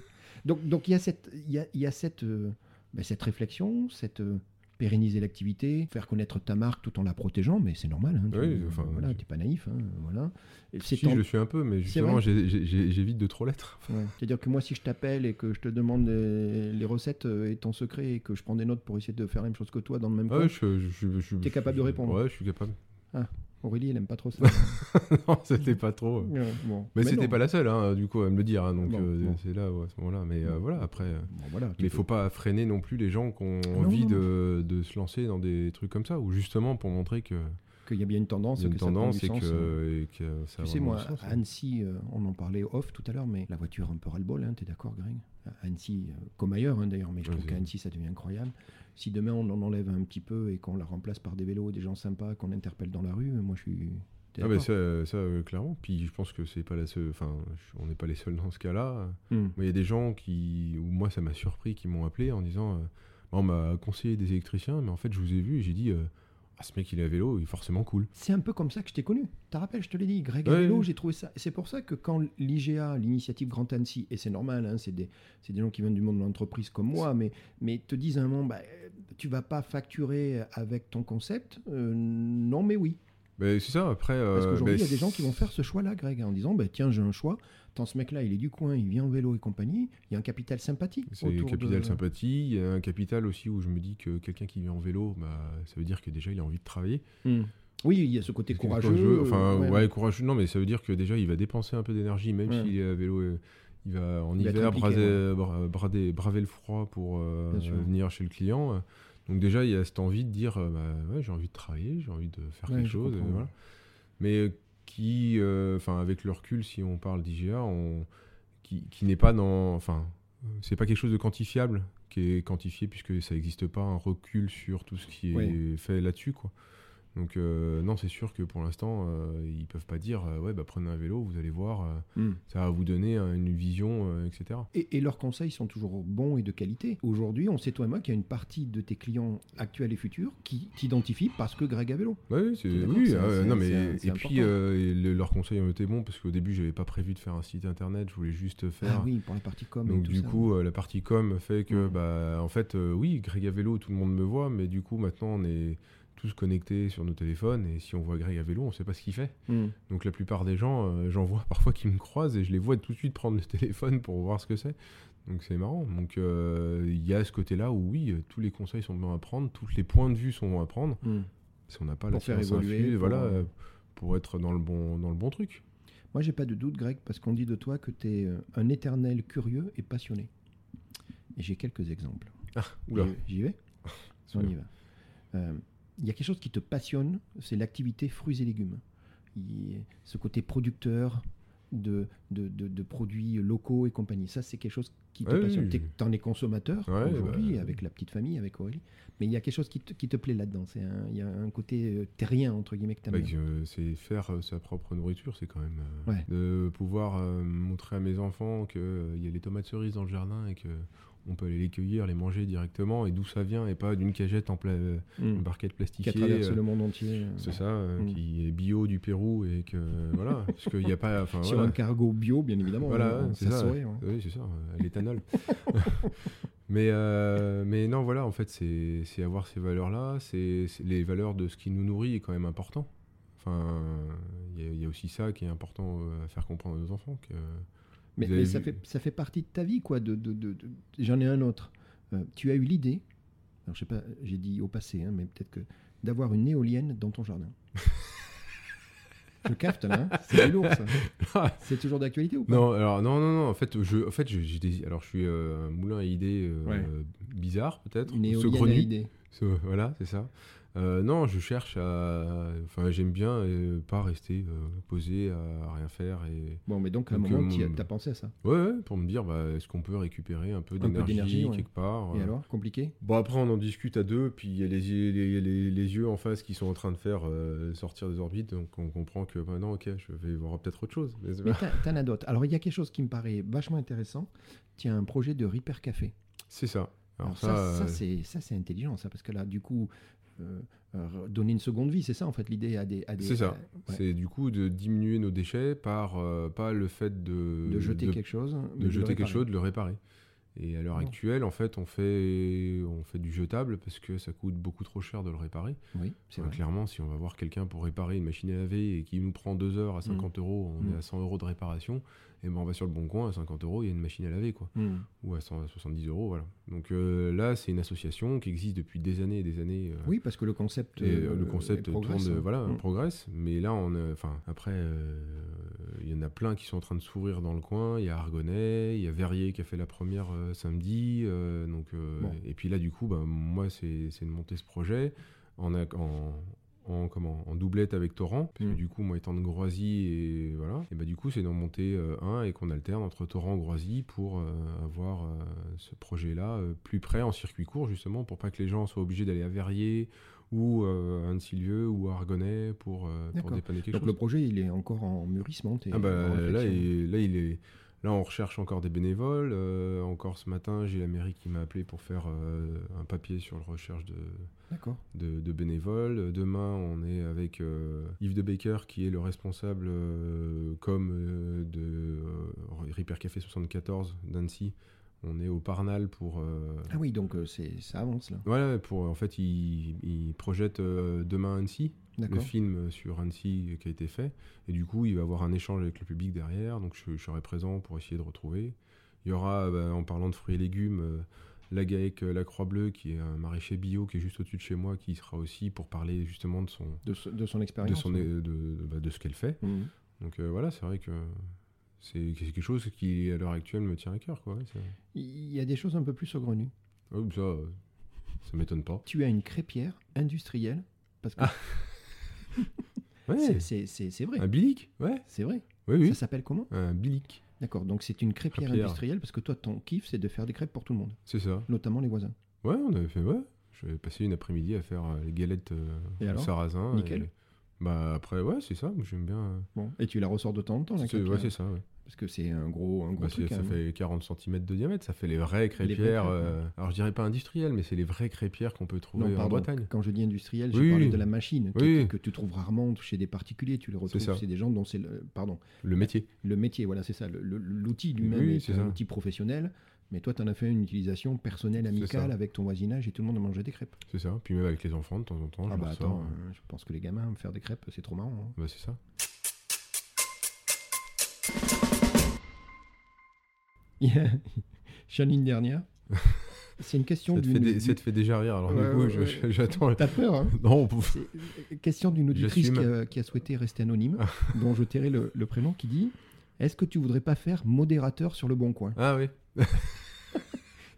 [SPEAKER 1] Donc, donc il y a cette, il y a, il y a cette, euh, bah, cette réflexion, cette euh, pérenniser l'activité, faire connaître ta marque tout en la protégeant, mais c'est normal. Hein, tu,
[SPEAKER 2] Oui, enfin,
[SPEAKER 1] voilà,
[SPEAKER 2] je-
[SPEAKER 1] t'es pas naïf, hein, voilà. Et c'est
[SPEAKER 2] Si
[SPEAKER 1] tant-
[SPEAKER 2] je le suis un peu, mais justement
[SPEAKER 1] vrai
[SPEAKER 2] j'ai- j'ai- j'ai- j'évite de trop l'être.
[SPEAKER 1] ouais. C'est-à-dire que moi, si je t'appelle et que je te demande les, les recettes euh, et ton secret et que je prends des notes pour essayer de faire la même chose que toi dans le même
[SPEAKER 2] Ah
[SPEAKER 1] temps,
[SPEAKER 2] ouais, je, je, je- je-
[SPEAKER 1] T'es
[SPEAKER 2] je-
[SPEAKER 1] capable de
[SPEAKER 2] je-
[SPEAKER 1] répondre.
[SPEAKER 2] Ouais, je suis capable. [LAUGHS]
[SPEAKER 1] Aurélie, elle aime pas trop ça.
[SPEAKER 2] non, c'était pas trop. euh.
[SPEAKER 1] [LAUGHS] Ouais, bon.
[SPEAKER 2] Mais, c'était
[SPEAKER 1] non.
[SPEAKER 2] pas la seule, hein, du coup, à me le dire. hein, donc
[SPEAKER 1] Bon,
[SPEAKER 2] euh,
[SPEAKER 1] bon.
[SPEAKER 2] c'est là, ouais, à ce moment-là. Mais euh,
[SPEAKER 1] Bon.
[SPEAKER 2] voilà, après. euh,
[SPEAKER 1] Bon, voilà, tu
[SPEAKER 2] Mais
[SPEAKER 1] peux-
[SPEAKER 2] faut pas freiner non plus les gens qui ont
[SPEAKER 1] non,
[SPEAKER 2] envie
[SPEAKER 1] non,
[SPEAKER 2] de, de se lancer dans des trucs comme ça, ou justement pour montrer que
[SPEAKER 1] qu'il y a bien une tendance,
[SPEAKER 2] c'est une
[SPEAKER 1] que ça prend
[SPEAKER 2] tendance
[SPEAKER 1] du
[SPEAKER 2] et
[SPEAKER 1] sens, hein.
[SPEAKER 2] que, et que ça a
[SPEAKER 1] Tu sais,
[SPEAKER 2] vraiment
[SPEAKER 1] moi,
[SPEAKER 2] du sens,
[SPEAKER 1] à
[SPEAKER 2] hein.
[SPEAKER 1] Annecy, euh, on en parlait off tout à l'heure, mais la voiture un peu ras-le-bol, hein, t'es d'accord, Greg À Annecy, euh, comme ailleurs hein, d'ailleurs, mais je trouve
[SPEAKER 2] Vas-y.
[SPEAKER 1] qu'à Annecy, ça devient incroyable. Si demain, on en enlève un petit peu et qu'on la remplace par des vélos, des gens sympas qu'on interpelle dans la rue, euh, moi, je suis T'es
[SPEAKER 2] Ah bah
[SPEAKER 1] d'accord
[SPEAKER 2] ça, ça, euh, clairement. Puis je pense que c'est pas la seule. Enfin, je- on n'est pas les seuls dans ce cas-là.
[SPEAKER 1] Hmm.
[SPEAKER 2] Moi, Il y a des gens qui, ou moi, ça m'a surpris, qui m'ont appelé en disant euh, Bah, On m'a conseillé des électriciens, mais en fait, je vous ai vu et j'ai dit euh, Ah, ce mec, il est à vélo, il est forcément cool.
[SPEAKER 1] C'est un peu comme ça que je t'ai connu. T'as rappelé, je te l'ai dit, Greg
[SPEAKER 2] Ouais.
[SPEAKER 1] Avello, j'ai trouvé ça. Et c'est pour ça que quand l'IGA, l'initiative Grand Annecy, et c'est normal, hein, c'est des, c'est des gens qui viennent du monde de l'entreprise comme moi, mais, mais te disent à un moment, bah, euh, tu vas pas facturer avec ton concept, euh, non mais oui.
[SPEAKER 2] Bah, c'est ça, après.
[SPEAKER 1] Parce
[SPEAKER 2] euh,
[SPEAKER 1] qu'aujourd'hui, il
[SPEAKER 2] bah,
[SPEAKER 1] y a des gens qui vont faire ce choix-là, Greg, hein, en disant, bah, tiens, j'ai un choix, tant ce mec-là, il est du coin, il vient en vélo et compagnie, il y a un capital sympathique.
[SPEAKER 2] C'est
[SPEAKER 1] autour
[SPEAKER 2] capital
[SPEAKER 1] de-
[SPEAKER 2] sympathie. Il y a un capital aussi où je me dis que quelqu'un qui vient en vélo, bah, ça veut dire que déjà, il a envie de travailler.
[SPEAKER 1] Hmm. Oui, il y a ce côté
[SPEAKER 2] Parce que
[SPEAKER 1] courageux.
[SPEAKER 2] courageux,
[SPEAKER 1] euh,
[SPEAKER 2] Enfin, ouais,
[SPEAKER 1] ouais.
[SPEAKER 2] courageux. Non, mais ça veut dire que déjà, il va dépenser un peu d'énergie, même
[SPEAKER 1] Ouais.
[SPEAKER 2] s'il est à vélo. euh, Il va en
[SPEAKER 1] Il va être
[SPEAKER 2] hiver
[SPEAKER 1] impliqué,
[SPEAKER 2] braser, bra- brader- braver le froid pour euh,
[SPEAKER 1] Bien sûr.
[SPEAKER 2] venir chez le client. euh. Donc déjà, il y a cette envie de dire, euh, bah, ouais, j'ai envie de travailler, j'ai envie de faire
[SPEAKER 1] Ouais,
[SPEAKER 2] quelque
[SPEAKER 1] je
[SPEAKER 2] chose.
[SPEAKER 1] comprends.
[SPEAKER 2] euh, voilà. Mais euh, qui, euh, enfin, avec le recul, si on parle d'IGA, on... qui, qui n'est pas dans, enfin, c'est pas quelque chose de quantifiable qui est quantifié puisque ça n'existe pas un recul sur tout ce qui est
[SPEAKER 1] Oui.
[SPEAKER 2] fait là-dessus quoi. Donc euh, non, c'est sûr que pour l'instant euh, ils peuvent pas dire euh, ouais bah prenez un vélo, vous allez voir, euh,
[SPEAKER 1] Hmm.
[SPEAKER 2] ça va vous donner euh, une vision, euh, etc.
[SPEAKER 1] Et, et leurs conseils sont toujours bons et de qualité. Aujourd'hui, on sait toi et moi qu'il y a une partie de tes clients actuels et futurs qui t'identifient parce que Greg a vélo.
[SPEAKER 2] Ouais, oui, c'est
[SPEAKER 1] Tout à fait,
[SPEAKER 2] oui,
[SPEAKER 1] c'est-
[SPEAKER 2] ah ouais,
[SPEAKER 1] c'est-
[SPEAKER 2] non
[SPEAKER 1] c'est-
[SPEAKER 2] mais
[SPEAKER 1] c'est
[SPEAKER 2] et
[SPEAKER 1] important.
[SPEAKER 2] puis euh, et le- leurs conseils ont été bons parce qu'au début j'avais pas prévu de faire un site internet, je voulais juste faire.
[SPEAKER 1] Ah oui, pour la partie com. et
[SPEAKER 2] Donc
[SPEAKER 1] tout
[SPEAKER 2] du
[SPEAKER 1] ça.
[SPEAKER 2] coup euh, la partie com fait que
[SPEAKER 1] Mm.
[SPEAKER 2] bah en fait euh, oui Greg à vélo tout le monde me voit mais du coup maintenant on est tous connectés sur nos téléphones et si on voit Greg à vélo on sait pas ce qu'il fait.
[SPEAKER 1] Hmm.
[SPEAKER 2] Donc la plupart des gens, euh, j'en vois [LAUGHS] parfois qui me croisent et je les vois tout de suite prendre le téléphone pour voir ce que c'est. Donc c'est marrant. Donc euh, il y a ce côté-là où oui, euh, tous les conseils sont bons à prendre, tous les points de vue sont bons à prendre.
[SPEAKER 1] Hmm.
[SPEAKER 2] Si on n'a pas la
[SPEAKER 1] Pour faire
[SPEAKER 2] science
[SPEAKER 1] évoluer,
[SPEAKER 2] infuse,
[SPEAKER 1] pour,
[SPEAKER 2] voilà,
[SPEAKER 1] euh,
[SPEAKER 2] euh, pour être dans le bon, dans le bon truc.
[SPEAKER 1] Moi, j'ai pas de doute, Greg, parce qu'on dit de toi que tu es un éternel curieux et passionné. Et j'ai quelques exemples.
[SPEAKER 2] Oula.
[SPEAKER 1] J'y- J'y
[SPEAKER 2] [LAUGHS]
[SPEAKER 1] vais On y va. Euh, Il y a quelque chose qui te passionne, c'est l'activité fruits et légumes. Il- ce côté producteur de, de, de- de produits locaux et compagnie. Ça, c'est quelque chose qui te
[SPEAKER 2] Ouais,
[SPEAKER 1] passionne.
[SPEAKER 2] oui.
[SPEAKER 1] T'es- T'en es consommateur
[SPEAKER 2] Ouais,
[SPEAKER 1] aujourd'hui
[SPEAKER 2] bah,
[SPEAKER 1] avec la petite famille, avec Aurélie. Mais il y a quelque chose qui te, qui te plaît là-dedans. C'est un- Il y a un côté euh, terrien, entre guillemets, que
[SPEAKER 2] Bah,
[SPEAKER 1] t'aimes. bien.
[SPEAKER 2] que, euh, c'est faire euh, sa propre nourriture, c'est quand même euh,
[SPEAKER 1] Ouais.
[SPEAKER 2] de pouvoir euh, montrer à mes enfants que euh, il y a les tomates cerises dans le jardin et que on peut aller les cueillir, les manger directement et d'où ça vient et pas d'une cagette en pla- euh,
[SPEAKER 1] Mm.
[SPEAKER 2] une barquette
[SPEAKER 1] Qui
[SPEAKER 2] plastifiée.
[SPEAKER 1] a traversé
[SPEAKER 2] euh,
[SPEAKER 1] le monde entier. euh,
[SPEAKER 2] C'est ça, euh,
[SPEAKER 1] Mm.
[SPEAKER 2] qui est bio du Pérou et que euh,
[SPEAKER 1] [LAUGHS]
[SPEAKER 2] voilà, parce qu'il n'y a pas, enfin
[SPEAKER 1] Sur
[SPEAKER 2] voilà,
[SPEAKER 1] un cargo bio, bien évidemment.
[SPEAKER 2] Voilà,
[SPEAKER 1] hein,
[SPEAKER 2] ouais, c'est
[SPEAKER 1] ça
[SPEAKER 2] ça,
[SPEAKER 1] saurait, ouais.
[SPEAKER 2] oui c'est ça, euh, à l'éthanol. [LAUGHS] mais euh, mais non voilà, en fait c'est c'est avoir ces valeurs là, c'est c'est- les valeurs de ce qui nous nourrit est quand même important. Enfin, il y, a- il y a aussi ça qui est important euh, à faire comprendre aux enfants que [LAUGHS]
[SPEAKER 1] Mais,
[SPEAKER 2] Vous avez
[SPEAKER 1] mais ça,
[SPEAKER 2] vu-
[SPEAKER 1] fait, ça fait partie de ta vie, quoi. De, de- de- de- J'en ai un autre. Euh, tu as eu l'idée, alors je sais pas, j'ai dit au passé, hein, mais peut-être que d'avoir une éolienne dans ton jardin. je capte là, hein. c'est du lourd ça. C'est toujours d'actualité ou pas
[SPEAKER 2] Non, alors non, non, non. En fait, je, en fait, je- j'ai des- alors je suis euh, un moulin à idées euh,
[SPEAKER 1] Ouais.
[SPEAKER 2] bizarre peut-être,
[SPEAKER 1] Une éolienne à
[SPEAKER 2] saugrenu.
[SPEAKER 1] l'idée.
[SPEAKER 2] So, [LAUGHS] Voilà, c'est ça. Euh, non, je cherche à. Enfin, j'aime bien euh, pas rester euh, posé à rien faire et.
[SPEAKER 1] Bon, mais donc à un
[SPEAKER 2] Donc,
[SPEAKER 1] moment,
[SPEAKER 2] euh,
[SPEAKER 1] tu as,
[SPEAKER 2] mon-
[SPEAKER 1] t'as pensé à ça.
[SPEAKER 2] Ouais, ouais, pour me dire, bah, est-ce qu'on peut récupérer un peu
[SPEAKER 1] peu d'énergie,
[SPEAKER 2] d'énergie
[SPEAKER 1] ouais.
[SPEAKER 2] quelque part
[SPEAKER 1] Et
[SPEAKER 2] euh.
[SPEAKER 1] alors, compliqué
[SPEAKER 2] Bon, après, on en discute à deux, puis il y a les, yeux- les, les- les yeux en face qui sont en train de faire euh, sortir des orbites, donc on comprend que, bah, non, ok, je vais voir peut-être autre chose. Mais c'est
[SPEAKER 1] Mais
[SPEAKER 2] pas-
[SPEAKER 1] t'as- t'en as d'autres. Alors, il y a quelque chose qui me paraît vachement intéressant. Tu as un projet de Repair Café.
[SPEAKER 2] C'est ça. Alors,
[SPEAKER 1] Alors
[SPEAKER 2] ça,
[SPEAKER 1] ça, ça,
[SPEAKER 2] euh,
[SPEAKER 1] c'est ça, c'est intelligent, ça, parce que là, du coup, euh, euh, donner une seconde vie, c'est ça en fait l'idée à des. à des- euh,
[SPEAKER 2] C'est ça.
[SPEAKER 1] ouais.
[SPEAKER 2] c'est du coup de diminuer nos déchets par euh, pas le fait de,
[SPEAKER 1] de jeter
[SPEAKER 2] de
[SPEAKER 1] quelque chose, mais
[SPEAKER 2] de
[SPEAKER 1] le
[SPEAKER 2] jeter quelque
[SPEAKER 1] réparer.
[SPEAKER 2] chose, de le réparer. Et à l'heure
[SPEAKER 1] Bon.
[SPEAKER 2] actuelle, en fait, on fait, on fait du jetable parce que ça coûte beaucoup trop cher de le réparer.
[SPEAKER 1] Oui, c'est
[SPEAKER 2] Enfin,
[SPEAKER 1] vrai.
[SPEAKER 2] clairement, si on va voir quelqu'un pour réparer une machine à laver et qui nous prend 2 heures à 50 euros, on
[SPEAKER 1] Mm.
[SPEAKER 2] est à 100 euros de réparation, et ben on va sur le bon coin, à 50 euros, il y a une machine à laver, quoi.
[SPEAKER 1] Hmm.
[SPEAKER 2] Ou à 170 euros, voilà. Donc euh, là, c'est une association qui existe depuis des années et des années. euh,
[SPEAKER 1] Oui, parce que le concept,
[SPEAKER 2] et, euh,
[SPEAKER 1] euh,
[SPEAKER 2] le concept
[SPEAKER 1] et progresse,
[SPEAKER 2] tourne,
[SPEAKER 1] hein.
[SPEAKER 2] voilà,
[SPEAKER 1] Mm.
[SPEAKER 2] progresse. Mais là, on, a- enfin, après, euh, il y en a plein qui sont en train de s'ouvrir dans le coin. Il y a Argonnet, il y a Verrier qui a fait la première euh, samedi. euh, donc, euh,
[SPEAKER 1] Bon.
[SPEAKER 2] et puis là, du coup, bah, moi, c'est c'est de monter ce projet en, a- en, en, comment, en doublette avec Torrent. Parce
[SPEAKER 1] Mm.
[SPEAKER 2] que du coup, moi étant de Groisy, et voilà, et bah, du coup, c'est d'en monter euh, un et qu'on alterne entre Torrent et Groisy pour euh, avoir euh, ce projet-là euh, plus près en circuit court, justement, pour pas que les gens soient obligés d'aller à Verrier ou euh, Anne-Sylvieux ou Argonnet pour, euh, pour
[SPEAKER 1] D'accord.
[SPEAKER 2] dépanner quelque
[SPEAKER 1] Donc
[SPEAKER 2] chose.
[SPEAKER 1] le projet, il est encore en mûrissement. t'es
[SPEAKER 2] Ah bah,
[SPEAKER 1] en
[SPEAKER 2] là,
[SPEAKER 1] réflexion.
[SPEAKER 2] il, là, il est. Là, on recherche encore des bénévoles. euh, encore ce matin, j'ai la mairie qui m'a appelé pour faire euh, un papier sur la recherche de,
[SPEAKER 1] D'accord.
[SPEAKER 2] de, de bénévoles. Demain, on est avec euh, Yves de Baker, qui est le responsable euh, com euh, de euh, Repair Café 74 d'Annecy. On est au Parnal pour. euh,
[SPEAKER 1] Ah oui, donc euh, c'est ça avance là.
[SPEAKER 2] voilà, pour, en fait, il, il projette euh, demain Annecy, le
[SPEAKER 1] D'accord.
[SPEAKER 2] film sur Annecy qui a été fait. Et du coup, il va y avoir un échange avec le public derrière. Donc, je, je serai présent pour essayer de retrouver. Il y aura, bah, en parlant de fruits et légumes, euh, la GAEC euh, La Croix Bleue, qui est un maraîcher bio qui est juste au-dessus de chez moi, qui sera aussi pour parler justement de son,
[SPEAKER 1] De, ce- de son
[SPEAKER 2] de,
[SPEAKER 1] expérience.
[SPEAKER 2] son,
[SPEAKER 1] ouais.
[SPEAKER 2] de, de- bah, de ce qu'elle fait.
[SPEAKER 1] Mhm.
[SPEAKER 2] Donc euh, voilà, c'est vrai que c'est quelque chose qui, à l'heure actuelle, me tient à cœur. Quoi. Ouais, c'est-
[SPEAKER 1] Il y a des choses un peu plus saugrenues.
[SPEAKER 2] Ah oui, ça, euh, ça m'étonne pas.
[SPEAKER 1] Tu as une crêpière industrielle, parce que c'est-
[SPEAKER 2] Ah, Ouais,
[SPEAKER 1] c'est c'est- c'est vrai.
[SPEAKER 2] un bilic, ouais,
[SPEAKER 1] C'est vrai.
[SPEAKER 2] oui, oui,
[SPEAKER 1] Ça s'appelle comment
[SPEAKER 2] un bilic,
[SPEAKER 1] D'accord, donc c'est une crêpière
[SPEAKER 2] Crêpière.
[SPEAKER 1] industrielle, parce que toi, ton kiff, c'est de faire des crêpes pour tout le monde,
[SPEAKER 2] c'est ça.
[SPEAKER 1] notamment les voisins.
[SPEAKER 2] Ouais, on avait fait, ouais. J'avais passé une après-midi à faire euh, les galettes euh,
[SPEAKER 1] Et
[SPEAKER 2] au
[SPEAKER 1] alors
[SPEAKER 2] sarrasin.
[SPEAKER 1] Nickel.
[SPEAKER 2] et- Bah après, ouais, c'est ça, moi, j'aime bien. euh,
[SPEAKER 1] Bon. Et tu la ressors de temps en temps, la
[SPEAKER 2] c'est-
[SPEAKER 1] crêpière,
[SPEAKER 2] ouais, c'est ça, ouais.
[SPEAKER 1] parce que c'est un gros, un gros
[SPEAKER 2] Bah, c'est-
[SPEAKER 1] truc.
[SPEAKER 2] ça
[SPEAKER 1] hein.
[SPEAKER 2] fait 40 cm de diamètre, ça fait les vraies
[SPEAKER 1] crêpes,
[SPEAKER 2] crêpières.
[SPEAKER 1] ouais.
[SPEAKER 2] euh, alors je dirais pas industrielles, mais c'est les vraies crêpières qu'on peut trouver
[SPEAKER 1] Non,
[SPEAKER 2] en
[SPEAKER 1] pardon,
[SPEAKER 2] Bretagne.
[SPEAKER 1] quand je dis industriel, je
[SPEAKER 2] Oui,
[SPEAKER 1] parle
[SPEAKER 2] oui.
[SPEAKER 1] de la machine, qui-
[SPEAKER 2] Oui.
[SPEAKER 1] que, tu trouves rarement chez des particuliers, tu les
[SPEAKER 2] ça.
[SPEAKER 1] retrouves chez des gens dont c'est le... Pardon,
[SPEAKER 2] Le métier.
[SPEAKER 1] le métier, voilà, c'est ça. le- le- L'outil lui-même
[SPEAKER 2] Oui,
[SPEAKER 1] est
[SPEAKER 2] c'est
[SPEAKER 1] un
[SPEAKER 2] ça.
[SPEAKER 1] outil professionnel, mais toi, tu en as fait une utilisation personnelle,
[SPEAKER 2] C'est
[SPEAKER 1] amicale,
[SPEAKER 2] ça.
[SPEAKER 1] avec ton voisinage, et tout le monde a mangé des crêpes.
[SPEAKER 2] C'est ça. Puis même avec les enfants, de temps en temps,
[SPEAKER 1] Ah
[SPEAKER 2] je
[SPEAKER 1] bah
[SPEAKER 2] leur sors,
[SPEAKER 1] attends,
[SPEAKER 2] euh,
[SPEAKER 1] euh, je pense que les gamins, faire des crêpes, c'est trop marrant. hein.
[SPEAKER 2] Bah c'est ça.
[SPEAKER 1] [LAUGHS] Il y a- je suis en ligne
[SPEAKER 2] [LAUGHS]
[SPEAKER 1] dernière. hein. C'est une question
[SPEAKER 2] Ça te, fait
[SPEAKER 1] d'une.
[SPEAKER 2] dé- ça te fait déjà rire, alors
[SPEAKER 1] Ouais,
[SPEAKER 2] du coup,
[SPEAKER 1] ouais,
[SPEAKER 2] je-
[SPEAKER 1] ouais.
[SPEAKER 2] je- [LAUGHS] j'attends.
[SPEAKER 1] T'as peur, hein
[SPEAKER 2] Non, on peut- [LAUGHS]
[SPEAKER 1] Question d'une auditrice qui
[SPEAKER 2] J'assume.
[SPEAKER 1] a, qui a souhaité rester
[SPEAKER 2] [LAUGHS]
[SPEAKER 1] anonyme, dont je tairai le, le prénom, qui dit Est-ce que tu voudrais pas faire modérateur sur le bon coin
[SPEAKER 2] Ah oui.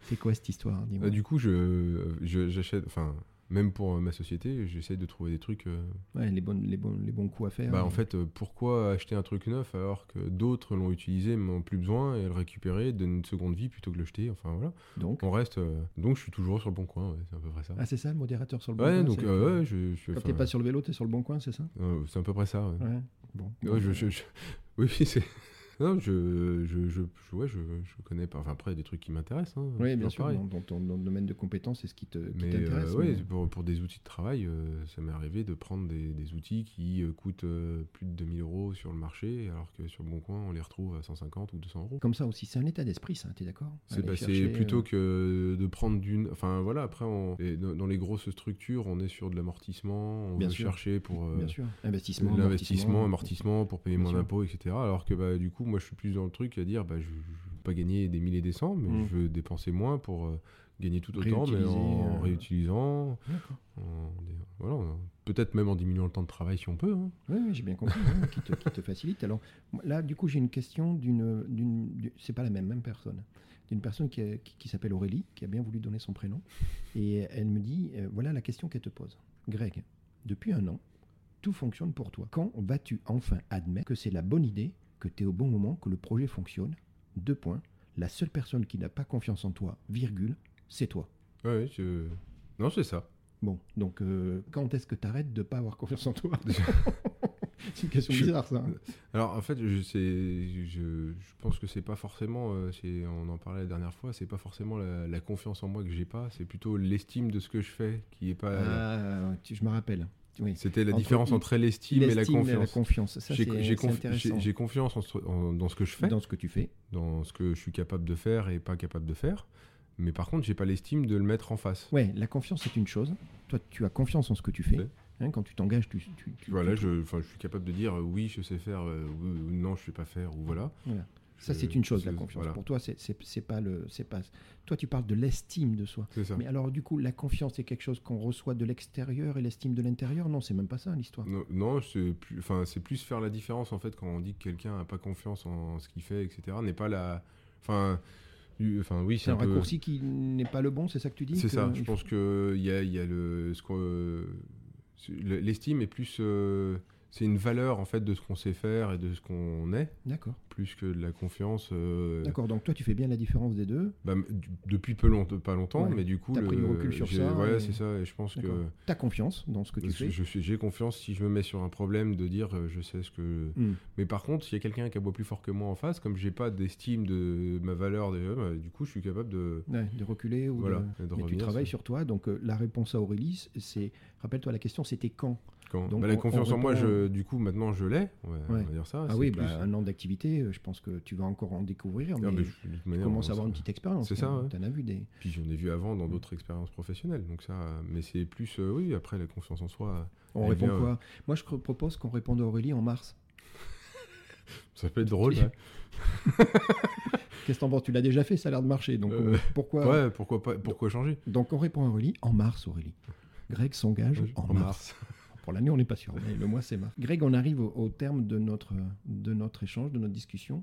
[SPEAKER 1] C'est quoi cette histoire dis-moi.
[SPEAKER 2] Bah, du coup, je euh, je- j'achète. Enfin, même pour euh, ma société, j'essaye de trouver des trucs. euh,
[SPEAKER 1] Ouais, les, bonnes, les, bons, les bons coups à faire.
[SPEAKER 2] Bah en fait, euh, pourquoi acheter un truc neuf alors que d'autres l'ont utilisé mais n'ont plus besoin et le récupérer, donner une seconde vie plutôt que le jeter. Enfin voilà,
[SPEAKER 1] Donc.
[SPEAKER 2] on reste. euh, Donc je suis toujours sur le bon coin, ouais, c'est à peu près ça.
[SPEAKER 1] Ah, c'est ça le modérateur sur le bon
[SPEAKER 2] euh, ouais,
[SPEAKER 1] coin
[SPEAKER 2] donc
[SPEAKER 1] c'est-
[SPEAKER 2] euh, ouais, je, je-
[SPEAKER 1] Quand
[SPEAKER 2] enfin,
[SPEAKER 1] t'es pas sur le vélo, t'es sur le bon coin, c'est ça
[SPEAKER 2] euh, c'est à peu près ça. ouais.
[SPEAKER 1] Ouais. Bon.
[SPEAKER 2] Ouais, je- je- [LAUGHS] je- Oui, c'est. Non, je, je, je, je- ouais, je, je connais pas. Enfin, après, des trucs qui m'intéressent. hein,
[SPEAKER 1] Oui, bien
[SPEAKER 2] c'est toujours
[SPEAKER 1] sûr,
[SPEAKER 2] pareil.
[SPEAKER 1] dans, dans ton dans le domaine de compétences, c'est ce qui te- qui
[SPEAKER 2] Mais
[SPEAKER 1] t'intéresse.
[SPEAKER 2] euh, ouais,
[SPEAKER 1] mais-
[SPEAKER 2] pour, pour des outils de travail, euh, ça m'est arrivé de prendre des, des outils qui euh, coûtent euh, plus de 2000 euros sur le marché, alors que sur le bon coin, on les retrouve à 150 ou 200 euros.
[SPEAKER 1] Comme ça aussi, c'est un état d'esprit, ça, hein, t'es d'accord
[SPEAKER 2] C'est
[SPEAKER 1] Aller
[SPEAKER 2] bah, c'est
[SPEAKER 1] chercher,
[SPEAKER 2] plutôt
[SPEAKER 1] euh,
[SPEAKER 2] que de prendre d'une. Enfin voilà, après, on- et dans, dans les grosses structures, on est sur de l'amortissement, on
[SPEAKER 1] Bien
[SPEAKER 2] veut
[SPEAKER 1] sûr.
[SPEAKER 2] chercher pour euh,
[SPEAKER 1] Bien sûr, investissement. amortissement.
[SPEAKER 2] l'investissement, amortissement, pour payer
[SPEAKER 1] Bien
[SPEAKER 2] moins
[SPEAKER 1] sûr.
[SPEAKER 2] d'impôts, etc. Alors que bah, du coup, moi, je suis plus dans le truc à dire bah, je je veux pas gagner des milliers et des cents, mais
[SPEAKER 1] Mm.
[SPEAKER 2] je veux dépenser moins pour euh, gagner tout autant, mais
[SPEAKER 1] Réutiliser,
[SPEAKER 2] en
[SPEAKER 1] euh,
[SPEAKER 2] réutilisant.
[SPEAKER 1] D'accord.
[SPEAKER 2] en- Euh, voilà, en- peut-être même en diminuant le temps de travail si on peut. hein.
[SPEAKER 1] Oui, oui, j'ai bien compris, hein, qui, te, qui te facilite. Alors moi, là, du coup, j'ai une question d'une, d'une, du- c'est pas la même, même personne, d'une personne qui, a- qui- qui s'appelle Aurélie, qui a bien voulu donner son prénom, et elle me dit, euh, voilà la question qu'elle te pose. Greg, depuis un an, tout fonctionne pour toi. Quand vas-tu enfin admettre que c'est la bonne idée, que tu es au bon moment, que le projet fonctionne Deux points. La seule personne qui n'a pas confiance en toi, virgule, c'est toi.
[SPEAKER 2] Ouais, ouais, je- Non, c'est ça.
[SPEAKER 1] Bon, donc euh, quand est-ce que tu arrêtes de pas avoir confiance en toi C'est une question
[SPEAKER 2] Je-
[SPEAKER 1] bizarre, ça. hein.
[SPEAKER 2] Alors en fait, je, sais, je, je pense que c'est pas forcément, euh, c'est- on en parlait la dernière fois, c'est pas forcément la, la confiance en moi que j'ai pas, c'est plutôt l'estime de ce que je fais qui est pas.
[SPEAKER 1] Ah, tu- je me rappelle. Oui.
[SPEAKER 2] C'était la
[SPEAKER 1] entre
[SPEAKER 2] différence
[SPEAKER 1] il-
[SPEAKER 2] entre l'estime et la
[SPEAKER 1] L'estime et
[SPEAKER 2] confiance.
[SPEAKER 1] Ça,
[SPEAKER 2] J'ai-
[SPEAKER 1] c'est
[SPEAKER 2] j'ai
[SPEAKER 1] c'est
[SPEAKER 2] confi-
[SPEAKER 1] intéressant.
[SPEAKER 2] j'ai- j'ai confiance en ce- en- dans ce que je fais, dans...
[SPEAKER 1] Dans ce que tu fais.
[SPEAKER 2] ce que je suis capable de faire et pas capable de faire, mais par contre, j'ai pas l'estime de le mettre en face.
[SPEAKER 1] Ouais, la confiance, c'est une chose. Toi, tu as confiance en ce que tu fais.
[SPEAKER 2] Ouais.
[SPEAKER 1] Hein, quand tu t'engages, tu, tu- tu-
[SPEAKER 2] Voilà,
[SPEAKER 1] tu-
[SPEAKER 2] je, enfin, je suis capable de dire euh, oui, je sais faire, euh, oui, ou non, je sais pas faire, ou voilà.
[SPEAKER 1] Voilà. Ça,
[SPEAKER 2] Je-
[SPEAKER 1] c'est une chose, la
[SPEAKER 2] c'est-
[SPEAKER 1] confiance.
[SPEAKER 2] voilà,
[SPEAKER 1] Pour toi, c'est- c'est c'est pas le. c'est pas. Toi, tu parles de l'estime de soi.
[SPEAKER 2] c'est ça.
[SPEAKER 1] Mais alors, du coup, la confiance, c'est quelque chose qu'on reçoit de l'extérieur et l'estime de l'intérieur Non, c'est même pas ça, l'histoire.
[SPEAKER 2] Non, non, c'est plus, enfin, c'est plus faire la différence en fait quand on dit que quelqu'un n'a pas confiance en ce qu'il fait, etc. N'est pas la, enfin, du- enfin oui,
[SPEAKER 1] C'est
[SPEAKER 2] c'est
[SPEAKER 1] un
[SPEAKER 2] un peu.
[SPEAKER 1] raccourci qui n'est pas le bon, c'est ça que tu dis
[SPEAKER 2] C'est
[SPEAKER 1] que-
[SPEAKER 2] ça. Je pense que il y a, il y a le, ce qu'on- c'est- l'estime est plus euh, c'est une valeur en fait de ce qu'on sait faire et de ce qu'on est,
[SPEAKER 1] D'accord.
[SPEAKER 2] plus que de la confiance. euh,
[SPEAKER 1] D'accord, donc toi, tu fais bien la différence des deux.
[SPEAKER 2] bah, m- du- depuis peu longtemps, pas longtemps,
[SPEAKER 1] Ouais,
[SPEAKER 2] mais du coup,
[SPEAKER 1] t'as
[SPEAKER 2] le-
[SPEAKER 1] pris du recul sur
[SPEAKER 2] j'ai-
[SPEAKER 1] ça,
[SPEAKER 2] Voilà,
[SPEAKER 1] et-
[SPEAKER 2] c'est ça. Et je pense que
[SPEAKER 1] D'accord. T'as confiance dans ce que tu
[SPEAKER 2] parce que
[SPEAKER 1] fais.
[SPEAKER 2] Euh, je suis- j'ai confiance si je me mets sur un problème de dire euh, je sais ce que.
[SPEAKER 1] Hmm.
[SPEAKER 2] Mais par contre, s'il y a quelqu'un qui aboie plus fort que moi en face, comme j'ai pas d'estime de ma valeur, de- bah, du coup, je suis capable de.
[SPEAKER 1] Ouais, de reculer ou
[SPEAKER 2] Voilà,
[SPEAKER 1] de-
[SPEAKER 2] et de
[SPEAKER 1] Mais tu
[SPEAKER 2] revenir,
[SPEAKER 1] travailles
[SPEAKER 2] ça.
[SPEAKER 1] sur toi, donc euh, la réponse à Aurélie, c'est... Rappelle-toi, la question, c'était quand
[SPEAKER 2] Quand...
[SPEAKER 1] Donc,
[SPEAKER 2] bah, la
[SPEAKER 1] on- on
[SPEAKER 2] confiance en moi,
[SPEAKER 1] répond-
[SPEAKER 2] je... du coup, maintenant, je l'ai. Ouais, On
[SPEAKER 1] Ouais.
[SPEAKER 2] va dire ça.
[SPEAKER 1] Ah
[SPEAKER 2] c'est
[SPEAKER 1] oui,
[SPEAKER 2] plus-
[SPEAKER 1] bah, un an d'activité, euh, je pense que tu vas encore en découvrir,
[SPEAKER 2] Ah,
[SPEAKER 1] mais
[SPEAKER 2] mais
[SPEAKER 1] tu
[SPEAKER 2] je- de toute manière,
[SPEAKER 1] commences
[SPEAKER 2] on-
[SPEAKER 1] à avoir une petite expérience.
[SPEAKER 2] C'est ça,
[SPEAKER 1] hein.
[SPEAKER 2] ouais.
[SPEAKER 1] T'en as vu des...
[SPEAKER 2] Puis j'en ai vu avant dans d'autres expériences professionnelles. Donc ça, mais c'est plus, euh, oui, après la confiance en soi,
[SPEAKER 1] On
[SPEAKER 2] Eh
[SPEAKER 1] répond
[SPEAKER 2] bien,
[SPEAKER 1] quoi Moi, je cr- propose qu'on réponde à Aurélie en mars.
[SPEAKER 2] ça peut
[SPEAKER 1] [LAUGHS]
[SPEAKER 2] être drôle.
[SPEAKER 1] Tu-
[SPEAKER 2] ouais.
[SPEAKER 1] Qu'est-ce que t'en penses Tu l'as déjà fait, ça a l'air de marcher, donc
[SPEAKER 2] Euh,
[SPEAKER 1] euh, pourquoi
[SPEAKER 2] Ouais, pourquoi pas, pourquoi changer
[SPEAKER 1] Donc on répond à Aurélie en mars, Aurélie. Greg
[SPEAKER 2] Ah,
[SPEAKER 1] s'engage Euh, en, mars.
[SPEAKER 2] [LAUGHS]
[SPEAKER 1] Pour l'année, on n'est pas sûr, mais le mois, c'est mars. Greg, on arrive au, au terme de notre, de notre échange, de notre discussion.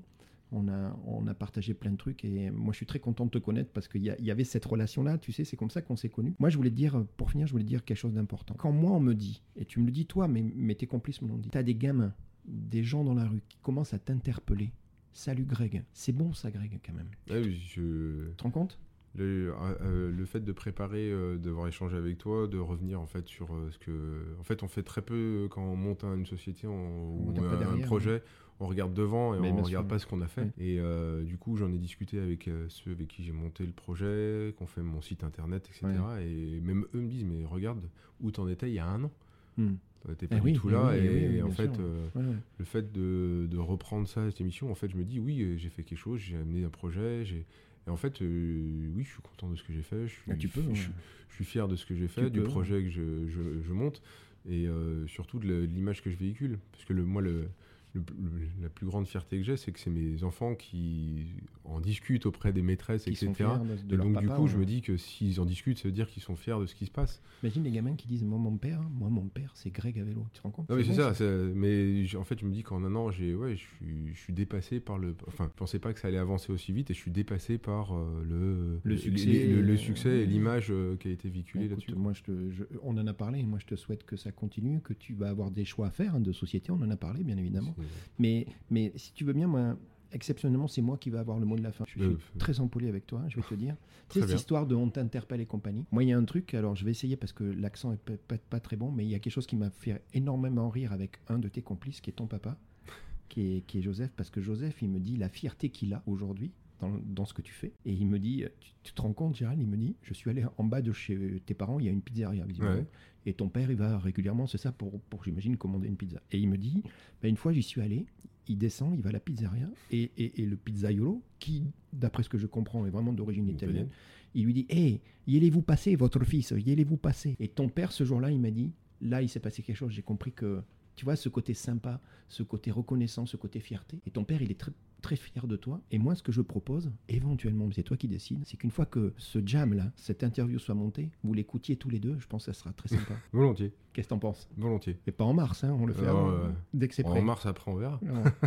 [SPEAKER 1] On a, on a partagé plein de trucs et moi, je suis très content de te connaître parce qu'il y, a- il y avait cette relation-là, tu sais, c'est comme ça qu'on s'est connus. Moi, je voulais te dire, pour finir, je voulais te dire quelque chose d'important. Quand moi, on me dit, et tu me le dis toi, mais, mais tes complices me l'ont dit, t'as des gamins, des gens dans la rue qui commencent à t'interpeller. Salut Greg. C'est bon ça, Greg, quand même.
[SPEAKER 2] Ouais, mais Ah je-
[SPEAKER 1] Tu te rends compte
[SPEAKER 2] le, euh, euh, le fait de préparer, euh, d'avoir échangé avec toi, de revenir en fait sur euh, ce que, en fait, on fait très peu euh, quand on monte un- une société, on, ou
[SPEAKER 1] monte un peu
[SPEAKER 2] un,
[SPEAKER 1] derrière,
[SPEAKER 2] projet, on regarde devant et
[SPEAKER 1] Mais
[SPEAKER 2] on
[SPEAKER 1] bien
[SPEAKER 2] regarde
[SPEAKER 1] sûr.
[SPEAKER 2] pas ce qu'on a fait.
[SPEAKER 1] Ouais.
[SPEAKER 2] Et euh, du coup, j'en ai discuté avec euh, ceux avec qui j'ai monté le projet, qu'on fait mon site internet, etc. Et même eux me disent, mais regarde où t'en étais il y a un an.
[SPEAKER 1] Hmm.
[SPEAKER 2] T'es pas
[SPEAKER 1] Eh
[SPEAKER 2] du
[SPEAKER 1] oui,
[SPEAKER 2] tout
[SPEAKER 1] eh
[SPEAKER 2] là
[SPEAKER 1] oui, eh
[SPEAKER 2] et,
[SPEAKER 1] oui, oui,
[SPEAKER 2] en
[SPEAKER 1] bien
[SPEAKER 2] fait.
[SPEAKER 1] sûr.
[SPEAKER 2] euh,
[SPEAKER 1] Ouais, ouais.
[SPEAKER 2] le fait de, de reprendre ça, cette émission, en fait, je me dis, oui, euh, j'ai fait quelque chose, j'ai amené un projet, j'ai... Et en fait, euh, oui, je suis content de ce que j'ai fait, je suis,
[SPEAKER 1] Ah, tu peux,
[SPEAKER 2] je,
[SPEAKER 1] ouais.
[SPEAKER 2] suis- je suis fier de ce que j'ai fait,
[SPEAKER 1] Tu
[SPEAKER 2] du
[SPEAKER 1] peux.
[SPEAKER 2] projet que je, je- je monte, et euh, surtout de la- de l'image que je véhicule. Parce que le, moi, le, le- le- la plus grande fierté que j'ai, c'est que c'est mes enfants qui en discutent auprès des maîtresses,
[SPEAKER 1] Qui sont
[SPEAKER 2] etc.
[SPEAKER 1] fiers de, de
[SPEAKER 2] Et
[SPEAKER 1] leur
[SPEAKER 2] donc,
[SPEAKER 1] papa.
[SPEAKER 2] du coup, je
[SPEAKER 1] ouais.
[SPEAKER 2] me dis que s'ils en discutent, ça veut dire qu'ils sont fiers de ce qui se passe.
[SPEAKER 1] Imagine les gamins qui disent Moi, mon père, hein, moi, mon père, c'est Greg à vélo. Tu te rends compte
[SPEAKER 2] Non mais c'est
[SPEAKER 1] bon,
[SPEAKER 2] ça, c'est- mais j'- en fait je me dis qu'en un an j'ai ouais je suis, je suis dépassé par le enfin je pensais pas que ça allait avancer aussi vite et je suis dépassé par euh, le,
[SPEAKER 1] Le succès. euh,
[SPEAKER 2] le, le succès et
[SPEAKER 1] Ouais.
[SPEAKER 2] l'image euh, qui a été véhiculée
[SPEAKER 1] Bah, Écoute,
[SPEAKER 2] là-dessus.
[SPEAKER 1] moi, je te- je- on en a parlé. Moi, je te souhaite que ça continue, que tu vas avoir des choix à faire hein, de société. On en a parlé, bien évidemment.
[SPEAKER 2] C'est-
[SPEAKER 1] Mais, mais si tu veux bien, moi, exceptionnellement, c'est moi qui vais avoir le mot de la fin. Je suis
[SPEAKER 2] Euh,
[SPEAKER 1] très empoli avec toi, hein, je vais te
[SPEAKER 2] [LAUGHS]
[SPEAKER 1] dire. tu
[SPEAKER 2] Très
[SPEAKER 1] sais,
[SPEAKER 2] bien.
[SPEAKER 1] cette histoire de on t'interpelle et compagnie. Moi, il y a un truc, alors je vais essayer parce que l'accent est peut-être pas très bon, mais il y a quelque chose qui m'a fait énormément rire avec un de tes complices, qui est ton papa,
[SPEAKER 2] [LAUGHS]
[SPEAKER 1] qui est, qui est Joseph, parce que Joseph, il me dit la fierté qu'il a aujourd'hui. Dans, dans ce que tu fais. Et il me dit, euh, tu, tu te rends compte, Gérald Il me dit, je suis allé en bas de chez tes parents, il y a une pizzeria. visiblement.
[SPEAKER 2] Ouais.
[SPEAKER 1] Et ton père, il va régulièrement, c'est ça, pour, pour j'imagine, commander une pizza. Et il me dit, bah, une fois, j'y suis allé, il descend, il va à la pizzeria, et, et, et le pizzaiolo, qui, d'après ce que je comprends, est vraiment d'origine italienne,
[SPEAKER 2] Italienne.
[SPEAKER 1] il lui dit Hé, hey, y allez-vous passer, votre fils Y allez-vous passer Et ton père, ce jour-là, il m'a dit Là, il s'est passé quelque chose, j'ai compris que, tu vois, ce côté sympa, ce côté reconnaissant, ce côté fierté. Et ton père, il est très très fier de toi. Et moi, ce que je propose, éventuellement, mais c'est toi qui décides, c'est qu'une fois que ce jam-là, cette interview soit montée, vous l'écoutiez tous les deux, je pense que ça sera très
[SPEAKER 2] [LAUGHS]
[SPEAKER 1] sympa.
[SPEAKER 2] Volontiers,
[SPEAKER 1] Qu'est-ce que t'en penses
[SPEAKER 2] volontiers.
[SPEAKER 1] Mais pas en mars, hein, on le fait
[SPEAKER 2] Euh,
[SPEAKER 1] avant,
[SPEAKER 2] ouais, ouais.
[SPEAKER 1] dès que c'est prêt.
[SPEAKER 2] En mars après on verra.
[SPEAKER 1] Non. [LAUGHS]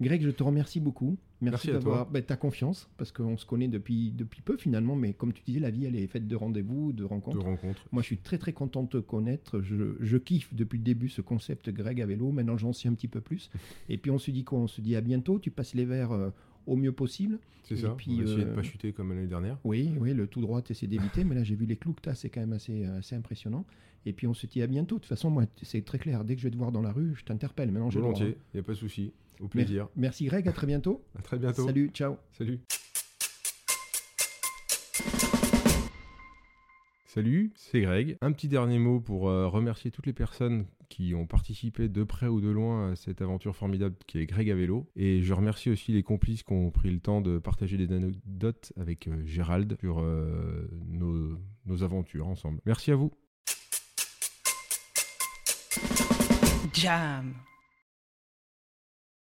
[SPEAKER 1] Greg, je te remercie beaucoup. Merci,
[SPEAKER 2] Merci à
[SPEAKER 1] d'avoir bah, ta confiance, parce qu'on se connaît depuis, depuis peu finalement, mais comme tu disais, la vie, elle est faite de rendez-vous, de rencontres.
[SPEAKER 2] De rencontre.
[SPEAKER 1] Moi, je suis très très content de te connaître. Je, je kiffe depuis le début ce concept Greg à vélo. Maintenant, j'en sais un petit peu
[SPEAKER 2] [LAUGHS]
[SPEAKER 1] plus. Et puis, on se dit quoi On se dit à bientôt. Tu passes les verres euh, au mieux possible.
[SPEAKER 2] C'est
[SPEAKER 1] Et
[SPEAKER 2] ça.
[SPEAKER 1] puis,
[SPEAKER 2] on va essayer de
[SPEAKER 1] euh,
[SPEAKER 2] pas chuter comme l'année dernière.
[SPEAKER 1] Oui, oui, le tout droit, t'essaies d'éviter. mais là, j'ai vu les clous que t'as. C'est quand même assez, euh, assez impressionnant. Et puis, on se dit à bientôt. De toute façon, moi, t- c'est très clair. Dès que je vais te voir dans la rue, je t'interpelle. Maintenant, j'ai le droit,
[SPEAKER 2] Volontiers, il y a pas de souci. Au
[SPEAKER 1] hein. Mer-
[SPEAKER 2] plaisir.
[SPEAKER 1] Merci Greg, à très bientôt.
[SPEAKER 2] À très bientôt.
[SPEAKER 1] Salut, ciao.
[SPEAKER 2] Salut. Salut, c'est Greg. Un petit dernier mot pour euh, remercier toutes les personnes qui ont participé de près ou de loin à cette aventure formidable qui est Greg à vélo. Et je remercie aussi les complices qui ont pris le temps de partager des anecdotes avec euh, Gérald sur euh, nos, nos aventures ensemble. Merci à vous.
[SPEAKER 3] Jam.